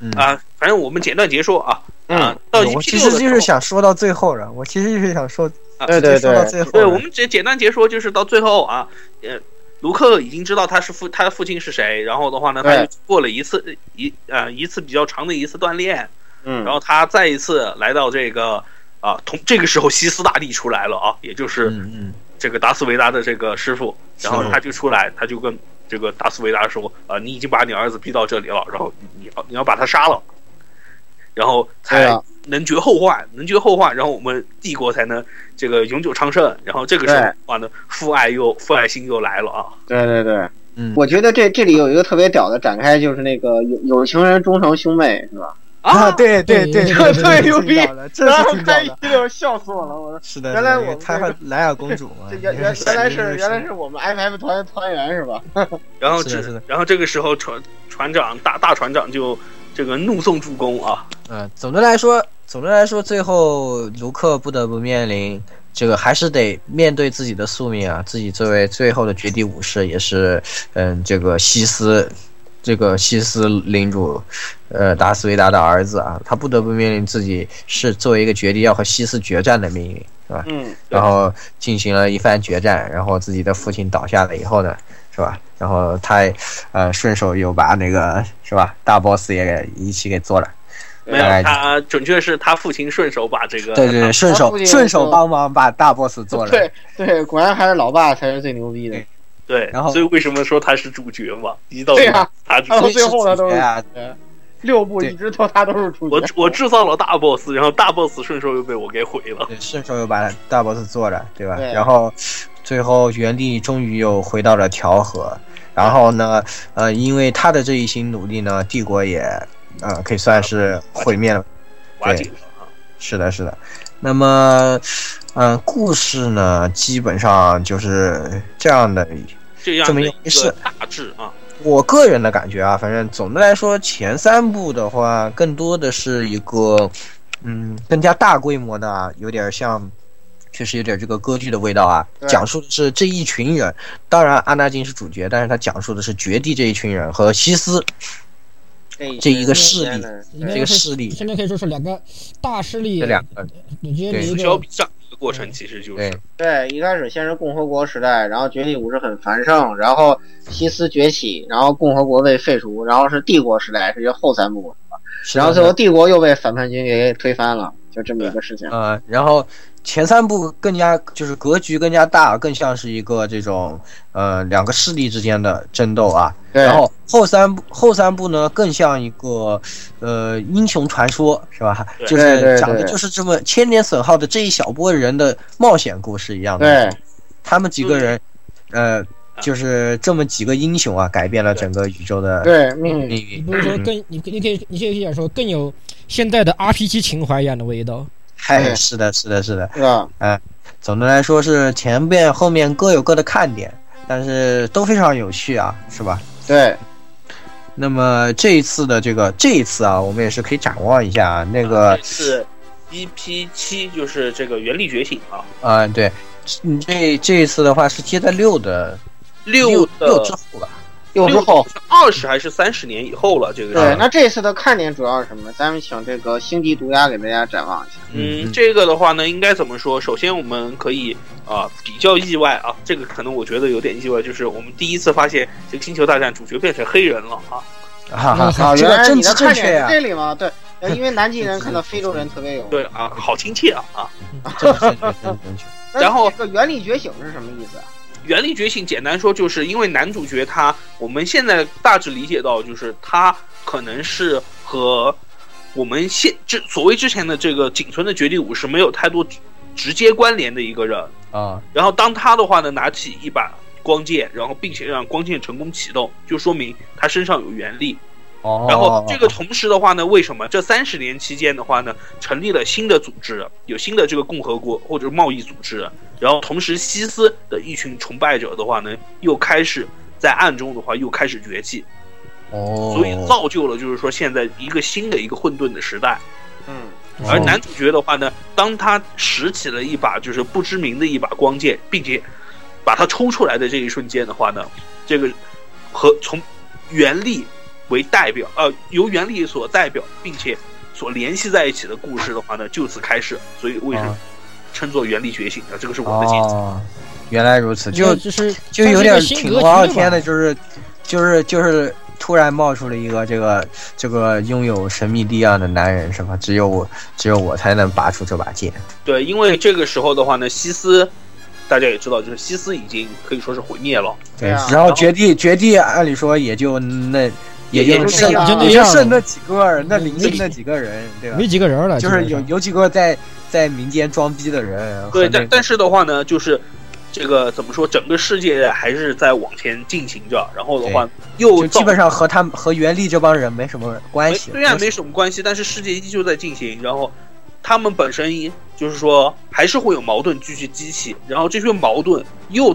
[SPEAKER 3] 嗯
[SPEAKER 1] 啊，反正我们简短截说啊
[SPEAKER 2] 嗯
[SPEAKER 1] 啊，到
[SPEAKER 3] 对我
[SPEAKER 1] EP
[SPEAKER 3] 其
[SPEAKER 1] 六
[SPEAKER 3] 实
[SPEAKER 1] 的
[SPEAKER 3] 就
[SPEAKER 1] 时候
[SPEAKER 3] 是。想说到最后了，我其实就是想说，
[SPEAKER 1] 啊
[SPEAKER 2] 对对
[SPEAKER 3] 就说到
[SPEAKER 2] 对
[SPEAKER 3] 最后
[SPEAKER 1] 对，
[SPEAKER 3] 了
[SPEAKER 1] 我们只简单解说，就是到最后啊，呃，卢克已经知道他是父他父亲是谁，然后的话呢，他
[SPEAKER 2] 对
[SPEAKER 1] 又经过了一次一呃一次比较长的一次锻炼，
[SPEAKER 2] 嗯，
[SPEAKER 1] 然后他再一次来到这个啊同这个时候西斯大帝出来了啊，也就是
[SPEAKER 3] 嗯嗯，
[SPEAKER 1] 这个达斯维达的这个师傅，然后
[SPEAKER 3] 是
[SPEAKER 1] 他就出来，他就跟这个达斯维达说啊、你已经把你儿子逼到这里了，然
[SPEAKER 3] 哦
[SPEAKER 1] 后你要你要把他杀了，然后
[SPEAKER 2] 对
[SPEAKER 1] 才
[SPEAKER 2] 啊，
[SPEAKER 1] 能绝后患，能绝后患，然后我们帝国才能这个永久昌盛。然后这个时候的话呢，父爱又父爱心又来了啊！
[SPEAKER 2] 对对对，
[SPEAKER 3] 嗯，
[SPEAKER 2] 我觉得这这里有一个特别屌的展开，就是那个有有情人终成兄妹，是吧？
[SPEAKER 3] 啊， 对对对，
[SPEAKER 4] 对对
[SPEAKER 3] 这
[SPEAKER 4] 对
[SPEAKER 2] 对
[SPEAKER 3] 是
[SPEAKER 2] 牛逼
[SPEAKER 3] 听到了，这是听到
[SPEAKER 2] 看一
[SPEAKER 3] 了，
[SPEAKER 2] 六笑死我了，我
[SPEAKER 3] 是的，
[SPEAKER 2] 原来
[SPEAKER 3] 是的
[SPEAKER 2] 我们
[SPEAKER 3] 他
[SPEAKER 2] 这
[SPEAKER 3] 和莱雅公主嘛，
[SPEAKER 2] 这原
[SPEAKER 3] 也
[SPEAKER 2] 原原来是
[SPEAKER 3] 也
[SPEAKER 2] 原来是我们 FF 团团员是吧？
[SPEAKER 1] 然后
[SPEAKER 3] 是的
[SPEAKER 1] 这
[SPEAKER 3] 是的
[SPEAKER 1] 然后这个时候船船长大大船长就这个怒送助攻啊！
[SPEAKER 3] 嗯，总的来说，总的来说，最后卢克不得不面临这个，还是得面对自己的宿命啊。自己作为最后的绝地武士，也是嗯，这个西斯，这个西斯领主，呃，达斯维达的儿子啊，他不得不面临自己是作为一个绝地要和西斯决战的命运，是吧？
[SPEAKER 2] 嗯，
[SPEAKER 1] 对
[SPEAKER 3] 然后进行了一番决战，然后自己的父亲倒下了以后呢，是吧？然后他，呃，顺手又把那个是吧，大 boss 也给一起给做了。
[SPEAKER 1] 没有
[SPEAKER 3] 大概
[SPEAKER 1] 他，准确是他父亲顺手把这个
[SPEAKER 3] 对对对，顺
[SPEAKER 2] 他
[SPEAKER 3] 手
[SPEAKER 2] 父亲
[SPEAKER 3] 顺手
[SPEAKER 2] 就
[SPEAKER 3] 帮忙把大 boss 做了。
[SPEAKER 2] 对对，果然还是老爸才是最牛逼的。
[SPEAKER 1] 对
[SPEAKER 3] 然后
[SPEAKER 1] 所以为什么说他是主角嘛？一到
[SPEAKER 2] 对啊
[SPEAKER 1] 他主
[SPEAKER 2] 到
[SPEAKER 3] 所以
[SPEAKER 2] 最
[SPEAKER 3] 是
[SPEAKER 2] 后
[SPEAKER 3] 主
[SPEAKER 2] 他都
[SPEAKER 3] 角啊，
[SPEAKER 2] 六部
[SPEAKER 3] 对
[SPEAKER 2] 一直都他都是主
[SPEAKER 1] 我
[SPEAKER 2] 角。
[SPEAKER 1] 我制造了大 boss，然后大 boss 顺手又被我给毁了。
[SPEAKER 3] 对，顺手又把大 boss 做了，对吧？
[SPEAKER 2] 对
[SPEAKER 3] 然后最后原地终于又回到了调和，然后呢，呃，因为他的这一行努力呢，帝国也，呃，可以算是毁灭了。
[SPEAKER 1] 瓦解了啊！
[SPEAKER 3] 是的，是的。那么，嗯、故事呢，基本上就是这样的。
[SPEAKER 1] 这样
[SPEAKER 3] 这么
[SPEAKER 1] 的
[SPEAKER 3] 一回
[SPEAKER 1] 一
[SPEAKER 3] 事
[SPEAKER 1] 个大致啊，
[SPEAKER 3] 我个人的感觉啊，反正总的来说，前三部的话，更多的是一个，嗯，更加大规模的啊，有点像，确实有点这个歌剧的味道啊。
[SPEAKER 2] 对
[SPEAKER 3] 讲述的是这一群人，当然阿纳金是主角，但是他讲述的是绝地这一群人和西斯这一个势力
[SPEAKER 4] 应
[SPEAKER 3] 这
[SPEAKER 4] 该
[SPEAKER 3] 个
[SPEAKER 4] 是
[SPEAKER 3] 势力
[SPEAKER 4] 甚至可以说是两个大势力
[SPEAKER 3] 这两个。
[SPEAKER 4] 直接
[SPEAKER 3] 对
[SPEAKER 4] 一
[SPEAKER 1] 削
[SPEAKER 4] 个
[SPEAKER 1] 笔战的过程其实就
[SPEAKER 3] 对
[SPEAKER 1] 是，
[SPEAKER 2] 对，一开始先是共和国时代，然后绝地武士很繁盛，然后西斯崛起，然后共和国被废除，然后是帝国时代，这就后三部，
[SPEAKER 3] 是的
[SPEAKER 2] 然后
[SPEAKER 3] 是
[SPEAKER 2] 最
[SPEAKER 3] 的
[SPEAKER 2] 后帝国又被反叛军给推翻了，就这么一个事情。
[SPEAKER 3] 呃，然后前三部更加就是格局更加大，更像是一个这种呃两个势力之间的争斗啊。
[SPEAKER 2] 对，
[SPEAKER 3] 然后后三部后三部呢，更像一个呃英雄传说，是吧？
[SPEAKER 1] 对
[SPEAKER 3] 就
[SPEAKER 2] 对对
[SPEAKER 3] 是讲的
[SPEAKER 2] 对
[SPEAKER 3] 就是这么千年损耗的这一小波人的冒险故事一样的。
[SPEAKER 2] 对，
[SPEAKER 3] 他们几个人，呃，就是这么几个英雄啊，改变了整个宇宙的
[SPEAKER 2] 对嗯命运。
[SPEAKER 3] 命
[SPEAKER 4] 你
[SPEAKER 3] 运。
[SPEAKER 4] 不是说更 你你可以你可以讲说更有现在的 RPG 情怀一样的味道，
[SPEAKER 3] 嗨，哎是的，是的，是的。
[SPEAKER 2] 是吧？
[SPEAKER 3] 总的来说是前面后面各有各的看点，但是都非常有趣啊，是吧？
[SPEAKER 2] 对，
[SPEAKER 3] 那么这一次的这个这一次啊，我们也是可以展望一下啊那个
[SPEAKER 1] 这次 EP 七就是这个原力觉醒啊，
[SPEAKER 3] 啊、对，你这这一次的话是接在六的
[SPEAKER 1] 六
[SPEAKER 3] 六之
[SPEAKER 1] 的
[SPEAKER 3] 后吧？
[SPEAKER 2] 又之后，
[SPEAKER 1] 二十还是三十年以后了，这个
[SPEAKER 2] 对
[SPEAKER 1] 是，。
[SPEAKER 2] 那这次的看点主要是什么？咱们请这个星际毒鸦给大家展望一下。
[SPEAKER 1] 嗯，这个的话呢，应该怎么说？首先，我们可以啊、比较意外啊，这个可能我觉得有点意外，就是我们第一次发现这个《星球大战》主角变成黑人了啊。
[SPEAKER 3] 哈哈
[SPEAKER 4] 啊
[SPEAKER 3] 哈，这
[SPEAKER 2] 原
[SPEAKER 3] 个
[SPEAKER 2] 来
[SPEAKER 3] 政
[SPEAKER 2] 你
[SPEAKER 3] 治
[SPEAKER 2] 的
[SPEAKER 3] 正
[SPEAKER 2] 看
[SPEAKER 3] 确
[SPEAKER 2] 点
[SPEAKER 3] 呀
[SPEAKER 2] 是、这里吗？ 对，呃因为南极人
[SPEAKER 3] 嗯
[SPEAKER 2] 看到非洲人特别有。
[SPEAKER 1] 对啊，好亲切啊啊！
[SPEAKER 3] 政治正确，政治正确。
[SPEAKER 2] 那
[SPEAKER 1] 然后
[SPEAKER 2] 这个原力觉醒是什么意思啊？
[SPEAKER 1] 原力觉醒，简单说就是因为男主角他，我们现在大致理解到，就是他可能是和我们现之所谓之前的这个仅存的绝地武士没有太多直直接关联的一个人。
[SPEAKER 3] 啊，
[SPEAKER 1] 然后当他的话呢，拿起一把光剑，然后并且让光剑成功启动，就说明他身上有原力。
[SPEAKER 3] 哦，
[SPEAKER 1] 然后这个同时的话呢，为什么这三十年期间的话呢，成立了新的组织，有新的这个共和国或者贸易组织，然后同时西斯的一群崇拜者的话呢，又开始在暗中的话又开始崛起，
[SPEAKER 3] 哦，
[SPEAKER 1] 所以造就了就是说现在一个新的一个混沌的时代。
[SPEAKER 2] 嗯，
[SPEAKER 1] 而
[SPEAKER 4] 哦
[SPEAKER 1] 男主角的话呢，当他拾起了一把就是不知名的一把光剑，并且把它抽出来的这一瞬间的话呢，这个和从原力为代表，呃，由原力所代表，并且所联系在一起的故事的话呢，就此开始。所以为什么
[SPEAKER 3] 啊
[SPEAKER 1] 称作原力觉醒呢？这个是我的解释。
[SPEAKER 3] 哦，原来如此，就
[SPEAKER 4] 就是
[SPEAKER 3] 就有点挺龙傲天的，就是就是就是突然冒出了一个这个这个拥有神秘力量的男人，是吧？只有我只有我才能拔出这把剑。
[SPEAKER 1] 对，因为这个时候的话呢，西斯大家也知道，就是西斯已经可以说是毁灭了。
[SPEAKER 3] 对，
[SPEAKER 2] 对啊
[SPEAKER 3] 然
[SPEAKER 1] 然
[SPEAKER 3] 后
[SPEAKER 1] 后
[SPEAKER 3] 绝地绝地，按理说也就那
[SPEAKER 1] 也
[SPEAKER 3] 就
[SPEAKER 1] 也
[SPEAKER 2] 就是
[SPEAKER 3] 剩
[SPEAKER 2] 这样
[SPEAKER 3] 也
[SPEAKER 2] 就
[SPEAKER 3] 就
[SPEAKER 4] 那样
[SPEAKER 3] 剩
[SPEAKER 4] 了
[SPEAKER 3] 那几个人，那
[SPEAKER 4] 嗯
[SPEAKER 3] 零
[SPEAKER 4] 自
[SPEAKER 3] 星
[SPEAKER 4] 己
[SPEAKER 3] 那几个人，对吧
[SPEAKER 4] 没？几个人了，
[SPEAKER 3] 就是有
[SPEAKER 4] 基本上
[SPEAKER 3] 有几个在在民间装逼的人和
[SPEAKER 1] 对，
[SPEAKER 3] 那个，
[SPEAKER 1] 但但是的话呢，就是这个怎么说，整个世界还是在往前进行着，然后的话又
[SPEAKER 3] 就
[SPEAKER 1] 造
[SPEAKER 3] 基本上和他们和原力这帮人没什么关
[SPEAKER 1] 没
[SPEAKER 3] 系。
[SPEAKER 1] 虽然
[SPEAKER 3] 就是
[SPEAKER 1] 没什么关系，但是世界依旧在进行，然后他们本身一就是说还是会有矛盾继续激起，然后这些矛盾又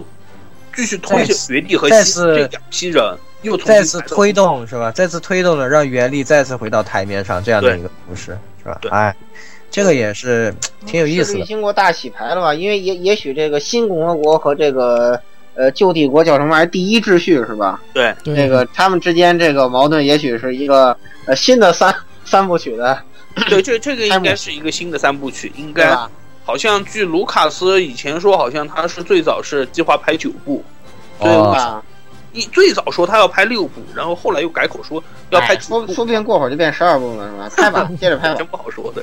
[SPEAKER 1] 继续推
[SPEAKER 3] 再
[SPEAKER 1] 向绝地和
[SPEAKER 3] 再
[SPEAKER 1] 西
[SPEAKER 3] 次
[SPEAKER 1] 这两批人，又重新
[SPEAKER 3] 再次
[SPEAKER 1] 来到
[SPEAKER 3] 推动是吧？再次推动了，让原力再次回到台面上这样的
[SPEAKER 1] 对
[SPEAKER 3] 一个故事是吧？
[SPEAKER 1] 对
[SPEAKER 3] 哎，这个也是挺有意
[SPEAKER 2] 嗯是
[SPEAKER 3] 思的
[SPEAKER 2] 绿。经过大洗牌了吧？因为也也许这个新共和国和这个呃旧帝国叫什么玩意儿？第一秩序是吧？
[SPEAKER 4] 对
[SPEAKER 2] 这个他们之间这个矛盾，也许是一个呃新的三三部曲的，
[SPEAKER 1] 对这这个
[SPEAKER 2] 开
[SPEAKER 1] 应
[SPEAKER 2] 幕
[SPEAKER 1] 该是一个新的三部曲，应
[SPEAKER 2] 对
[SPEAKER 1] 该
[SPEAKER 2] 吧？
[SPEAKER 1] 好像据卢卡斯以前说，好像他是最早是计划拍九部，对
[SPEAKER 2] 对
[SPEAKER 4] 啊
[SPEAKER 3] 哦
[SPEAKER 2] 吧？
[SPEAKER 1] 一最早说他要拍六部，然后后来又改口说要拍
[SPEAKER 2] 哎
[SPEAKER 1] 九
[SPEAKER 2] 说
[SPEAKER 1] 部，
[SPEAKER 2] 说不定过会儿就变十二部了是吧？拍吧，接着拍吧
[SPEAKER 1] 真。不好说。对，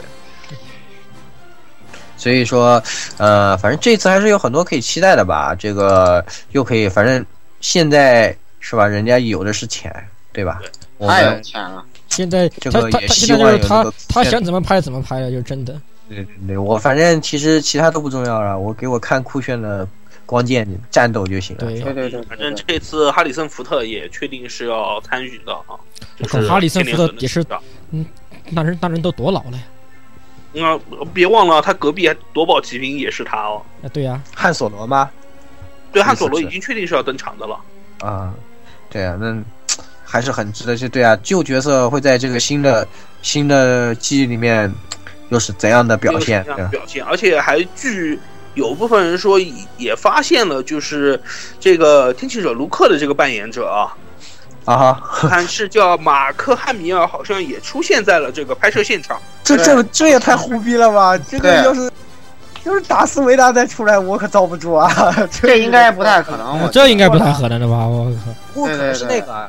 [SPEAKER 3] 所以说，呃，反正这次还是有很多可以期待的吧。这个又可以，反正现在是吧，人家有的是钱，对吧？
[SPEAKER 1] 对
[SPEAKER 3] 我
[SPEAKER 2] 太有
[SPEAKER 3] 们
[SPEAKER 2] 钱了，
[SPEAKER 4] 现在
[SPEAKER 3] 这
[SPEAKER 4] 他
[SPEAKER 3] 个
[SPEAKER 4] 他
[SPEAKER 3] 也
[SPEAKER 4] 他
[SPEAKER 3] 希
[SPEAKER 4] 现在就是
[SPEAKER 3] 望有这
[SPEAKER 4] 他
[SPEAKER 3] 个
[SPEAKER 4] 他想怎么拍怎么拍了，就是真的。
[SPEAKER 3] 对对对，我反正其实其他都不重要了，我给我看酷炫的光剑战斗就行了。
[SPEAKER 4] 对
[SPEAKER 2] 对对对，
[SPEAKER 1] 反正这次哈里森福特也确定是要参与的啊。就是
[SPEAKER 4] 哈里森福特也是
[SPEAKER 1] 天灵
[SPEAKER 4] 那人那人都多老
[SPEAKER 1] 人
[SPEAKER 4] 了呀？
[SPEAKER 1] 的那个嗯啊别忘了他隔壁还夺宝奇兵也是他哦。
[SPEAKER 4] 啊，对呀、
[SPEAKER 3] 汉索罗吗？
[SPEAKER 1] 对，
[SPEAKER 3] 是
[SPEAKER 1] 汉索罗
[SPEAKER 3] 是
[SPEAKER 1] 已经确定是要登场的了。
[SPEAKER 3] 啊、对啊，那还是很值得去对啊。旧角色会在这个新的新的记忆里面又是怎样的表现？
[SPEAKER 1] 这
[SPEAKER 3] 对
[SPEAKER 1] 个
[SPEAKER 3] 啊
[SPEAKER 1] 是
[SPEAKER 3] 吧
[SPEAKER 1] 表现，而且还据有部分人说也发现了，就是这个天气者卢克的这个扮演者啊，
[SPEAKER 3] 啊哈，
[SPEAKER 1] 看是叫马克汉米尔，好像也出现在了这个拍摄现场。
[SPEAKER 3] 这这这也太胡逼了吧！这
[SPEAKER 2] 对
[SPEAKER 3] 个要是要是达斯维达再出来，我可遭不住啊！
[SPEAKER 2] 这应该不太可能。我觉
[SPEAKER 4] 嗯这应该不太可能的 吧？我靠，
[SPEAKER 3] 不过可能是
[SPEAKER 2] 对对对
[SPEAKER 3] 那个啊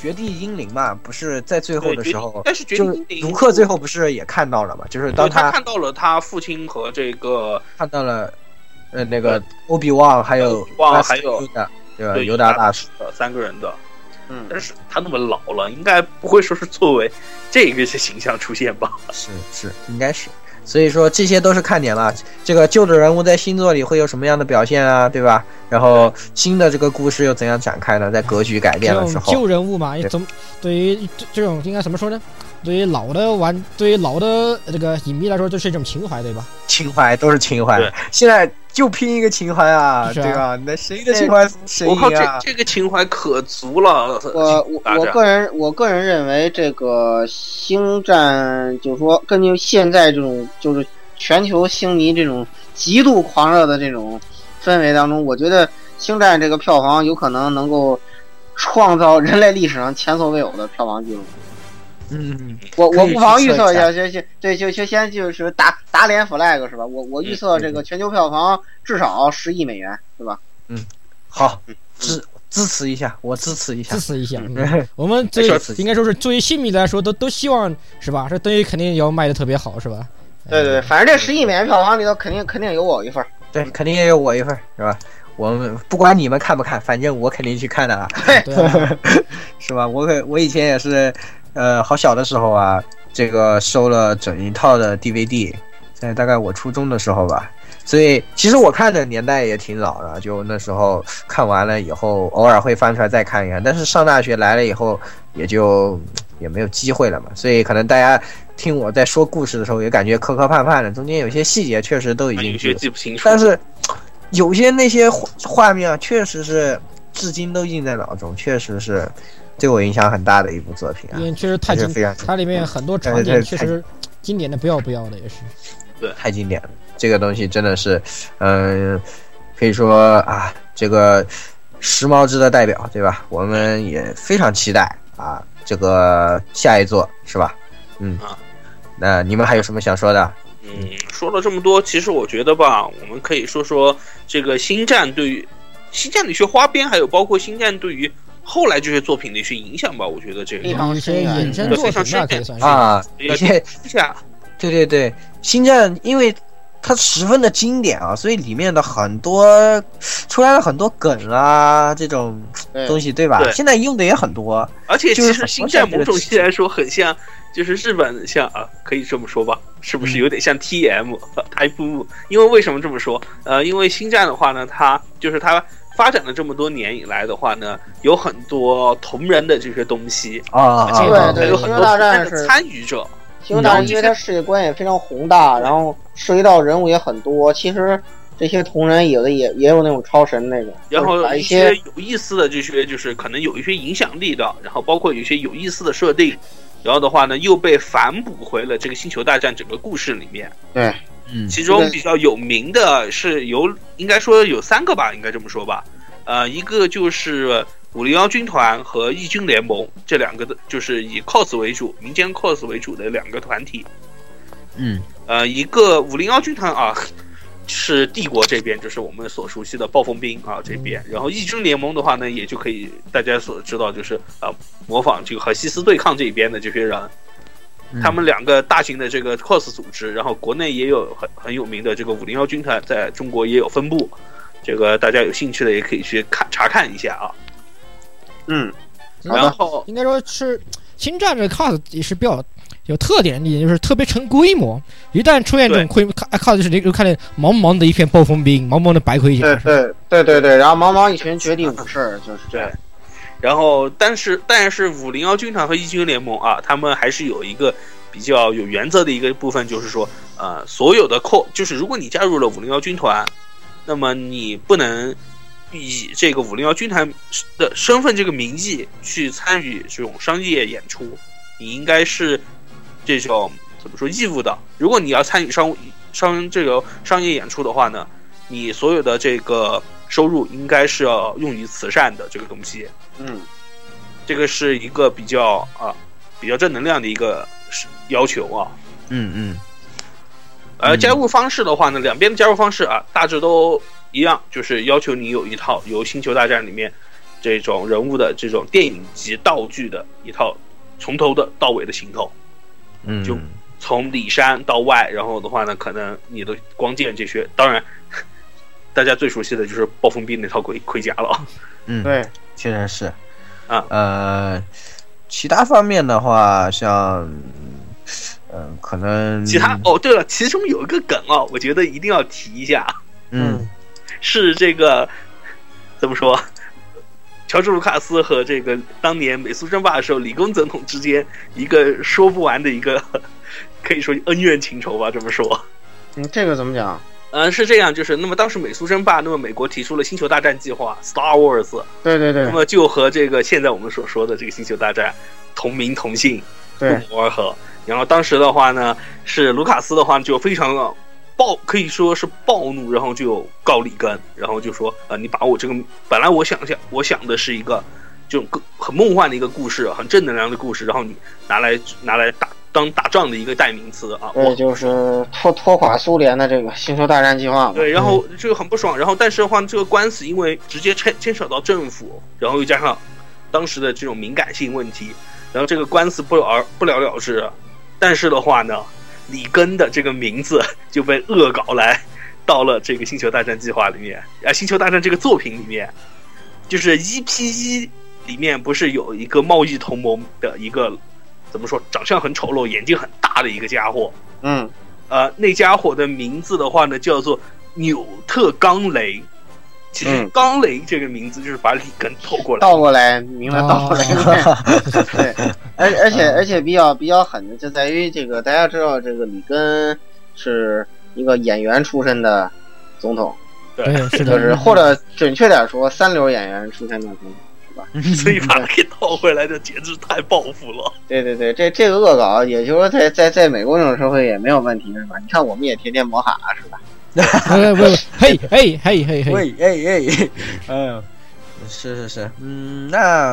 [SPEAKER 3] 绝地英灵嘛，不是在最后
[SPEAKER 1] 对，
[SPEAKER 3] 的
[SPEAKER 1] 决
[SPEAKER 3] 时
[SPEAKER 1] 定
[SPEAKER 3] 候，
[SPEAKER 1] 但是决
[SPEAKER 3] 哦就是
[SPEAKER 1] 定英
[SPEAKER 3] 卢
[SPEAKER 1] 灵
[SPEAKER 3] 克最后不是也看到了嘛？就是当
[SPEAKER 1] 对他
[SPEAKER 3] 他
[SPEAKER 1] 看到了他父亲和这个
[SPEAKER 3] 看到了，呃，那个欧比旺还有
[SPEAKER 1] 欧比旺
[SPEAKER 3] 拉斯
[SPEAKER 1] 还有
[SPEAKER 3] 尤达，对吧？
[SPEAKER 1] 对
[SPEAKER 3] 尤达大师。
[SPEAKER 1] 呃三个人的，
[SPEAKER 2] 嗯
[SPEAKER 1] 但是他那么老了，应该不会说是作为这个形象出现吧？
[SPEAKER 3] 是是，应该是。所以说这些都是看点了。这个旧的人物在新作里会有什么样的表现啊，对吧？然后新的这个故事又怎样展开呢？在格局改变
[SPEAKER 4] 这
[SPEAKER 3] 了之
[SPEAKER 4] 种
[SPEAKER 3] 后，
[SPEAKER 4] 旧人物嘛，你
[SPEAKER 3] 对
[SPEAKER 4] 总对于这这种应该怎么说呢？对于老的玩，对于老的呃这个影迷来说，这是一种情怀，对吧？
[SPEAKER 3] 情怀都是情怀
[SPEAKER 1] 对。
[SPEAKER 3] 现在就拼一个情怀啊，
[SPEAKER 4] 是啊
[SPEAKER 3] 对吧？那谁的情怀谁
[SPEAKER 1] 我靠，
[SPEAKER 3] 赢
[SPEAKER 1] 这
[SPEAKER 3] 啊？
[SPEAKER 1] 这个情怀可足了。
[SPEAKER 2] 我我
[SPEAKER 1] 大
[SPEAKER 2] 我
[SPEAKER 1] 战
[SPEAKER 2] 个人我个人认为，这个星战就是说，根据现在这种就是全球星迷这种极度狂热的这种氛围当中，我觉得星战这个票房有可能能够创造人类历史上前所未有的票房记录。
[SPEAKER 3] 嗯，
[SPEAKER 2] 我
[SPEAKER 3] 可以
[SPEAKER 2] 我不妨
[SPEAKER 3] 去
[SPEAKER 2] 预
[SPEAKER 3] 测
[SPEAKER 2] 测
[SPEAKER 3] 一
[SPEAKER 2] 一
[SPEAKER 3] 下
[SPEAKER 2] 下，先先对，就就先就是打打脸 flag 是吧？我我预测
[SPEAKER 3] 嗯
[SPEAKER 2] 这
[SPEAKER 3] 对
[SPEAKER 2] 个全球票房至少十亿美元，对吧？
[SPEAKER 3] 好，支支持一下，我支持一下
[SPEAKER 4] 支。持一下。嗯我们对
[SPEAKER 3] 没事
[SPEAKER 4] 应该说是对于新迷来说，都都希望是吧？这东西肯定要卖的特别好，是吧？
[SPEAKER 2] 对对对，反正这十亿美元票房里头肯定肯定有我一份儿。
[SPEAKER 3] 对，肯定也有我一份儿，是吧？我们不管你们看不看，反正我肯定去看的啊。
[SPEAKER 4] 对啊，
[SPEAKER 3] 是吧？我可我以前也是，呃，好小的时候啊，这个收了整一套的 DVD，在大概我初中的时候吧。所以其实我看的年代也挺老了，就那时候看完了以后，偶尔会翻出来再看一看。但是上大学来了以后，也就也没有机会了嘛。所以可能大家听我在说故事的时候，也感觉磕磕绊绊的，中间有些细节确实都已
[SPEAKER 1] 啊有
[SPEAKER 3] 经
[SPEAKER 1] 些
[SPEAKER 3] 记
[SPEAKER 1] 记不清楚，
[SPEAKER 3] 但是有些那些画画面啊，确实是至今都印在脑中，确实是对我影响很大的一部作品啊
[SPEAKER 4] 因，为确实太
[SPEAKER 3] 还是
[SPEAKER 4] 经
[SPEAKER 3] 非常
[SPEAKER 4] 它里面很多场景确实经典的不要不要的，也是。
[SPEAKER 3] 太经典了。这个东西真的是，嗯、可以说啊，这个时髦之的代表，对吧？我们也非常期待啊，这个下一座是吧？嗯
[SPEAKER 1] 啊，
[SPEAKER 3] 那你们还有什么想说的？
[SPEAKER 1] 嗯，说了这么多，其实我觉得吧，我们可以说说这个《星战》对于《星战》的一些花边，还有包括《星战》对于后来这些作品的一些影响吧。我觉得这个
[SPEAKER 2] 非常
[SPEAKER 4] 一些衍生作品那可以算是。
[SPEAKER 3] 啊，
[SPEAKER 1] 要
[SPEAKER 3] 一些
[SPEAKER 1] 一下，
[SPEAKER 3] 对对对，《星战》因为它十分的经典啊，所以里面的很多出来了很多梗啊，这种
[SPEAKER 2] 对
[SPEAKER 3] 东西对吧？
[SPEAKER 1] 对
[SPEAKER 3] 现在用的也很多。
[SPEAKER 1] 而且其
[SPEAKER 3] 就是
[SPEAKER 1] 实
[SPEAKER 3] 很
[SPEAKER 1] 《星战》
[SPEAKER 3] 多像这
[SPEAKER 1] 某
[SPEAKER 3] 个
[SPEAKER 1] 种
[SPEAKER 3] 体
[SPEAKER 1] 意义来说，很像，就是日本像啊，可以这么说吧，是不是
[SPEAKER 3] 嗯
[SPEAKER 1] 有点像 TM 呃台服？因为为什么这么说？呃，因为《星战》的话呢，它就是它发展了这么多年以来的话呢，有很多同人的这些东西，
[SPEAKER 3] 啊
[SPEAKER 1] 而且
[SPEAKER 2] 对
[SPEAKER 3] 啊！
[SPEAKER 2] 对
[SPEAKER 1] 有很
[SPEAKER 2] 星
[SPEAKER 1] 多
[SPEAKER 2] 球大
[SPEAKER 1] 同
[SPEAKER 2] 战
[SPEAKER 1] 人的
[SPEAKER 2] 是
[SPEAKER 1] 参与者。
[SPEAKER 2] 星球大战因为它世界观也非常宏大，然后涉及到人物也很多。其实这些同人有的也也有那种超神那种，
[SPEAKER 1] 然
[SPEAKER 2] 就是
[SPEAKER 1] 后
[SPEAKER 2] 把一
[SPEAKER 1] 一些有意思的这些就是可能有一些影响力的，然后包括有一些有意思的设定，然后的话呢又被反哺回了这个星球大战整个故事里面。
[SPEAKER 2] 对，
[SPEAKER 3] 嗯
[SPEAKER 1] 其中比较有名的是有应该说有三个吧，应该这么说吧，呃，一个就是。五零幺军团和义军联盟这两个的，就是以 cos 为主、民间 cos 为主的两个团体。
[SPEAKER 3] 嗯，
[SPEAKER 1] 呃，一个五零幺军团啊，是帝国这边，就是我们所熟悉的暴风兵啊这边。然后义军联盟的话呢，也就可以大家所知道，就是呃模仿这个和西斯对抗这边的这些人，
[SPEAKER 3] 嗯
[SPEAKER 1] 他们两个大型的这个 cos 组织，然后国内也有很很有名的这个五零幺军团，在中国也有分布。这个大家有兴趣的也可以去看查看一下啊。
[SPEAKER 2] 嗯，好
[SPEAKER 1] 然
[SPEAKER 2] 的，
[SPEAKER 1] 后
[SPEAKER 4] 应该说是星战这 cos 也是比较有特点的一点，就是特别成规模。一旦出现这种规模 cos，就是你就看见茫茫的一片暴风兵，茫茫的白盔甲
[SPEAKER 2] 对，对对对对，然后茫茫一群绝地武士就是这样。
[SPEAKER 1] 然后，但是但是五零幺军团和一军联盟啊，他们还是有一个比较有原则的一个部分，就是说，呃，所有的扣，就是如果你加入了五零幺军团，那么你不能以这个五零幺军团的身份这个名义去参与这种商业演出，你应该是这种怎么说义务的。如果你要参与商商这个商业演出的话呢，你所有的这个收入应该是要用于慈善的这个东西。
[SPEAKER 2] 嗯，
[SPEAKER 1] 这个是一个比较啊比较正能量的一个是要求啊。
[SPEAKER 3] 嗯嗯，
[SPEAKER 1] 呃，
[SPEAKER 3] 嗯
[SPEAKER 1] 加入方式的话呢，两边的加入方式啊大致都一样，就是要求你有一套由《星球大战》里面这种人物的这种电影级道具的一套从头的到尾的行头，
[SPEAKER 3] 嗯，
[SPEAKER 1] 就从里山到外，然后的话呢，可能你的光剑这些，当然 大家最熟悉的就是暴风兵那套盔盔甲了啊。
[SPEAKER 3] 嗯，
[SPEAKER 2] 对，
[SPEAKER 3] 确实是。
[SPEAKER 1] 啊
[SPEAKER 3] 呃，其他方面的话，像，呃，可能
[SPEAKER 1] 其他哦，对了，其中有一个梗啊，我觉得一定要提一下啊。
[SPEAKER 3] 嗯
[SPEAKER 1] 是这个怎么说？乔治·卢卡斯和这个当年美苏争霸的时候，理工总统之间一个说不完的一个，可以说恩怨情仇吧，这么说。
[SPEAKER 2] 嗯，这个怎么讲？
[SPEAKER 1] 嗯，是这样，就是那么当时美苏争霸，那么美国提出了星球大战计划 （Star Wars），
[SPEAKER 2] 对对对
[SPEAKER 1] 那么就和这个现在我们所说的这个星球大战同名同姓，不
[SPEAKER 2] 对，
[SPEAKER 1] 谋而合。然后当时的话呢，是卢卡斯的话就非常呃暴，可以说是暴怒，然后就告里根，然后就说，呃，你把我这个本来我想想我想的是一个这种更很梦幻的一个故事，很正能量的故事，然后你拿来拿来打当打仗的一个代名词啊，
[SPEAKER 2] 这
[SPEAKER 1] 我
[SPEAKER 2] 就是拖拖垮苏联的这个星球大战计划嘛。
[SPEAKER 1] 对，然后这个很不爽，然后但是的话，这个官司因为直接牵牵扯到政府，然后又加上当时的这种敏感性问题，然后这个官司不了而不了了之。啊但是的话呢，里根的这个名字就被恶搞来到了这个《星球大战》计划里面，啊，《星球大战》这个作品里面，就是一 P 一里面不是有一个贸易同盟的一个怎么说，长相很丑陋、眼睛很大的一个家伙，
[SPEAKER 2] 嗯，
[SPEAKER 1] 呃，那家伙的名字的话呢，叫做纽特·冈雷。其实“
[SPEAKER 2] 嗯
[SPEAKER 1] 冈雷”这个名字就是把里根透过 来。
[SPEAKER 2] 倒过来，明白倒过来。
[SPEAKER 3] 哦
[SPEAKER 2] 对，而而且而且比较比较狠的就在于这个，大家知道这个里根是一个演员出身的总统，
[SPEAKER 4] 对，是的，
[SPEAKER 2] 就
[SPEAKER 3] 嗯
[SPEAKER 2] 是或者准确点说，三流演员出身的总统。
[SPEAKER 1] 所以把它给倒回来，这简直太报复了。
[SPEAKER 2] 对对对，这这个恶搞，也就是说在，在在美国这种社会也没有问题，是吧？你看，我们也天天魔哈，是吧？
[SPEAKER 4] 喂喂喂，嘿嘿嘿嘿嘿，
[SPEAKER 3] 喂，哎哎，嗯，是是是，嗯，那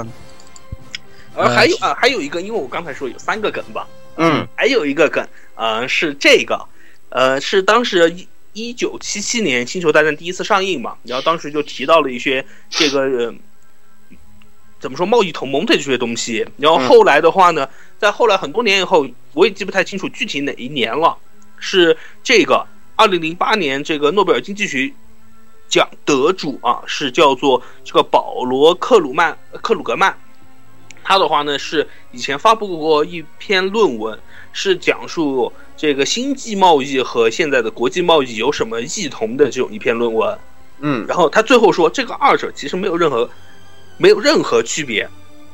[SPEAKER 1] 而
[SPEAKER 3] 呃
[SPEAKER 1] 还有啊，还有一个，因为我刚才说有三个梗吧，
[SPEAKER 2] 嗯
[SPEAKER 1] 还有一个梗，呃，是这个，呃，是当时一一九七七年《星球大战》第一次上映嘛，然后当时就提到了一些这个、呃怎么说贸易同盟的这些东西，然后后来的话呢，在后来很多年以后，我也记不太清楚具体哪一年了，是这个二零零八年这个诺贝尔经济学。奖得主啊，是叫做这个保罗·克鲁曼呃克鲁格曼，他的话呢是以前发布过一篇论文，是讲述这个星际贸易和现在的国际贸易有什么异同的这种一篇论文。
[SPEAKER 2] 嗯，
[SPEAKER 1] 然后他最后说，这个二者其实没有任何没有任何区别，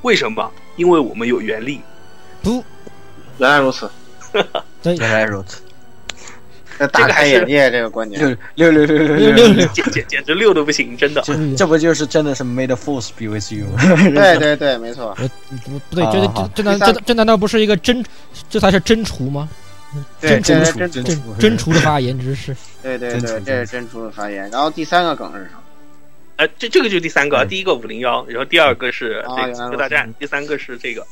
[SPEAKER 1] 为什么？因为我们有原 力。
[SPEAKER 4] 不，
[SPEAKER 2] 原来如此，
[SPEAKER 4] 对，
[SPEAKER 3] 原来如此，
[SPEAKER 2] 这大开眼界，这个观点。
[SPEAKER 3] 六六六六
[SPEAKER 4] 六六六，
[SPEAKER 1] 简简简直溜的不行，真的。
[SPEAKER 4] 嗯
[SPEAKER 3] 这这不就是真的是 May the force be with you？
[SPEAKER 2] 对对对，没错。
[SPEAKER 4] 不不对，
[SPEAKER 3] 好
[SPEAKER 4] 这
[SPEAKER 3] 好啊好
[SPEAKER 4] 这这难这这难道不是一个真，这才是真除吗？
[SPEAKER 2] 对，这
[SPEAKER 3] 真
[SPEAKER 2] 是
[SPEAKER 3] 出
[SPEAKER 2] 真
[SPEAKER 3] 真
[SPEAKER 4] 真
[SPEAKER 3] 出
[SPEAKER 4] 真除的发言 真是，
[SPEAKER 2] 对对
[SPEAKER 3] 真
[SPEAKER 2] 对，
[SPEAKER 3] 出
[SPEAKER 2] 这是真出的发言。然后第三个梗是什么？
[SPEAKER 1] 呃，这这个就是第三个，
[SPEAKER 3] 嗯
[SPEAKER 1] 第一个五零幺，然后第二个是
[SPEAKER 2] 啊
[SPEAKER 1] 这
[SPEAKER 2] 原
[SPEAKER 1] 个
[SPEAKER 2] 来如此
[SPEAKER 1] 星球大战，第三个是这个。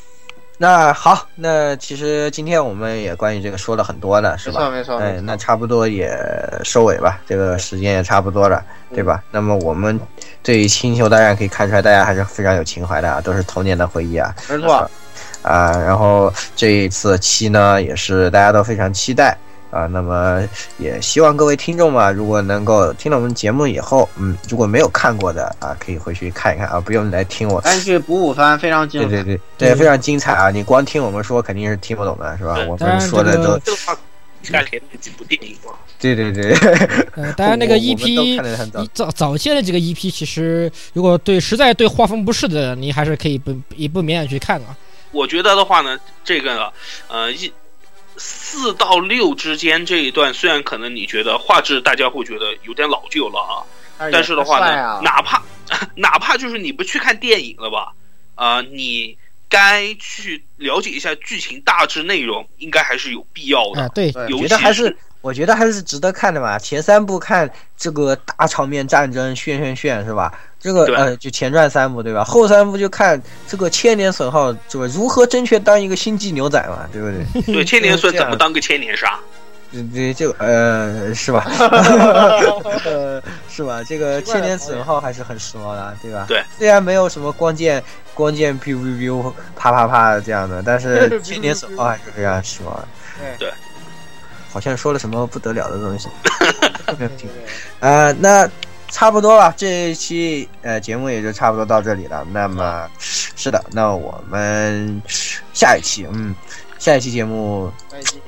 [SPEAKER 3] 那好，那其实今天我们也关于这个说了很多了，是
[SPEAKER 2] 没
[SPEAKER 3] 吧
[SPEAKER 2] 错？没错，没
[SPEAKER 3] 哎，
[SPEAKER 2] 错
[SPEAKER 3] 那差不多也收尾吧，这个时间也差不多了，对吧？那么我们对于《星球大战》可以看出来，大家还是非常有情怀的啊，都是童年的回忆啊
[SPEAKER 2] 没错。
[SPEAKER 3] 啊！然后这一次七呢，也是大家都非常期待。啊、那么也希望各位听众嘛，如果能够听了我们节目以后，嗯，如果没有看过的啊，可以回去看一看啊，不用来听我。
[SPEAKER 2] 但是补补番非常精
[SPEAKER 3] 对
[SPEAKER 2] 彩。
[SPEAKER 3] 对对对，非常精彩啊！你光听我们说肯定是听不懂的，是吧
[SPEAKER 1] 对？
[SPEAKER 3] 我
[SPEAKER 4] 当然
[SPEAKER 3] 们说的
[SPEAKER 4] 这个
[SPEAKER 3] 都
[SPEAKER 1] 这个话该连那几部电影嘛，
[SPEAKER 3] 对对对，
[SPEAKER 4] 呃，当然那个
[SPEAKER 3] 我我们都
[SPEAKER 4] EP
[SPEAKER 3] 看得很早
[SPEAKER 4] 一早早期的几个 EP，其实如果对实在对画风不适的，你还是可以不也不勉强去看啊。
[SPEAKER 1] 我觉得的话呢，这个呃一四到六之间这一段，虽然可能你觉得画质大家会觉得有点老旧了啊，但是的话
[SPEAKER 2] 帅
[SPEAKER 1] 呢，
[SPEAKER 2] 啊
[SPEAKER 1] 哪怕 哪怕就是你不去看电影了吧，啊、你该去了解一下剧情大致内容，应该还是有必要
[SPEAKER 4] 哎、
[SPEAKER 1] 的。
[SPEAKER 4] 对，
[SPEAKER 2] 对
[SPEAKER 1] 尤
[SPEAKER 3] 觉
[SPEAKER 1] 其
[SPEAKER 3] 得还是我觉得还是值得看的嘛。前三部看这个大场面战争炫炫炫是吧？这个
[SPEAKER 1] 对
[SPEAKER 3] 呃，就前传三部对吧？后三部就看这个千年损耗，这个如何正确当一个星际牛仔嘛，对不对？
[SPEAKER 1] 对千年隼
[SPEAKER 3] 这样
[SPEAKER 1] 怎么当个千年杀？
[SPEAKER 3] 对对，就呃是吧？呃是吧？这个千年损耗还是很时髦的啊，对吧？
[SPEAKER 1] 对，
[SPEAKER 3] 虽然没有什么光剑光剑 biu biu biu 啪啪啪这样的，但是千年损耗还是非常时髦的。
[SPEAKER 1] 对对，
[SPEAKER 3] 好像说了什么不得了的 东西，没有听。呃，那差不多吧，这一期呃节目也就差不多到这里了。那么，是的，那我们下一期，嗯，下一期节目，
[SPEAKER 2] 再见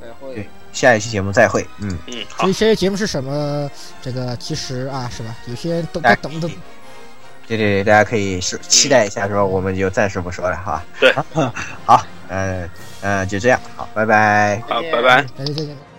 [SPEAKER 2] 再会。
[SPEAKER 3] 下一期节目再会，嗯，
[SPEAKER 1] 嗯，好
[SPEAKER 4] 所以，这些节目是什么？这个其实啊，是吧？有些人都
[SPEAKER 3] 大
[SPEAKER 4] 都
[SPEAKER 3] 家
[SPEAKER 4] 懂得
[SPEAKER 3] 可以对对对，大家可以是期待一下，是吧？我们就暂时不说了，哈。
[SPEAKER 1] 对，
[SPEAKER 3] 好，呃呃，就这样，好，拜拜。
[SPEAKER 1] 好，拜拜。
[SPEAKER 4] 大家再见。